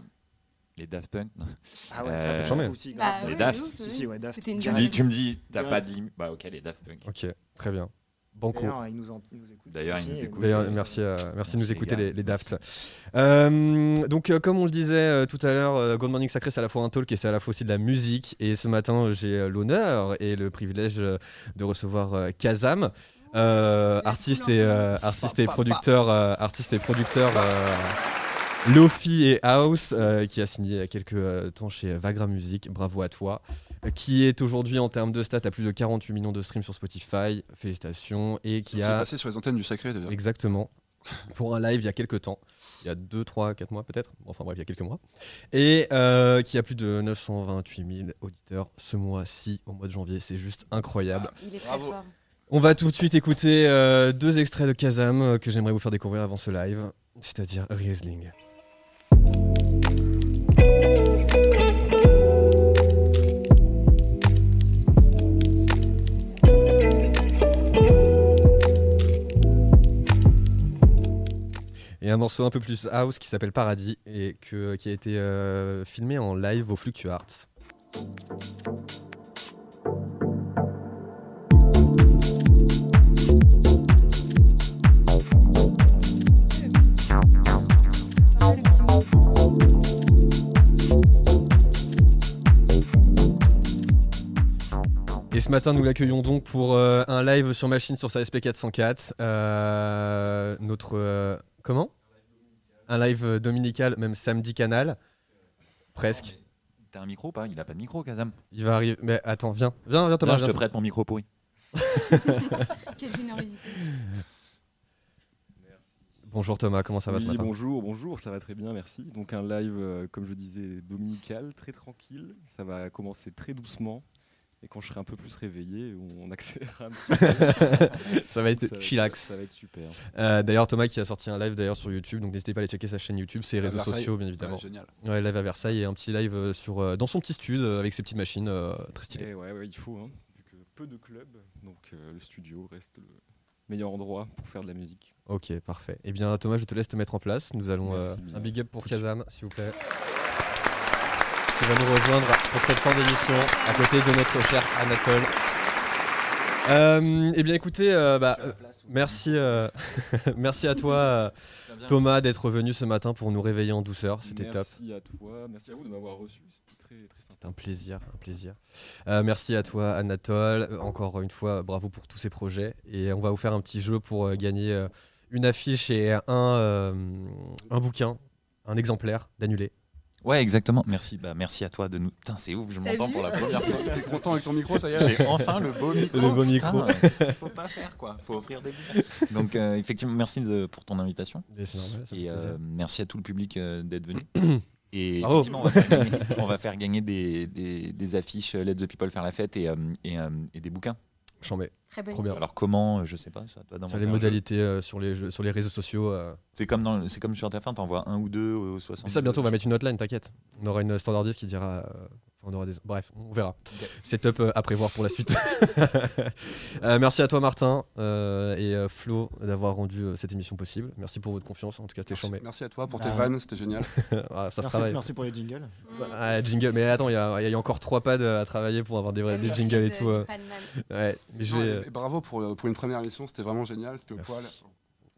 les les Daft Punk. non.
Ah ouais, ça
Euh,
peut
jamais.
être aussi
Bah,
grave.
Les
ouais,
Daft.
de ouf,
Si,
ouais.
si, ouais, Daft.
C'était une
Tu me
Direct.
dis, tu me dis, t'as
Direct.
pas de limite. Bah ok, les Daft Punk.
Ok, très bien. Banco.
D'ailleurs, ils nous, en, ils nous écoutent.
D'ailleurs, ils nous
aussi, et-
écoutent.
D'ailleurs,
Écoutez,
merci, euh, merci de nous
merci,
écouter
les
les,
gars.
les Daft. Euh, donc, euh, comme on le disait euh, tout à l'heure, euh, Good Morning Sacré, c'est à la fois un talk et c'est à la fois aussi de la musique. Et ce matin, euh, j'ai euh, l'honneur et le privilège euh, de recevoir euh, Kazam, euh,
La
artiste,
foule
et,
en
euh, artiste et producteur, euh, artiste et producteur. euh, Lofi et House, euh, qui a signé il y a quelques euh, temps chez Vagra Music, bravo à toi, euh, qui est aujourd'hui en termes de stats à plus de 48 millions de streams sur Spotify, félicitations, et qui
Qui est
a
passé sur les antennes du sacré d'ailleurs.
Exactement. Pour un live il y a quelques temps, il y a 2, 3, 4 mois peut-être, Bon, enfin bref, il y a quelques mois, et euh, qui a plus de 928 000 auditeurs ce mois-ci, au mois de janvier, c'est juste incroyable.
Il est très
Bravo.
fort.
On va tout de suite écouter euh, deux extraits de Kazam euh, que j'aimerais vous faire découvrir avant ce live, c'est-à-dire Riesling. Et un morceau un peu plus house qui s'appelle Paradis et que- qui a été euh, filmé en live au Fluctuart. Et ce matin, nous l'accueillons donc pour euh, un live sur machine sur sa SP404. Euh, notre. euh, comment Un live dominical, même samedi canal. Presque.
T'as un micro ou pas Il a pas de micro, Kazam.
Il va arriver. Mais attends, viens. Viens, viens, Thomas.
Non, je te
viens.
prête mon micro pourri.
Quelle générosité.
Bonjour Thomas, comment ça va ce
Oui,
matin
bonjour, bonjour, ça va très bien, merci. Donc un live, euh, comme je disais, dominical, très tranquille. Ça va commencer très doucement. Et quand je serai un peu plus réveillé, on accélérera. un petit peu.
Ça va être
Ça-
chillax.
Ça, ça va être super.
Euh, d'ailleurs, Thomas qui a sorti un live d'ailleurs sur YouTube, donc n'hésitez pas à aller checker sa chaîne YouTube, ses réseaux
Versailles.
sociaux, bien
C'est
évidemment.
génial.
Ouais, live à Versailles et un petit live euh, sur, euh, dans son petit stud euh, avec ses petites machines, euh, très stylé.
Et ouais, ouais, il faut, hein, vu que peu de clubs, donc euh, le studio reste le meilleur endroit pour faire de la musique.
Ok, parfait. Eh bien, Thomas, je te laisse te mettre en place. Nous allons
Merci
euh,
bien.
un big up pour
Tout de
Kazam, s'il vous plaît. Qui va nous rejoindre pour cette fin d'émission à côté de notre cher Anatole. Euh, eh bien, écoutez, euh, bah, euh, merci, euh, merci à toi, euh, Thomas, d'être venu ce matin pour nous réveiller en douceur. C'était top.
Merci à toi, merci à vous de m'avoir reçu. C'était très, très sympa.
C'est un plaisir, un plaisir. Euh, merci à toi, Anatole. Euh, Encore une fois, bravo pour tous ces projets. Et on va vous faire un petit jeu pour euh, gagner euh, une affiche et un, euh, un bouquin, un exemplaire d'annulé.
Ouais, exactement. Merci. Bah, merci à toi de nous. Putain, c'est ouf, je
T'as
m'entends
vu
pour la première fois.
T'es content avec ton micro, ça y est
J'ai enfin le beau micro.
Le beau
putain,
micro.
Qu'est-ce qu'il faut pas faire, quoi Faut offrir des bouquins. Donc, euh, effectivement, merci de- pour ton invitation.
Et c'est normal. ça fait
Et euh,
plaisir.
merci à tout le public euh, d'être venu. Et
Bravo.
effectivement, on va faire gagner, on va faire gagner des, des- des affiches euh, Let the People faire la fête et, euh, et, euh, et des bouquins.
Chambé.
Très bonne
Trop
idée.
bien.
Alors comment, euh, je sais pas, ça doit
Sur les modalités, euh, sur, les jeux- sur les réseaux sociaux. euh.
C'est comme, dans- c'est comme sur TF1, t'envoies un ou deux au 60.
Mais ça, bientôt, on va mettre une hotline, t'inquiète. On aura une standardiste qui dira. euh, enfin, on aura des... Bref, on verra. Setup euh, à prévoir pour la suite. Euh, merci à toi, Martin euh, et euh, Flo d'avoir rendu euh, cette émission possible. Merci pour votre confiance. En tout cas, t'es
Merci,
chambé.
merci à toi pour tes
Ah.
vannes, c'était génial.
Ah, ça se
Merci,
travaille.
merci pour les jingles.
Ah, jingle, mais attends, il y, a- il y a encore trois pads euh, à travailler pour avoir des, vrais, des jingles et tout. euh. Ouais, mais je
Non,
vais,
et-
euh,
et bravo pour, euh, pour une première émission, c'était vraiment génial, c'était au
Merci.
poil.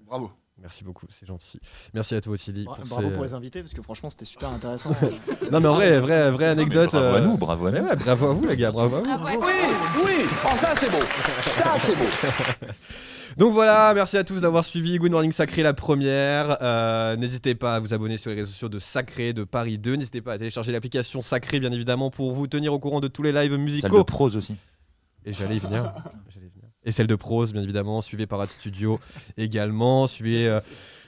Bravo.
Merci beaucoup, c'est gentil. Merci à toi, Tilly.
Bra-
pour
Bravo
ces- euh,
pour les invités, parce que franchement, c'était super intéressant.
Non, mais en vrai, vraie, vraie
Non, mais
anecdote.
Bravo à
euh,
nous, bravo à
Mais
nous.
ouais, bravo à vous, les gars, bravo à vous. Donc voilà, merci à tous d'avoir suivi Good Morning Sacré la première. Euh, n'hésitez pas à vous abonner sur les réseaux sociaux de Sacré de Paris 2. N'hésitez pas à télécharger l'application Sacré, bien évidemment, pour vous tenir au courant de tous les lives
Salle
musicaux.
de prose aussi.
Et j'allais y venir. J'allais y venir. Et celle de Prose, bien évidemment. Suivez Parade Studio également. Suivez, euh,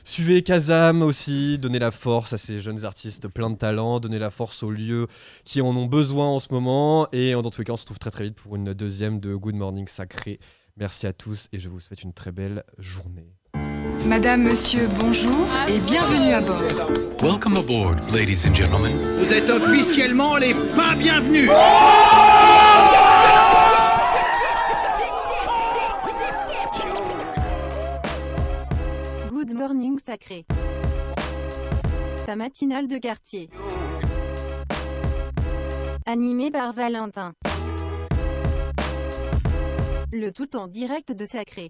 suivez Kazam aussi. Donnez la force à ces jeunes artistes pleins de talent. Donnez la force aux lieux qui en ont besoin en ce moment. Et en dans tous les cas, on se retrouve très très vite pour une deuxième de Good Morning Sacré. Merci à tous et je vous souhaite une très belle journée.
Madame, monsieur, bonjour et bienvenue à bord.
Welcome aboard, ladies and gentlemen.
Vous êtes officiellement les pas bienvenus
Good morning sacré. Ta matinale de quartier. Animé par Valentin. Le tout en direct de Sacré.